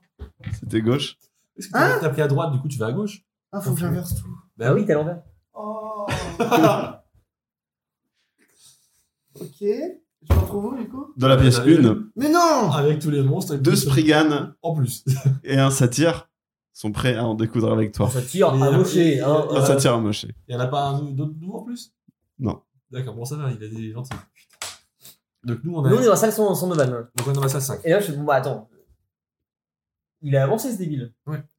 Speaker 4: C'était gauche.
Speaker 3: Est-ce que t'as t'as pris à droite, du coup tu vas à gauche
Speaker 1: Ah, faut que j'inverse tout.
Speaker 2: Bah oui, t'es à l'envers.
Speaker 1: Oh Ok. Je me retrouve où, du coup
Speaker 4: De la pièce
Speaker 3: T'as vu
Speaker 4: 1,
Speaker 1: Mais non
Speaker 3: Avec tous les monstres. et
Speaker 4: deux
Speaker 3: plus-
Speaker 4: Spriggan
Speaker 3: En plus.
Speaker 4: et un satyre sont prêts à en découdre avec toi.
Speaker 2: Ça tire
Speaker 10: Mais,
Speaker 2: à
Speaker 10: euh,
Speaker 2: mocher, hein.
Speaker 4: Ah, ça tire à mocher.
Speaker 10: Il y en a pas un d'autre nouveau en plus
Speaker 4: Non.
Speaker 3: D'accord, bon, ça va, il a des gentils. Donc nous, on a.
Speaker 2: Nous, on est dans la salle 100 de vannes.
Speaker 3: Donc on est dans la salle 5.
Speaker 2: Et là, je suis bon, bah attends. Il a avancé, ce débile.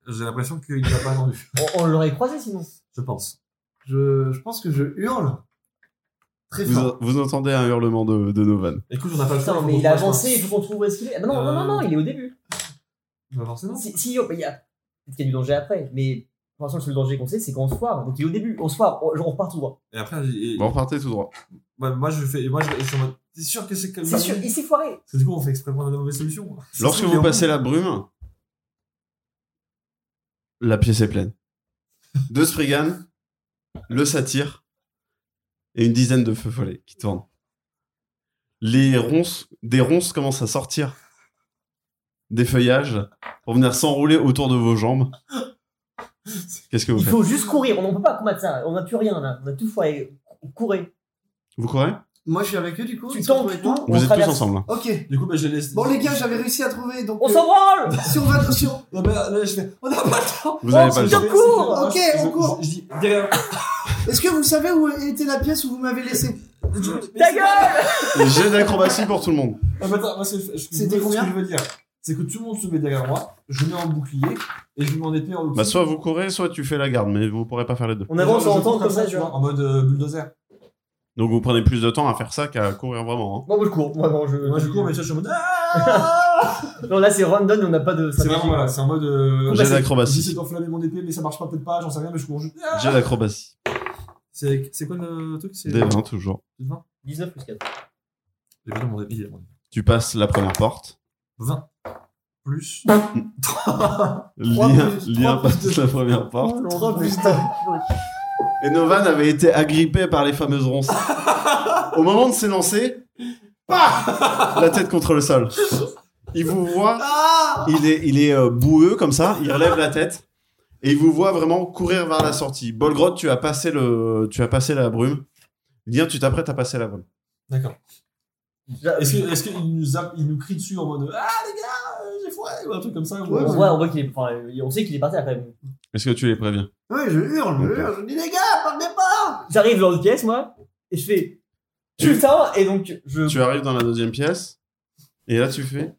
Speaker 3: J'ai l'impression qu'il ne l'a pas attendu,
Speaker 2: On, on l'aurait croisé sinon.
Speaker 3: je pense.
Speaker 1: Je, je pense que je hurle très
Speaker 4: Vous,
Speaker 1: fort.
Speaker 4: vous entendez un hurlement de, de Novan.
Speaker 3: Écoute, on n'a Ah, pas le choix.
Speaker 2: Putain,
Speaker 3: faut
Speaker 2: mais
Speaker 3: qu'on
Speaker 2: il a
Speaker 3: fasse Euh.
Speaker 2: avancé,
Speaker 3: un-
Speaker 2: il faut qu'on trouve où est-ce qu'il est. Ah, non, non, non, non, non, il est au début.
Speaker 3: On va avancer, non
Speaker 2: Si, si, oh, bah, il y a. Peut-être qu'il y a du danger après, mais pour l'instant, le seul danger qu'on sait, c'est qu'on se foire. Donc il est au début, on se foire, on, genre, on repart tout droit.
Speaker 3: Et après, et-
Speaker 4: Bon, repartez tout droit.
Speaker 3: ouais, moi, je fais. Moi, je, je suis en mode. T'es sûr que c'est comme
Speaker 2: C'est
Speaker 3: ça
Speaker 2: sûr, il s'est foiré.
Speaker 3: Parce que du coup, on fait exprès de prendre la mauvaise solution.
Speaker 4: Lorsque vous passez la brume, la pièce est pleine. Deux Spriggan, le satyre et une dizaine de feux follets qui tournent. Les ronces, des ronces commencent à sortir des feuillages pour venir s'enrouler autour de vos jambes. Qu'est-ce que vous
Speaker 2: Il
Speaker 4: faites
Speaker 2: faut juste courir, on ne peut pas combattre ça, on n'a plus rien là, on a tout foiré. Cou- Courez.
Speaker 4: Vous courez
Speaker 1: Moi, je suis avec eux, du coup.
Speaker 2: Tu
Speaker 1: ils sont
Speaker 2: tankes
Speaker 1: avec
Speaker 2: tout.
Speaker 1: moi.
Speaker 4: Vous êtes tous
Speaker 2: traverse.
Speaker 4: ensemble. hein.
Speaker 1: Ok.
Speaker 3: Du coup, bah, je laisse.
Speaker 1: Bon, les gars, j'avais réussi à trouver. Donc,
Speaker 2: On
Speaker 1: euh,
Speaker 2: s'en branle
Speaker 1: si on va. si on-
Speaker 3: Non, mais là, là, je fais. On n'a pas le temps
Speaker 4: Vous avez
Speaker 2: On
Speaker 4: pas le
Speaker 2: se
Speaker 4: temps.
Speaker 2: court
Speaker 1: Ok, on court.
Speaker 3: Je, je dis, derrière.
Speaker 1: Est-ce que vous savez où était la pièce où vous m'avez laissé
Speaker 2: Ta gueule
Speaker 4: J'ai d'acrobatie pour tout le monde.
Speaker 3: Ah, bah, attends, moi, c'est- je- je-
Speaker 1: C'était
Speaker 3: ce que
Speaker 1: combien
Speaker 3: je veux dire, c'est que tout le monde se met derrière moi, je mets un bouclier, et je mets en épée en
Speaker 4: Bah, soit vous courez, soit tu fais la garde, mais vous pourrez pas faire les deux.
Speaker 2: On avance
Speaker 3: Je- je
Speaker 2: en temps
Speaker 3: cours
Speaker 2: comme ça,
Speaker 3: tu
Speaker 2: tu
Speaker 3: vois,
Speaker 2: vois.
Speaker 3: en mode euh, bulldozer.
Speaker 4: Donc vous prenez plus de temps à faire ça qu'à courir vraiment. hein.
Speaker 2: Moi, moi je cours, moi, non, je.
Speaker 3: Moi, je cours, mais tu vois, je suis en mode. Ah
Speaker 2: Non, là c'est random, on n'a pas de.
Speaker 3: c'est vraiment, voilà, c'est en mode. euh,
Speaker 4: J'ai
Speaker 3: j'essaie- J'essaie
Speaker 4: d'acrobatie.
Speaker 3: d'enflammer mon épée, mais ça marche pas, peut-être pas, j'en sais rien, mais je cours juste.
Speaker 4: J'ai d'acrobatie.
Speaker 3: C'est c'est quoi le truc C'est
Speaker 4: Des 20 toujours.
Speaker 3: 20.
Speaker 2: 19 plus 4.
Speaker 3: J'ai pas dans mon épée, il est dans mon épée.
Speaker 4: Tu passes la première porte.
Speaker 3: 20. Plus.
Speaker 1: Trois
Speaker 4: Lien,
Speaker 1: plus-
Speaker 4: lien
Speaker 1: trois plus
Speaker 4: passe
Speaker 1: deux.
Speaker 4: la première porte.
Speaker 1: Trop putain.
Speaker 4: Et Novan avait été agrippé par les fameuses ronces. Au moment de s'élancer, paf la tête contre le sol. Il vous voit,
Speaker 1: Ah
Speaker 4: il est, il est euh, boueux comme ça, il relève la tête. Et il vous voit vraiment courir vers la sortie. Bolgrod, tu as passé, le, tu as passé la brume. Lien, tu t'apprêtes à passer la brume.
Speaker 3: D'accord. Est-ce que- est-ce qu'il nous, zappe- il nous crie dessus en mode Ah les gars, euh, j'ai foiré ou un truc comme ça ou- euh,
Speaker 2: On voit, on voit qu'il est. Enfin, on sait qu'il est parti après.
Speaker 4: Est-ce que tu les préviens
Speaker 1: Ouais, je hurle, je hurle. Je dis, les gars, parlez pas
Speaker 2: J'arrive dans une pièce, moi, et je fais. Putain Et donc, je.
Speaker 4: Tu arrives dans la deuxième pièce. Et là, tu fais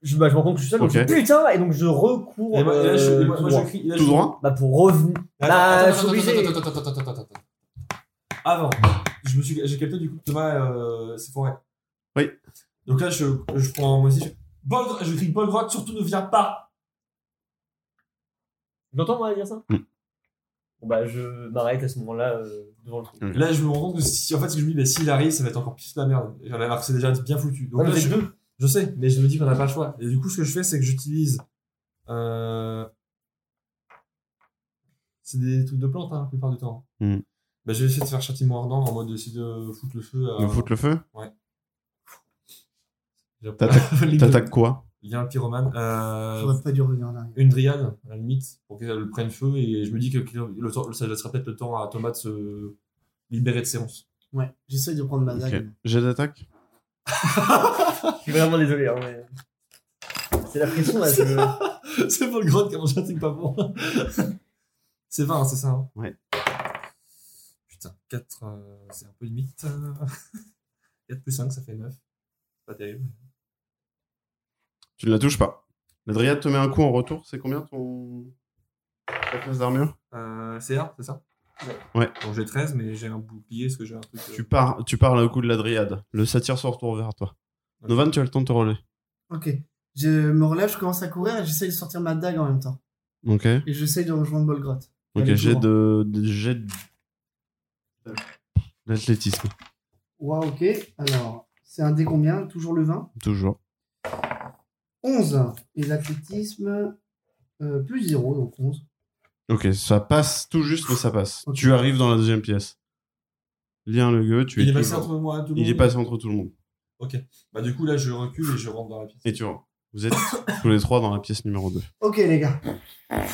Speaker 2: je, bah, je me rends compte que je suis seul, donc
Speaker 4: Ok.
Speaker 2: je dis, putain, et donc je recours.
Speaker 3: Et moi, et là, je-
Speaker 2: euh,
Speaker 3: et moi-
Speaker 2: tout
Speaker 3: moi,
Speaker 2: droit.
Speaker 3: je crie. et là, je-
Speaker 4: tout droit.
Speaker 2: Bah, pour revenir.
Speaker 3: Attends,
Speaker 2: Bah,
Speaker 3: attends,
Speaker 2: je suis
Speaker 3: attends,
Speaker 2: obligé.
Speaker 3: attends, attends, attends, attends, attends, attends. Avant, je me suis, j'ai capté du coup que Thomas, euh, c'est forêt.
Speaker 4: Oui.
Speaker 3: Donc là, je, je prends moi aussi, je, bol, dro- je crie bol droite, surtout ne viens pas.
Speaker 2: J'entends, moi, dire ça
Speaker 4: Mm.
Speaker 2: Bon, bah, je m'arrête à ce moment-là euh, devant le trou.
Speaker 3: Et là, je me rends compte que si, en fait, ce que je me dis, bah, s'il arrive, ça va être encore plus la merde. Et on a marqué déjà bien foutu. Donc
Speaker 2: Ah, mais
Speaker 3: là,
Speaker 2: vous
Speaker 3: je,
Speaker 2: êtes
Speaker 3: je sais, mais je me dis qu'on n'a pas le choix. Et du coup, ce que je fais, c'est que j'utilise, euh, c'est des trucs de plantes, hein, la plupart du temps.
Speaker 4: Hmm.
Speaker 3: Bah, je vais essayer de faire châtiment ardent en mode d'essayer de foutre le feu. à-
Speaker 4: De foutre le feu
Speaker 3: J'ai-
Speaker 4: T'attaques-
Speaker 3: Ligue de-
Speaker 4: T'attaques quoi
Speaker 3: Il y a un pyromane. Euh,
Speaker 1: J'aurais pas dû revenir en arrière.
Speaker 3: une dryade, à la limite, pour qu'elle prenne feu. Et je me dis que que le temps- ça laissera peut-être le temps à Thomas de se libérer de ses ronces.
Speaker 1: Ouais, j'essaie de prendre ma dague.
Speaker 4: Ok. J'ai d'attaque
Speaker 2: Je suis vraiment désolé, hein, mais. C'est la pression, là, je.
Speaker 3: c'est pour le grotte comment j'attaque pas bon. c'est 20, hein, c'est ça hein
Speaker 4: Ouais.
Speaker 3: Putain, 4, c'est un peu limite. 4 plus 5, ça fait 9. Pas terrible.
Speaker 4: Tu ne la touches pas. La dryade te met un coup en retour. C'est combien ton. ta classe d'armure
Speaker 3: Euh, c'est R, c'est ça
Speaker 4: Ouais.
Speaker 3: Donc j'ai 13, mais j'ai un bouclier, est-ce que j'ai un truc. euh,
Speaker 4: tu, pars, tu parles au coup de la dryade. Le satyre se retourne vers toi.
Speaker 3: Ok.
Speaker 4: Novan, tu as le temps de te relever.
Speaker 1: Ok. Je me relève, je commence à courir et j'essaie de sortir ma dague en même temps.
Speaker 4: Ok.
Speaker 1: Et j'essaie de rejoindre Bolgrot.
Speaker 4: Ok,
Speaker 1: Allez,
Speaker 4: j'ai
Speaker 1: tout droit.
Speaker 4: de. de- J'ai de. L'athlétisme,
Speaker 1: Ouah, ok. Alors, c'est un dé combien Toujours le 20
Speaker 4: toujours.
Speaker 1: 11. Et l'athlétisme, euh, plus 0, donc 11.
Speaker 4: Ok, ça passe tout juste, mais ça passe.
Speaker 1: Ok.
Speaker 4: Tu arrives dans la deuxième pièce. Lien le gueux, tu
Speaker 3: Il
Speaker 4: es
Speaker 3: est passé
Speaker 4: toujours-
Speaker 3: entre moi et tout le
Speaker 4: Il est
Speaker 3: monde
Speaker 4: passé entre tout le monde.
Speaker 3: Bah, du coup, là, je recule et je rentre dans la pièce.
Speaker 4: Et tu vois, vous êtes tous les trois dans la pièce numéro 2.
Speaker 1: Ok, les gars.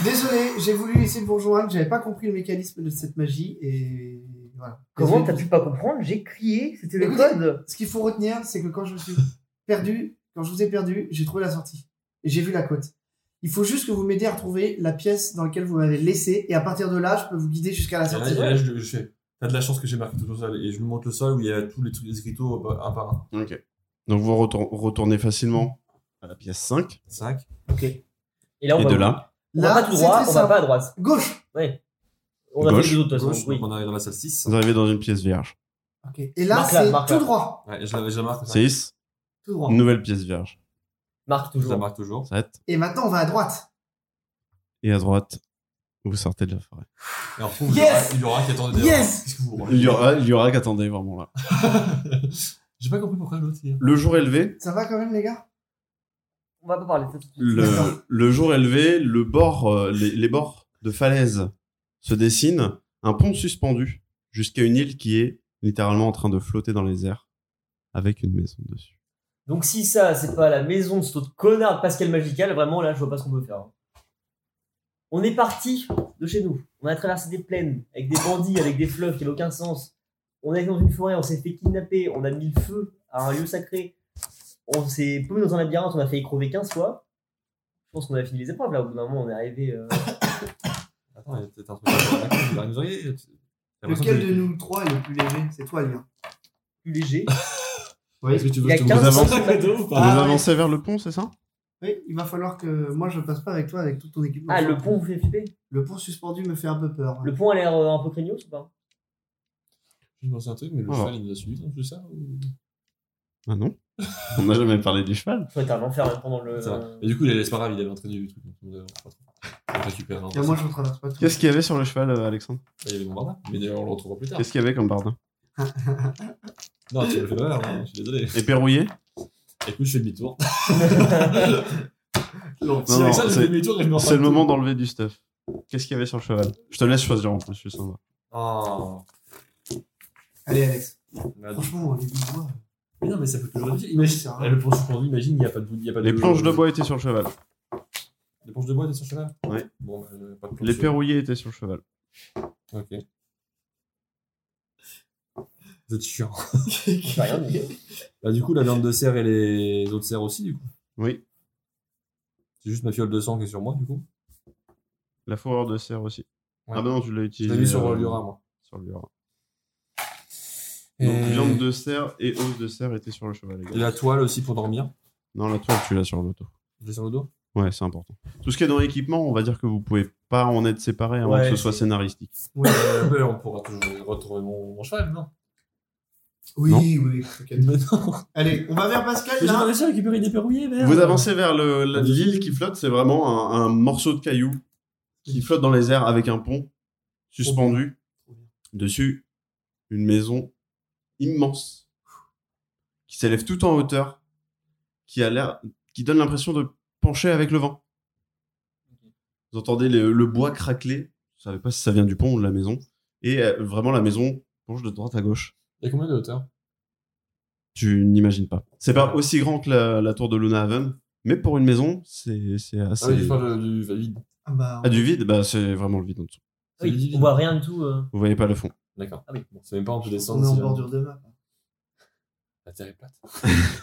Speaker 1: Désolé, j'ai voulu essayer de vous rejoindre. J'avais pas compris le mécanisme de cette magie. Et voilà.
Speaker 2: Comment
Speaker 1: Désolé.
Speaker 2: t'as pu pas comprendre J'ai crié, c'était le
Speaker 1: Écoutez,
Speaker 2: code.
Speaker 1: Ce qu'il faut retenir, c'est que quand je me suis perdu, quand je vous ai perdu, j'ai trouvé la sortie. Et j'ai vu la côte. Il faut juste que vous m'aidiez à retrouver la pièce dans laquelle vous m'avez laissé, et à partir de là, je peux vous guider jusqu'à la
Speaker 3: Et là,
Speaker 1: sortie.
Speaker 3: et là, je, je fais. T'as de la chance que j'ai marqué tout au sol et je lui montre le sol où il y a tous les trucs les écriteaux euh, un par un.
Speaker 4: Ok. Donc vous retour- retournez facilement à la pièce 5.
Speaker 3: 5.
Speaker 2: Et là, on
Speaker 4: et
Speaker 2: va,
Speaker 4: de là,
Speaker 2: on va pas tout
Speaker 1: c'est
Speaker 2: droit,
Speaker 1: très
Speaker 2: on va
Speaker 1: simple.
Speaker 2: pas à droite.
Speaker 1: Gauche.
Speaker 2: On a
Speaker 4: Gauche,
Speaker 2: fait les autres, de toute
Speaker 3: Gauche,
Speaker 2: façon. Oui.
Speaker 3: donc on arrive dans la salle 6.
Speaker 4: vous arrivez dans une pièce vierge.
Speaker 1: Ok. Et là,
Speaker 2: Marque là,
Speaker 1: c'est
Speaker 2: marque
Speaker 1: tout
Speaker 2: là.
Speaker 1: droit.
Speaker 3: Ouais, je la, je la marque. Je
Speaker 4: 6.
Speaker 1: Tout droit.
Speaker 4: Nouvelle pièce vierge.
Speaker 2: Marque
Speaker 3: la
Speaker 2: toujours.
Speaker 3: marque toujours.
Speaker 4: 7.
Speaker 1: Et maintenant, on va à droite.
Speaker 4: Et à droite, vous sortez de la forêt.
Speaker 3: Et on retrouve
Speaker 1: Yes
Speaker 3: il y aura qui attend
Speaker 1: Yes
Speaker 3: Qu'est-ce que vous
Speaker 4: Il y aura, il y aura qu'attendez vraiment là.
Speaker 3: J'ai pas compris pourquoi l'autre. il-
Speaker 4: Le jour est levé,
Speaker 1: Ça va quand même, les gars
Speaker 2: On va pas parler de ça tout de suite.
Speaker 4: le, le jour est levé, le bord, euh, les, les bords de falaise se dessinent, un pont suspendu jusqu'à une île qui est littéralement en train de flotter dans les airs avec une maison dessus.
Speaker 2: Donc si ça, c'est pas la maison de cet autre connard de Pascal Magical, vraiment là, je vois pas ce qu'on peut faire. hein. On est parti de chez nous. On a traversé des plaines avec des bandits, avec des fleuves qui n'avaient aucun sens. On est dans une forêt, on s'est fait kidnapper, on a mis le feu à un lieu sacré. On s'est paumé dans un labyrinthe, on a failli crever 15 fois. Je pense qu'on a fini les épreuves là. Au bout d'un moment, on est arrivé. euh,
Speaker 3: Attends, il y a peut-être un truc. à faire. Il va nous envoyer. euh, J'ai l'impression
Speaker 1: Lequel
Speaker 3: que-
Speaker 1: de nous trois est le plus léger C'est toi, Lien.
Speaker 2: plus léger.
Speaker 1: Oui.
Speaker 3: Est-ce que tu
Speaker 2: Il
Speaker 3: veux
Speaker 2: y a
Speaker 3: que je te
Speaker 2: 15
Speaker 3: montre-
Speaker 2: cm.
Speaker 4: Vous
Speaker 1: Ah, oui.
Speaker 4: avancez vers le pont, c'est ça
Speaker 1: Oui, il va falloir que moi je passe pas avec toi avec tout ton équipement.
Speaker 2: Ah, le pont vous fait flipper
Speaker 1: Le pont suspendu me fait un peu peur.
Speaker 2: Le pont a l'air euh, un peu craignos ou pas
Speaker 3: Je pense à un truc, mais le
Speaker 4: Alors.
Speaker 3: cheval il nous a suivi dans tout ça. ou-
Speaker 4: Ah non On n'a jamais parlé du cheval.
Speaker 2: Ça aurait été un enfer même pendant le.
Speaker 3: Ça va. Et du coup, il est- c'est pas grave, il avait entraîné le truc. donc On a- on récupère un.
Speaker 1: Et moi je traverse pas tout.
Speaker 4: Qu'est-ce qu'il y avait sur le cheval, euh, Alexandre
Speaker 3: Il y avait mon barda, mais d'ailleurs, on le retrouvera plus tard.
Speaker 4: Qu'est-ce qu'il y avait comme barde
Speaker 3: Non, tu me fais mal, hein, je suis désolé.
Speaker 4: Et Pérouillé
Speaker 3: Écoute, je fais demi-tour.
Speaker 4: Non,
Speaker 3: Si avec ça, je
Speaker 4: non, c'est-
Speaker 3: fais demi-tour et je me rends
Speaker 4: C'est le
Speaker 3: compte.
Speaker 4: moment d'enlever du stuff. Qu'est-ce qu'il y avait sur le cheval Je te laisse choisir en plus, je suis sympa.
Speaker 3: Ah,
Speaker 1: Allez Alex.
Speaker 3: merde.
Speaker 1: Franchement, les bouts de bois.
Speaker 3: Mais non, mais ça peut toujours être dit.
Speaker 1: ça
Speaker 3: Imagine,
Speaker 1: sert à
Speaker 3: eh,
Speaker 1: rien.
Speaker 3: le planche suspendu, imagine, il n'y a pas de bout. il y a pas
Speaker 4: Les
Speaker 3: de-
Speaker 4: planches de bois étaient sur le cheval.
Speaker 3: Les planches de bois, t'es sur cheval
Speaker 4: Ouais.
Speaker 3: Bon, bah, euh, pas de planche
Speaker 4: Les
Speaker 3: sur-
Speaker 4: Pérouillés étaient sur le cheval.
Speaker 3: Ok. Vous êtes chiant.
Speaker 2: On fait rien, mais-
Speaker 3: Bah, du coup, la viande de cerf et les autres cerfs aussi, du coup.
Speaker 4: Oui.
Speaker 3: C'est juste ma fiole de sang qui est sur moi, du coup.
Speaker 4: La fourrure de cerf aussi.
Speaker 3: Ouais.
Speaker 4: Ah bah non, tu l'as
Speaker 3: Je
Speaker 4: utilisé.
Speaker 3: l'ai mis sur
Speaker 4: euh,
Speaker 3: euh, Lyra, moi.
Speaker 4: Sur Lyra.
Speaker 3: Et...
Speaker 4: Donc viande de cerf et os de cerf étaient sur le cheval, les
Speaker 3: et
Speaker 4: gars.
Speaker 3: la toile aussi pour dormir.
Speaker 4: Non, la toile, tu l'as sur l'auto.
Speaker 3: Je l'ai sur le dos.
Speaker 4: Ouais, c'est important. Tout ce qui est dans l'équipement, on va dire que vous pouvez pas en être séparé avant
Speaker 2: Ouais,
Speaker 4: que ce soit scénaristique.
Speaker 3: Ouais, euh, mais on pourra toujours retrouver mon, mon cheval, non
Speaker 1: Oui,
Speaker 4: Non.
Speaker 1: oui, t'inquiète.
Speaker 3: Mais non
Speaker 1: Allez, on va vers Pascal
Speaker 3: J'ai pas
Speaker 1: là.
Speaker 3: réussi à récupérer des verrouillés, merde
Speaker 4: Vous avancez vers le- la- l'île qui flotte, c'est vraiment un, un morceau de caillou qui flotte dans les airs avec un pont suspendu. Dessus, une maison immense qui s'élève tout en hauteur, qui a l'air, qui donne l'impression de pencher avec le vent. Vous entendez le, le bois craqueler. Vous savez pas si ça vient du pont ou de la maison. Et euh, vraiment, la maison penche de droite à gauche.
Speaker 3: Il y a combien de hauteur
Speaker 4: Tu n'imagines pas. C'est pas aussi grand que la, la tour de Lunahaven, mais pour une maison, c'est c'est assez.
Speaker 3: Ah oui, je parle du du vide.
Speaker 1: Ah bah,
Speaker 4: Ah, du vide, bah, c'est vraiment le vide en dessous.
Speaker 3: C'est
Speaker 2: Oui,
Speaker 3: vide.
Speaker 2: on voit rien du tout. euh.
Speaker 4: Vous voyez pas le fond.
Speaker 3: D'accord.
Speaker 2: Ah oui.
Speaker 3: Bon, c'est même pas on peut
Speaker 1: on
Speaker 3: descendre.
Speaker 1: est en
Speaker 3: si, euh,
Speaker 1: bordure de map. hein.
Speaker 3: La terre est plate.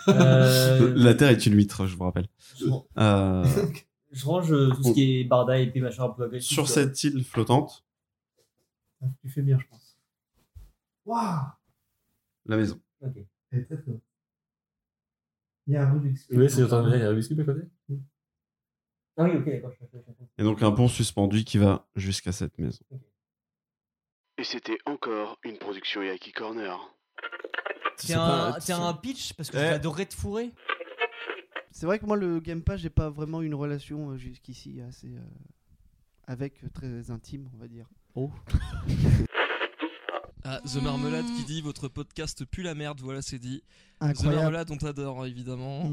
Speaker 2: Euh,
Speaker 4: La Terre est une huître, je vous rappelle.
Speaker 2: je, ran-
Speaker 4: Euh,
Speaker 2: je range euh, tout ce qui est barda, épée, machin, un peu agressif.
Speaker 4: sur
Speaker 2: quoi.
Speaker 4: cette île flottante,
Speaker 1: Tu fais bien, je pense. Waouh
Speaker 4: la maison.
Speaker 1: Elle est très, très haute. Il y a un Rubik's.
Speaker 3: Oui, c'est en train de dire, il y a un biscuit à côté
Speaker 2: Ah oui, ok, d'accord. je- je- je comprends.
Speaker 4: Et donc un pont suspendu qui va jusqu'à cette maison.
Speaker 9: Et c'était encore une production Yaki Corner.
Speaker 11: T'es un, t'es un pitch parce que
Speaker 4: Eh.
Speaker 11: j'adorerais te fourrer.
Speaker 12: C'est vrai que moi, le Game Pass, j'ai pas vraiment une relation euh, jusqu'ici assez. euh, avec euh, très intime, on va dire.
Speaker 13: Ah, The Marmelade qui dit votre podcast pue la merde, voilà c'est dit. The
Speaker 12: Incroyable.
Speaker 13: Marmelade, on t'adore hein, évidemment.